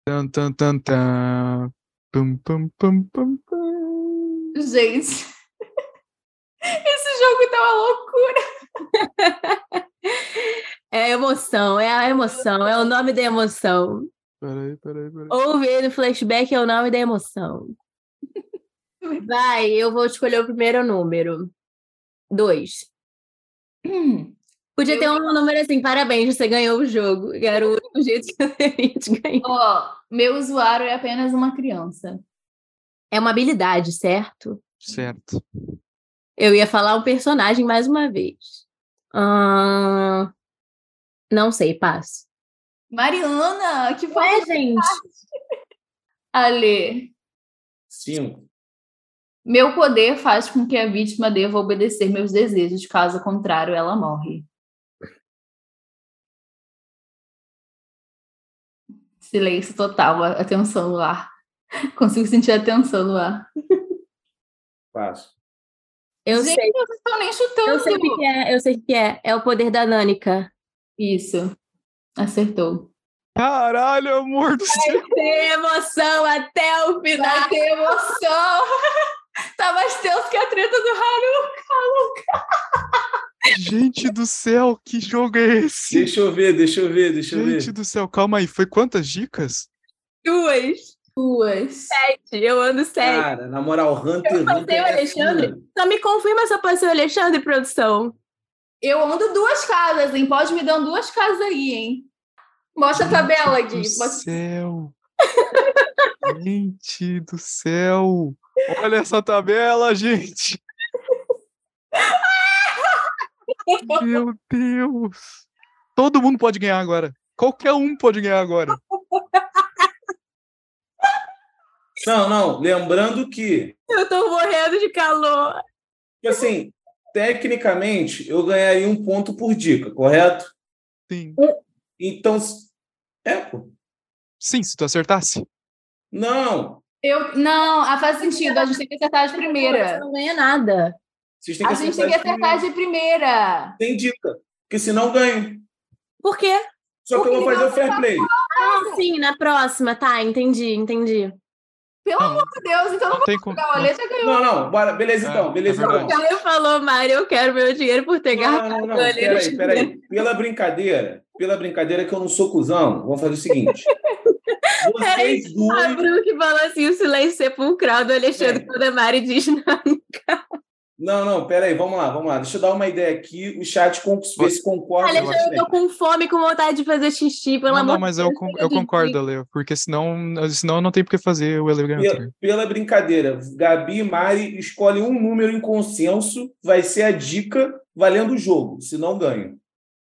Tan, tan, tan, tan. Pum, pum, pum, pum, pum.
Gente. <laughs> Esse jogo tá uma loucura.
É emoção, é a emoção, é o nome da emoção.
Peraí, peraí, peraí.
Ouvir no flashback é o nome da emoção. Vai, eu vou escolher o primeiro número. Dois.
Hum.
Podia
Eu-
ter um número assim, parabéns, você ganhou o jogo. E Era o único <laughs> jeito que eu teria de ganhar.
Ó, meu usuário é apenas uma criança.
É uma habilidade, certo?
Certo.
Eu ia falar um personagem mais uma vez. Ahn, Não sei, passo.
Mariana, que foi?
Ué, gente.
Ale,
Cinco.
meu poder faz com que a vítima deva obedecer meus desejos, caso contrário, ela morre. Silêncio total, a- atenção no ar. <laughs> Consigo sentir a tensão no ar.
Passo.
Eu
Gente,
sei.
vocês não estão tá nem chutando.
Eu sei o que que é, eu sei o que que é. É o poder da Nânica.
Isso. Acertou.
Caralho, amor do céu.
Tem emoção até o final.
Vai ter emoção. <laughs> tá mais tenso que a treta do Haruka.
Gente do céu, que jogo é esse?
Deixa eu ver, deixa eu ver, deixa eu ver.
Gente do céu, calma aí. Foi quantas dicas?
Duas.
Duas.
Sete, eu ando
Ah.
sete.
Cara, na moral, Hunter x Hunter
passei o
é
Alexandre.
fina.
Só me confirma se eu passei o Alexandre, produção.
Eu ando duas casas, hein? Pode me dar duas casas aí, hein? Mostra a tabela, Gui.
do
Mostra-
céu! Gente do céu! Olha essa tabela, gente! Meu Deus! Todo mundo pode ganhar agora. Qualquer um pode ganhar agora.
Não, não. Lembrando que,
Eu tô morrendo de calor.
tipo assim, tecnicamente, eu ganharia um ponto por dica, correto?
Sim.
Então, s- é, pô.
Sim, se tu acertasse.
Não.
Eu... Não, ah, faz sentido. A gente tem que acertar de
Você
primeira.
não ganha nada.
Vocês têm que
A gente tem que acertar de primeira.
Tem dica. Porque senão eu ganho.
Por quê?
Só que tá eu vou fazer o fair play.
Ah, sim, na próxima. Tá, entendi, entendi.
Pelo
Não,
amor de Deus, então não
não tem como.
vou pegar. O Letra ganhou.
Não, não. Bora. Beleza, então.
É,
Beleza,
é
então.
verdade.
O cara falou, Mário, eu quero meu dinheiro por
Ah.
ter
Não,
garrafado
não, não,
ali no
peraí,
chinelo.
peraí. Pela brincadeira, pela brincadeira que eu não sou cuzão, vamos fazer
<laughs>
o seguinte. Vocês
A
duas.
Brooke falou assim, o silêncio sepulcral do Alexandre
É.
quando a Mari diz nada.
Não, não, peraí, vamos lá, vamos lá. Deixa eu dar uma ideia aqui, o chat con- ver se concorda.
Alexandre, eu tô com fome, com vontade de fazer xixi, pelo
É. Não,
amor
não,
de
mas eu,
Deus,
con-
fica
eu
de
concordo,
dica.
Leo, porque senão, senão não tem porque fazer o né? Eleu ganhar.
Pela, pela brincadeira, Gabi e Mari escolhe um número em consenso, vai ser a dica valendo o jogo, se não ganho.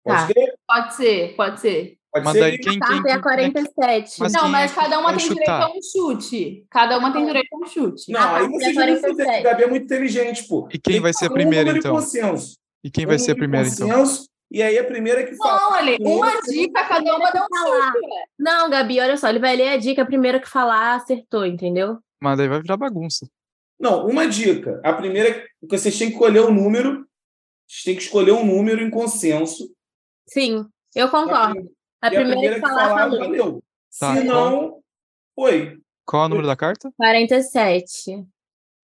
Pode
Tá.
ser?
Pode ser, pode ser.
Pode
Mas
ser?
daí quem, quem,
Tá, tem a
quem- quem
<laughs>
é que-
47.
Mas
não,
quem
mas
é
cada uma
vai
tem direito
chutar?
a um chute. Cada uma tem direito a um chute.
Não,
Ah,
aí
tá,
vocês
tem a
vão fuder,
47.
Gabi é muito inteligente, pô.
E quem
Tem
vai
que
ser a
falar um
primeira,
número em
então?
consenso.
E quem vai
Um
ser a
número em
primeira, então?
consenso, E aí a primeira que fala.
Não, Ale, uma
Nossa,
dica, cada uma dá um
falar.
chute. ué.
Não, Gabi, olha só, ele vai ler a dica, primeiro que falar, acertou, entendeu?
Mas daí vai virar bagunça.
Não, uma dica. A primeira é que vocês têm que escolher um número. Vocês têm que escolher um número em consenso.
Sim, eu
A
concordo. É
prim-
A
e a
primeira que falar, falou.
valeu.
Tá,
Se não, foi.
Qual é o número da carta?
47.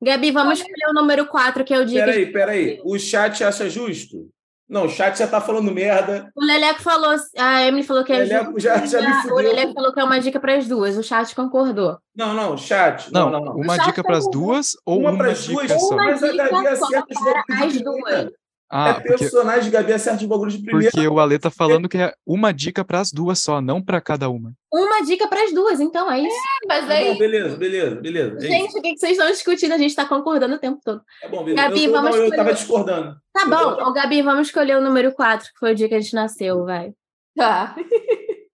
Gabi, vamos escolher o número 4, que é o dia que a gente-
Peraí, peraí. O chat acha justo? Não, o chat já tá falando merda.
O Leleco falou, a Emily falou que é
Ele
justo,
já, já me
o Leleco
fudeu.
falou que é uma dica para as duas, o chat concordou.
Não, não, chat. Não,
Não,
não, não.
uma
Só
dica
tem
para as
uma.
duas ou
Uma
uma,
pras
dica
duas?
só?
Uma
Mas a
dica
Gabi
só
acerta os
para
bagulhos de
as duas.
primeira.
Ah,
é
porque,
personagem, Gabi acerta os bagulhos de primeira.
porque o Ale tá falando que é uma dica para as duas só, não para cada uma.
Uma dica para as duas, então é isso.
Ah, Mas
Tá
aí,
bom, beleza, beleza, beleza. É isso.
Gente, o que que vocês estão discutindo? A gente está concordando o tempo todo.
Tá bom, beleza.
Gabi,
eu, tô- não,
vamos
eu
escolher-
tava discordando.
Tá bom, ô Gabi, vamos escolher o número 4, que foi o dia que a gente nasceu, vai.
tá. <laughs>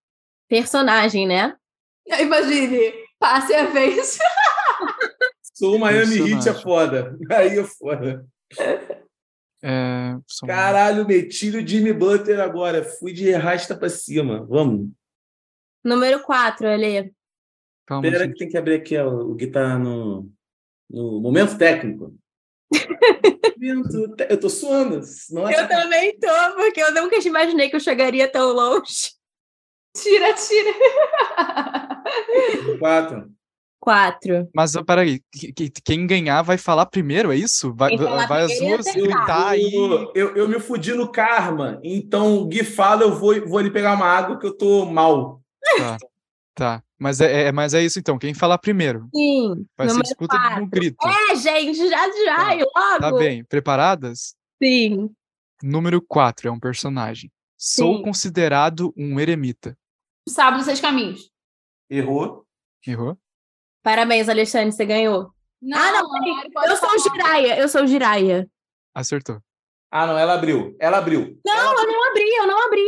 Personagem, né?
Imagine, passe a vez. <laughs>
Sou o Miami Heat, é
Personagem.
foda. <laughs> Aí é foda.
É, são-
Caralho, meti o Jimmy Butler agora. Fui de rasta pra cima. Vamos.
Número 4, Elê.
calma,
Pera
gente.
que tem que abrir aqui ó, o que tá no, no momento técnico.
<laughs>
Momento te- Eu tô suando. Não é sacanagem.
também tô, porque eu nunca imaginei que eu chegaria tão longe.
Tira, tira.
Quatro.
4.
Mas ah, peraí, que- que- quem ganhar vai falar primeiro, é isso? Vai,
Quem falar
vai as
primeiro
duas
acertar.
gritar aí.
Eu, eu, eu me fudi no karma. Então, o Gui fala, eu vou, vou ali pegar uma água que eu tô mal.
Tá, tá. Mas é, é- mas é isso então, quem falar primeiro.
Sim.
Vai ser
Número
disputa
quatro.
no grito.
É, gente, já já,
Tá.
e logo.
Tá bem, preparadas?
Sim.
Número 4 é um personagem. Sou
Sim.
considerado um eremita.
Sábado, seis caminhos.
Errou.
Errou?
Parabéns, Alexandre, você ganhou. Ah, não,
a Mari pode
Eu sou o
falar.
Jiraya, eu sou o Jiraya.
Acertou.
Ah, não, ela abriu. Ela abriu.
Não, eu não abri, eu não abri.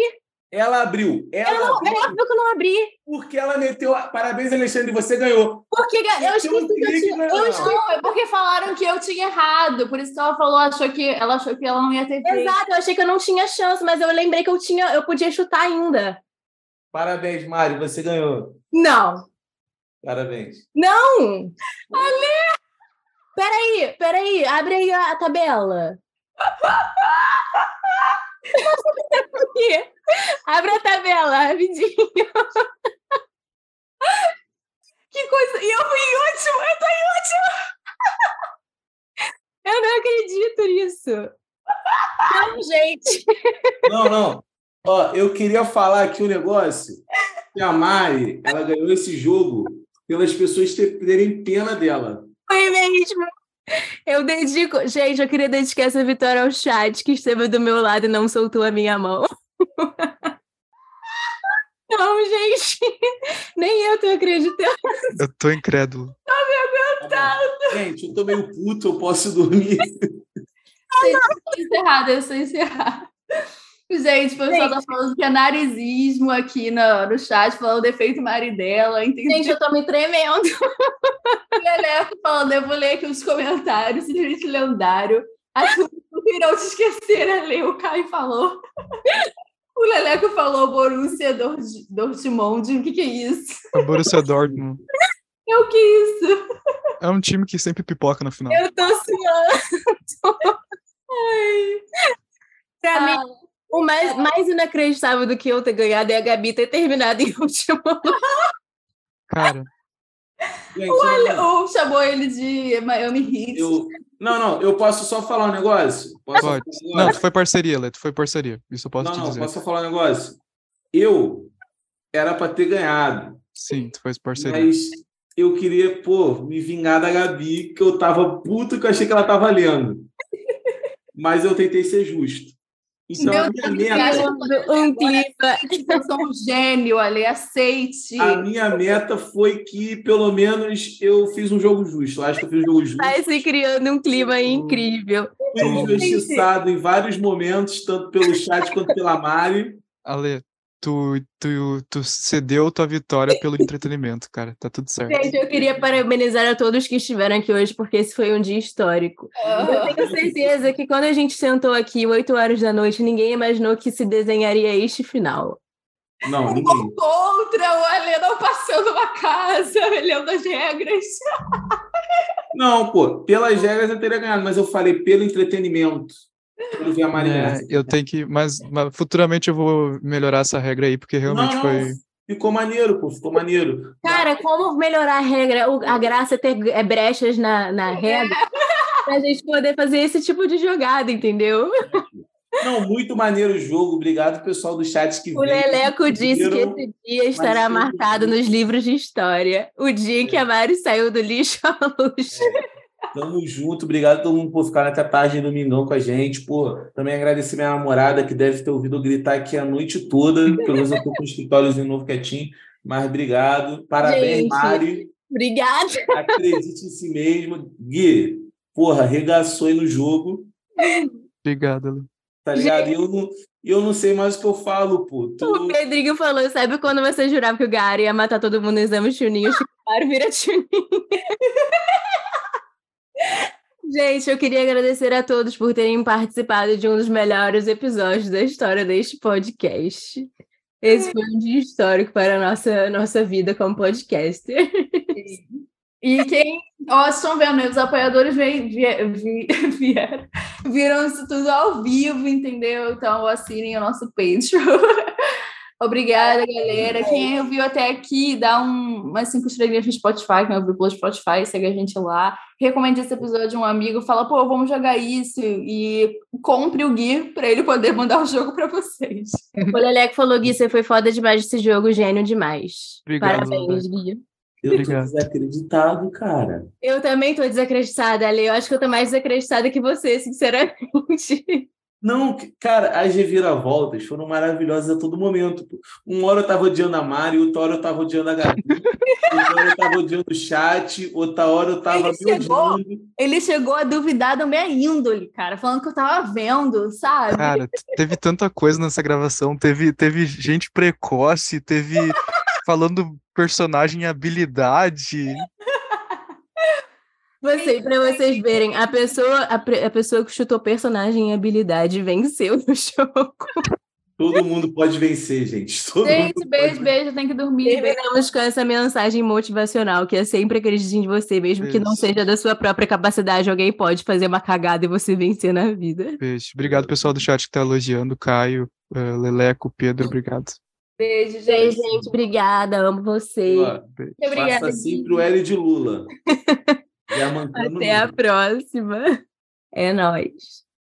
Ela abriu. Ela
Não,
abriu.
é óbvio que eu não abri.
Porque ela meteu. a- Parabéns, Alexandre, você ganhou. Então,
Porque ga- eu esqueci que eu tinha. Eu esqueci.
Não, é porque falaram que eu tinha errado. Por isso que ela falou, achou que ela achou que ela não ia ter feito.
Exato, eu achei que eu não tinha chance, mas eu lembrei que eu tinha, eu podia chutar ainda.
Parabéns, Mari, você ganhou.
Não.
Parabéns.
Não! Ali! Peraí, peraí, abre aí a, a
<laughs>
tabela. Por quê? Abre a tabela, rapidinho.
Que coisa. E eu fui em último. Eu tô em último.
Eu não acredito nisso.
<laughs>
Não, gente.
Não, não. Ó, eu queria falar aqui um negócio. Que a Mari, ela ganhou esse jogo pelas pessoas ter- terem pena dela.
Foi mesmo. Eu dedico. Gente, eu queria dedicar essa vitória ao chat que esteve do meu lado e não soltou a minha mão. <laughs> Não, gente. Nem eu tô acreditando.
Eu tô incrédulo.
Tá bom. Gente, eu tô meio puto, eu posso dormir.
Eu sou encerrada, eu sou encerrada. Gente, o pessoal tá falando que é narizismo aqui no, no chat, falando defeito maridela, entendeu?
Gente, eu tô me tremendo.
Leleco falando, eu vou ler aqui os comentários, gente lendário. A turma irão te esquecer, a Lê, o Caio falou. O Leleco falou Borussia Dort- Dortmund, o que que é isso?
O Borussia Dortmund
É o que é isso?
é um time que sempre pipoca na final.
Eu tô suando. <laughs> Pra
Ah,
mim, é. o mais, mais inacreditável do que eu ter ganhado é a Gabi ter terminado em <laughs> último.
<laughs>
Cara,
Gente, olha,
Ou chamou ele de Miami Heat.
Hum. eu... Não, não, eu posso só falar um negócio? Posso só
Pode.
falar um
não,
negócio?
tu foi parceria, Leto, foi parceria. Isso eu posso te
não,
dizer.
posso só falar um negócio? Eu era pra ter ganhado,
Sim, tu foi parceria.
mas eu queria, pô, me vingar da Gabi, que eu tava puto que eu achei que ela tava lendo. Mas eu tentei ser justo. Então,
Meu
a minha
Deus, eu
meta,
acho
Um clima.
Eu sou um gênio, Ale, aceite.
Ah,
a minha meta foi que, pelo menos, eu fiz um jogo justo. Eu acho que eu fiz um jogo justo.
Tá
Vai se criando um clima incrível.
Fui injustiçado em vários momentos, tanto pelo chat quanto pela Mari.
Ale, tu, tu, tu cedeu tua vitória pelo entretenimento, cara. Tá tudo certo.
Gente, eu queria parabenizar a todos que estiveram aqui hoje, porque esse foi um dia histórico. Eu tenho certeza Ah, que quando a gente sentou aqui, 8 horas da noite, ninguém imaginou que se desenharia este final.
Não, ninguém.
Contra o Ale não passando uma casa, <laughs> é olhando as regras.
Não, pô, pelas regras eu teria ganhado, mas eu falei pelo entretenimento. Quero ver a Mari
É,
ganhar.
eu tenho que. Mas, mas futuramente eu vou melhorar essa regra aí, porque realmente
Não,
foi.
Ficou maneiro, pô, ficou maneiro.
Cara, como melhorar a regra? O- A graça é ter é, brechas na, na <laughs> regra pra gente poder fazer esse tipo de jogada, entendeu?
Não, muito maneiro o jogo. Obrigado, pessoal do chat que
O
veio.
Leleco disse que esse dia estará
eu-
marcado nos livros de história. O dia em que a Mari saiu do lixo à luz.
Tamo junto. Obrigado a todo mundo por ficar até tarde no domingão com a gente. Pô, também agradecer minha namorada que deve ter ouvido eu gritar aqui a noite toda. Pelo menos eu tô com o escritóriozinho novo quietinho. Mas obrigado. Parabéns,
Gente.
Mari.
<laughs> Obrigada.
Acredite em si mesmo. Gui, porra, arregaçou aí no jogo,
Obrigado, Ale.
tá ligado? E eu não, e eu não sei mais o que eu falo, pô.
O
Tô-
Pedrinho falou: sabe quando você jurava que o Gary ia matar todo mundo no exame Chuninho? O Chico Amaro vira Chuninho. <laughs> Gente, eu queria agradecer a todos por terem participado de um dos melhores episódios da história deste podcast. Esse foi um dia histórico para a nossa, nossa vida como podcaster.
E quem, ó, estão vendo, né, os apoiadores vem, vie- vi- <laughs> vieram, viram isso tudo ao vivo, entendeu? Então assinem o nosso Patreon. <laughs> Obrigada, galera. Quem ouviu até aqui, dá um, umas cinco estrelinhas no Spotify, é quem ouviu pelo Spotify, segue a gente lá. Recomende esse episódio a um amigo, fala, pô, vamos jogar isso e compre o Gui para ele poder mandar o jogo para vocês.
O Leleco falou: Gui, você foi foda demais desse jogo, gênio demais.
Obrigado,
Parabéns, Gui.
Eu tô
Obrigado.
desacreditado, cara.
Eu também tô desacreditada, Ale. Eu acho que eu tô mais desacreditada que você, sinceramente.
Não, c- cara, as reviravoltas foram maravilhosas a todo momento. Pô. Uma hora eu tava odiando a Mari, outra hora eu tava odiando a
<laughs>
Gabi, outra hora eu tava odiando o chat, outra hora eu tava
Ele
me
chegou.
odiando.
Ele chegou a duvidar da minha índole, cara, falando que eu tava vendo, sabe?
Cara, t- teve tanta coisa nessa gravação. Teve, teve gente precoce, teve falando personagem e habilidade.
Você, para vocês verem, a pessoa, a, pre- a pessoa que chutou personagem e habilidade venceu no <laughs> jogo.
Todo mundo pode vencer, gente. Todo
Gente,
mundo
beijo,
pode...
beijo, eu tenho que dormir. Beijo.
Terminamos com essa mensagem motivacional, que é sempre acreditar em você, mesmo que não
Isso.
seja da sua própria capacidade. Alguém pode fazer uma cagada e você vencer na vida.
Beijo. Obrigado, pessoal do chat que tá elogiando. Caio, eh, Leleco, Pedro, obrigado.
Beijo,
Beijo,
gente.
gente. Obrigada, amo vocês.
Ó,
Muito obrigada.
Faça sempre o L de
<laughs>
Lula. Já mancando
Até a
nunca.
próxima. É nóis.